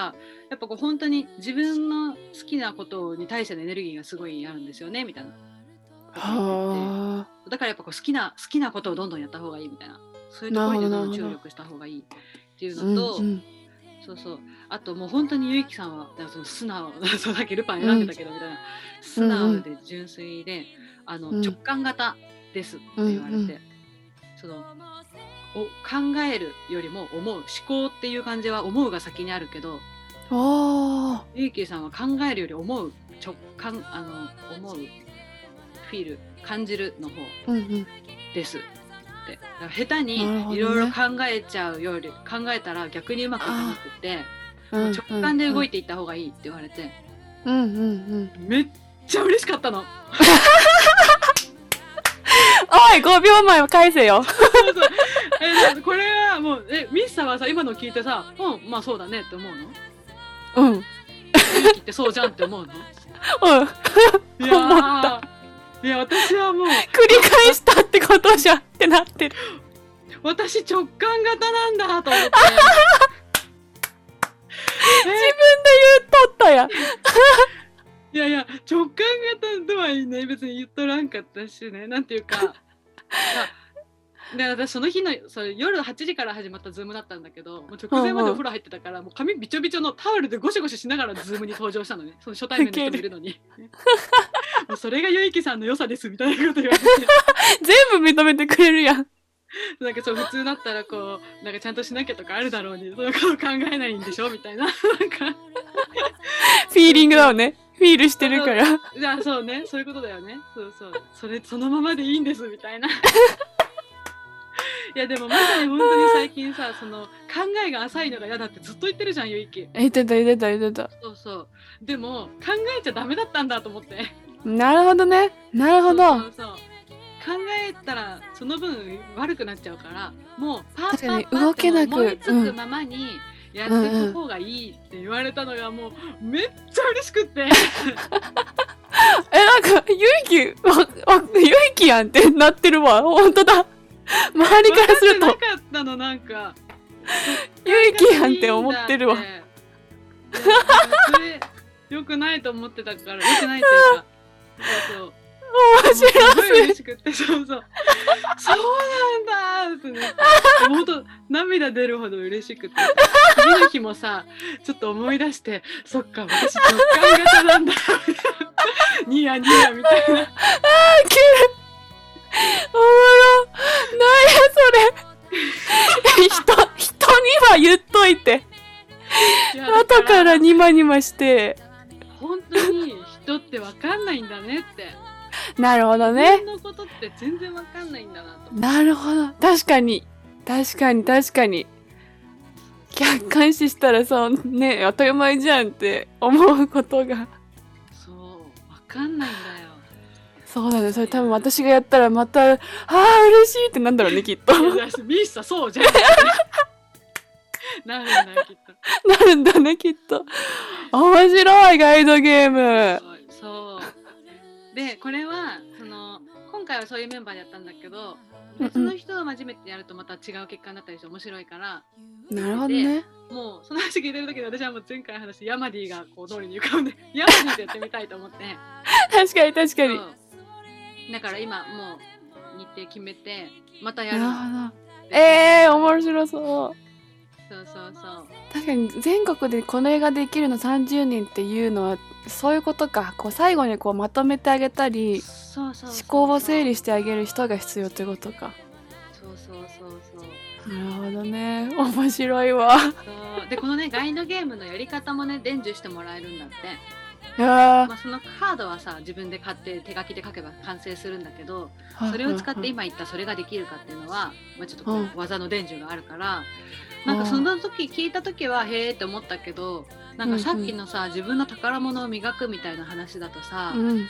Speaker 1: やっぱこう本当に自分の好きなことに対してのエネルギーがすごいあるんですよねみたいな。
Speaker 2: はあ
Speaker 1: だからやっぱこう好きな好きなことをどんどんやった方がいいみたいなそういうところにどんどん注力した方がいいっていうのと、
Speaker 2: うんうん
Speaker 1: そうそうあともう本当にゆいきさんはだからその素直 そうだけルパン選んでたけどみたいな、素直で純粋であの、
Speaker 2: うん
Speaker 1: 直感型ですって言われて、
Speaker 2: うんうん
Speaker 1: そのお考えるよりも思う思考っていう感じは思うが先にあるけど
Speaker 2: あ
Speaker 1: ゆいきさんは考えるより思う直感あの思うフィール感じるの方
Speaker 2: あうんうん
Speaker 1: ですってだから下手に
Speaker 2: なるほどね
Speaker 1: いろいろ考えちゃうより、考えたら逆にうまくいかなくて
Speaker 2: うん
Speaker 1: も
Speaker 2: う
Speaker 1: うん直感で動いていった方がいいって言われて、
Speaker 2: うんうんうん
Speaker 1: めっちゃ嬉しかったの
Speaker 2: おい5秒前を返せよ
Speaker 1: そうそう えだってこれはもうえミッサはさ今の聞いてさ「うんまあそうだね」って思う の
Speaker 2: うんうん
Speaker 1: ミッキーってそうじゃんって 思うのいや
Speaker 2: 思
Speaker 1: ーいや私は もう
Speaker 2: 繰り返したってことじゃんってなってる
Speaker 1: 私直感型なんだと思 って。
Speaker 2: 自分で言うとったやん
Speaker 1: いやいや直感型とはいいね別に言っとらんかったしねなんていうか いやで私その日のそれ夜8時から始まったズームだったんだけどもう直前までお風呂入ってたから、もう髪びちょびちょのタオルでゴシゴシしながらズームに登場したのねその初対面の人もいるの にもうそれがゆいきさんの良さですみたいなこと言われ て
Speaker 2: 全部認めてくれるやん
Speaker 1: なんかそう普通だったらこうなんかちゃんとしなきゃとかあるだろうにそのこと考えないんでしょみたいななんか
Speaker 2: フィーリングだよねフィールしてるから
Speaker 1: じゃあそうねそういうことだよねそうそうそれそのままでいいんですみたいないやでもまさに本当に最近さその考えが浅いのが嫌だってずっと言ってるじゃんゆいき
Speaker 2: え出た出た出た
Speaker 1: そうそうでも考えちゃダメだったんだと思って
Speaker 2: なるほどねなるほど
Speaker 1: そうそうそう考えたらその分悪くなっちゃうからもう パ
Speaker 2: 確かに
Speaker 1: パパって
Speaker 2: 動けなく
Speaker 1: 思いつく
Speaker 2: うん
Speaker 1: ままにやっていく方がいいって言われたのがもうめっちゃ嬉しくって。
Speaker 2: えなんかゆいきわわゆいきやんってなってるわ本当だ周りからする
Speaker 1: 分
Speaker 2: と
Speaker 1: かってなかったのなんか
Speaker 2: ゆいきやんって思ってるわ
Speaker 1: いやそれ 良くないと思ってたから良くないというかそう
Speaker 2: 面
Speaker 1: そう
Speaker 2: 白
Speaker 1: すごい
Speaker 2: すぎ
Speaker 1: 嬉しくってそうそうそうなんだーってね本当涙出るほど嬉しくて次の日もさちょっと思い出してそっか私直感型なんだ ニヤニヤみたいな
Speaker 2: けるおもろなんやそれ人人には言っといて
Speaker 1: いやだ
Speaker 2: 後からニマニマして
Speaker 1: 本当に人って分かんないんだねって
Speaker 2: なるほどね
Speaker 1: 自分のことって全然わかんないんだなと。
Speaker 2: なるほど確かに確かに確かに客観視したらさね当たり前じゃんって思うことが
Speaker 1: そう、わかんないんだよ。
Speaker 2: そうだねそれ多分私がやったらまたあ ー嬉しいってなんだろうねきっと
Speaker 1: いやだしミッサそうじゃん。なるんだよきっと
Speaker 2: なるんだねきっと面白いガイドゲーム
Speaker 1: そうでこれはその今回はそういうメンバーでやったんだけど別の人を真面目にやるとまた違う結果になったりして面白いから
Speaker 2: なるほどね
Speaker 1: もうその話聞いてる時に私はもう前回の話ヤマディがこう脳裏に浮かんでヤマディでやってみたいと思って
Speaker 2: 確かに確かに
Speaker 1: そうだから今もう日程決めてまたや
Speaker 2: な
Speaker 1: る
Speaker 2: る
Speaker 1: の
Speaker 2: ほどえー、面白そう
Speaker 1: そうそうそう
Speaker 2: 確かに全国でこの映画できるの30人っていうのはそういうことかこう最後にこうまとめてあげたり
Speaker 1: そうそうそう
Speaker 2: 思考を整理してあげる人が必要ってことか
Speaker 1: そうそうそうそう
Speaker 2: なるほどね 面白いわ
Speaker 1: そうでこのねガイドゲームのやり方もね伝授してもらえるんだって、
Speaker 2: いや
Speaker 1: まあ、そのカードはさ自分で買って手書きで書けば完成するんだけど
Speaker 2: ー
Speaker 1: それを使って
Speaker 2: うん
Speaker 1: 今言ったそれができるかっていうのは、まあ、ちょっとこ
Speaker 2: う
Speaker 1: うん技の伝授があるからなんかその時聞いた時はへえって思ったけどなんかさっきのさ自分の宝物を磨くみたいな話だとさ
Speaker 2: うん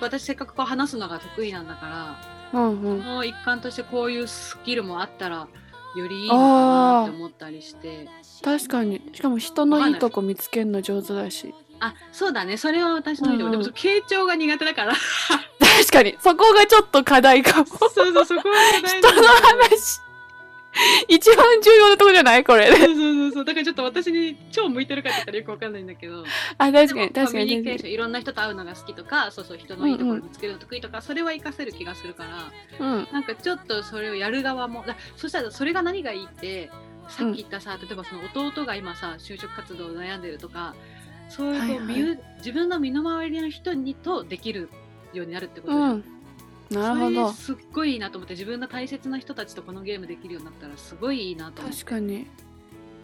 Speaker 1: 私せっかくこう話すのが得意なんだから
Speaker 2: うんうん
Speaker 1: もう一環としてこういうスキルもあったらよりいいのかなって思ったりして
Speaker 2: 確かにしかも人のいいとこ見つけるの上手だし
Speaker 1: あそうだねそれは私のいいとこ
Speaker 2: うん
Speaker 1: で
Speaker 2: うん
Speaker 1: もその傾聴が苦手だから
Speaker 2: 確かにそこがちょっと課題かも
Speaker 1: そうそうそこは課題
Speaker 2: 人
Speaker 1: なん
Speaker 2: の
Speaker 1: だ
Speaker 2: 話一番重要なとこじゃないこれ
Speaker 1: そ
Speaker 2: ね
Speaker 1: うそうそうそうだからちょっと私に超向いてるかって言ったらよくわかんないんだけど
Speaker 2: あ確かに
Speaker 1: でも
Speaker 2: 確か
Speaker 1: コミュニ
Speaker 2: に
Speaker 1: ケー
Speaker 2: 確
Speaker 1: シ
Speaker 2: か
Speaker 1: ョンいろんな人と会うのが好きとかそうそう人のいいところ見つけるの得意とか、それは活かせる気がするから
Speaker 2: にうん
Speaker 1: なんかちょっとそれをやる側もだそしたらそれが何がいいってさっき言ったさ、例えばその弟が今さ就職活動を悩んでるとかそういうこう、
Speaker 2: はいはい
Speaker 1: 身う自分の身の回りの人にとできるようになるってことじゃん
Speaker 2: うんなるほど
Speaker 1: それすっごいいいなと思って自分の大切な人たちとこのゲームできるようになったらすごいいいなと思って
Speaker 2: 確かに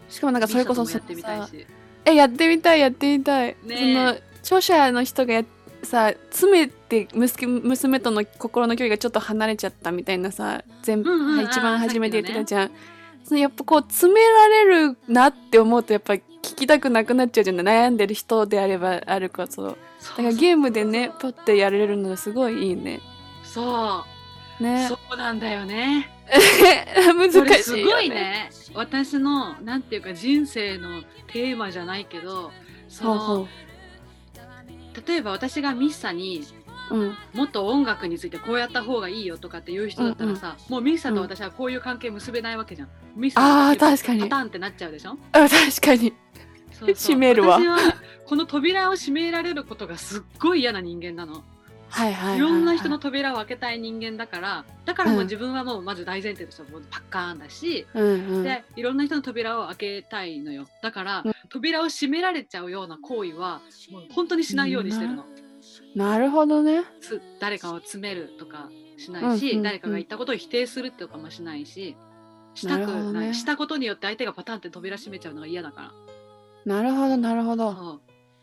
Speaker 2: しかもなんかそれこそ
Speaker 1: ミサ
Speaker 2: そ
Speaker 1: ともやってみたい
Speaker 2: さ
Speaker 1: し
Speaker 2: えやってみたいやってみたい、
Speaker 1: ね
Speaker 2: その著者の人がやさ詰めて息子娘との心の距離がちょっと離れちゃったみたいなさ全部、
Speaker 1: うんうんうん
Speaker 2: 一番初めて言ってたじゃん、
Speaker 1: さっき
Speaker 2: そのやっぱこう詰められるなって思うとやっぱ聞きたくなくなっちゃうじゃない悩んでる人であればあるこそだからゲームでねポッてやれるのがすごいいいね
Speaker 1: そう
Speaker 2: ね
Speaker 1: そうなんだよね。
Speaker 2: 難し
Speaker 1: そ
Speaker 2: いよ、ね、
Speaker 1: れすごいね。私のなんていうか人生のテーマじゃないけど、そ
Speaker 2: ほう
Speaker 1: の
Speaker 2: ほ
Speaker 1: 例えば私がミッサに
Speaker 2: ううん
Speaker 1: もっと音楽についてこうやった方がいいよとかって言う人だったらさ、もうミッサと私はこういう関係結べないわけじゃん。ミッサ
Speaker 2: あ
Speaker 1: の
Speaker 2: ー確かに
Speaker 1: パターンってなっちゃうでしょ。
Speaker 2: あ確かに
Speaker 1: そうそう
Speaker 2: 閉めるわ
Speaker 1: 私はこの扉を閉められることがすっごい嫌な人間なの。
Speaker 2: はいはいはい,、はい
Speaker 1: ろんな人の扉を開けたい人間だから、だからもう自分はもうまず大前提としてもうパッカーンだし。
Speaker 2: うんうん、
Speaker 1: でいろんな人の扉を開けたいのよだから、
Speaker 2: うん
Speaker 1: 扉を閉められちゃうような行為はもう本当にしないようにしてるの、
Speaker 2: なるほどね。
Speaker 1: つ誰かを詰めるとかしないし、
Speaker 2: うんうんうん
Speaker 1: 誰かが言ったことを否定するとかもしないししたく
Speaker 2: なる
Speaker 1: な
Speaker 2: ほ
Speaker 1: い
Speaker 2: どね
Speaker 1: したことによって相手がパタンって扉閉めちゃうのが嫌だか
Speaker 2: なるほど、なるほ
Speaker 1: ら、
Speaker 2: ど。
Speaker 1: そう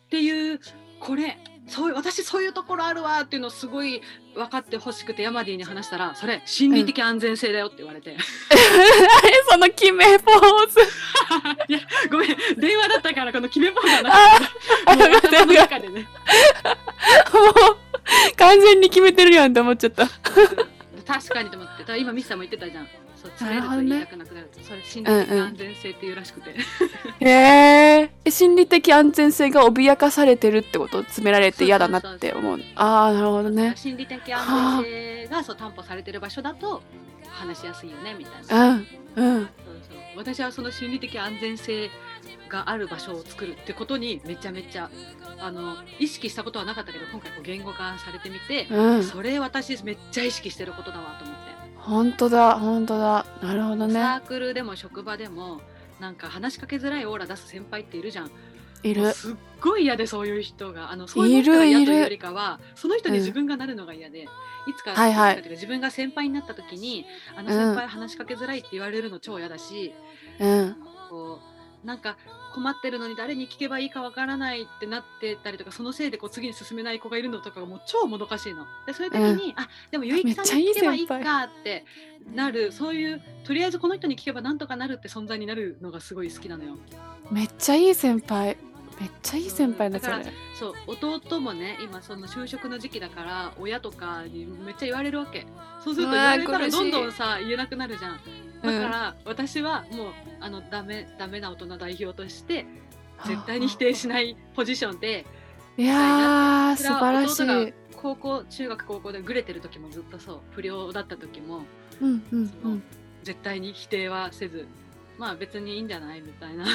Speaker 1: っていうこれそういう私そういうところあるわっていうのをすごい分かってほしくてヤマディに話したら「それ心理的安全性だよ」って言われて、
Speaker 2: その決めポーズ。
Speaker 1: いやごめん電話だったからこの決めポーズはな
Speaker 2: ああ、
Speaker 1: か
Speaker 2: よか
Speaker 1: っ
Speaker 2: ったた、
Speaker 1: もう頭の
Speaker 2: よかっ
Speaker 1: 中でね
Speaker 2: た。もう、完全に決めてるやんって思っちゃった。
Speaker 1: 確かにと思ってただ今ミスさんも言ってたじゃんそう釣れる
Speaker 2: な
Speaker 1: と
Speaker 2: るほどね
Speaker 1: 言いたくなくなるそれ心理的安全性っていうらしくて、
Speaker 2: へえ。心理的安全性が脅かされてるってこと詰められて嫌だなって思う。ああ、なるほどね。
Speaker 1: 心理的安全性がそう担保されてる場所だと話しやすいよねみたいうな、
Speaker 2: ん、うん。
Speaker 1: そうそう私はその心理的安全性がある場所を作るってことにめちゃめちゃあの意識したことはなかったけど今回こう言語化されてみて、
Speaker 2: うん、
Speaker 1: それ私めっちゃ意識してることだわと思って。
Speaker 2: 本当だ本当だなるほ
Speaker 1: サ
Speaker 2: どね
Speaker 1: ークルでも職場でもなんか話しかけづらいオーラ出す先輩っているじゃん
Speaker 2: い
Speaker 1: もう
Speaker 2: る
Speaker 1: すっごい嫌でそういう人があのそういう人が嫌というよりかはその人に自分がなるのが嫌で、いつか
Speaker 2: はいはい
Speaker 1: いつかというか自分が先輩になった時にあの
Speaker 2: う
Speaker 1: 先
Speaker 2: ん
Speaker 1: 輩話しかけづらいって言われるの超嫌だし、
Speaker 2: うん
Speaker 1: こうなんか困ってるのに誰に聞けばいいかわからないってなってたりとかそのせいでこう次に進めない子がいるのとかがもう超もどかしいの。でそういう時に、あでも結城さんに聞けばいいかってなるそういうとりあえずこの人に聞けばなんとかなるって存在になるのがすごい好きなのよ。
Speaker 2: めっちゃいい先輩めっちゃいい先輩だ
Speaker 1: だ
Speaker 2: そ
Speaker 1: から
Speaker 2: れ
Speaker 1: そう弟もね今その就職の時期だから親とかにめっちゃ言われるわけそうすると
Speaker 2: うわー
Speaker 1: 言われたら
Speaker 2: 苦しい
Speaker 1: どんどんさ言えなくなるじゃんだから私はもうあのダメダメな大人代表として絶対に否定しないポジションで
Speaker 2: いやー素晴らし
Speaker 1: それは弟
Speaker 2: い
Speaker 1: が。高校中学高校でグレてる時もずっとそう不良だった時も
Speaker 2: うんうん
Speaker 1: そうの
Speaker 2: ん。
Speaker 1: 絶対に否定はせずまあ別にいいんじゃないみたいな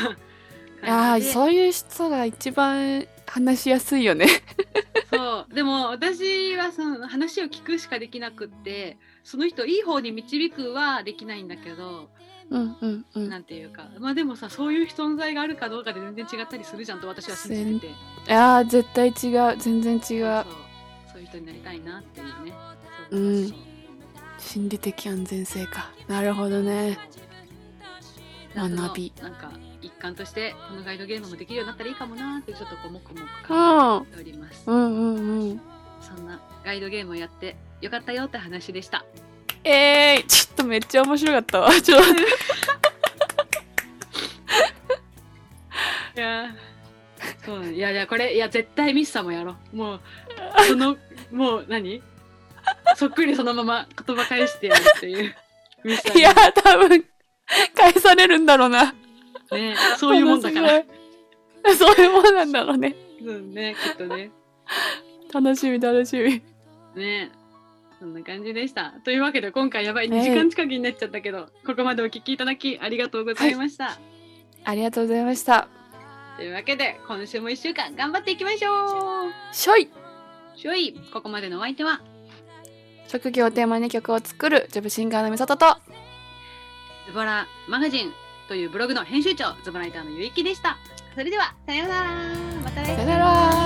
Speaker 2: あ
Speaker 1: 感
Speaker 2: あ
Speaker 1: じで
Speaker 2: そういう人が一番話しやすいよね。
Speaker 1: そうでも私はその話を聞くしかできなくってその人いい方に導くはできないんだけど
Speaker 2: うんうんうん。
Speaker 1: なんていうかまあでもさそういう存在があるかどうかで全然違ったりするじゃんと私は信じてて
Speaker 2: いやー絶対違う全然違
Speaker 1: そう
Speaker 2: う
Speaker 1: そうそういう人になりたいなっていうねそう
Speaker 2: うん
Speaker 1: そう
Speaker 2: 心理的安全性かなるほどね学び
Speaker 1: なんか一環としてこのガイドゲームもできるようになったらいいかもなーってちょっとこうもくもく
Speaker 2: う
Speaker 1: 考
Speaker 2: んうん
Speaker 1: えております、
Speaker 2: うんうん
Speaker 1: そんなガイドゲームをやってよかったよって話でした
Speaker 2: えー、ちょっとめっちゃ面白かっ たわちょっと待って
Speaker 1: いやーそういやいやこれいや絶対ミスさんもやろうもうそのもう何そっくりそのまま言葉返してやるっていうミスさん
Speaker 2: いやー多分返されるんだろうな
Speaker 1: ねそういうもんだから
Speaker 2: 面白い そういうもんなんだろうね
Speaker 1: うんねきっとね
Speaker 2: 楽しみ楽しみ
Speaker 1: ねそんな感じでした。というわけで今回やばい
Speaker 2: ね
Speaker 1: 2時間近くになっちゃったけど、ここまでお聞きいただきありがとうございました。
Speaker 2: ありがとうございました
Speaker 1: というわけで今週も1週間頑張っていきましょう
Speaker 2: しょい
Speaker 1: しょいここまでのお相手は
Speaker 2: 職業をテーマに曲を作るジョブシンガーのみさとと
Speaker 1: ズボラマガジンというブログの編集長ズボライターのゆいきでした。それではさようならまた来週
Speaker 2: さよなら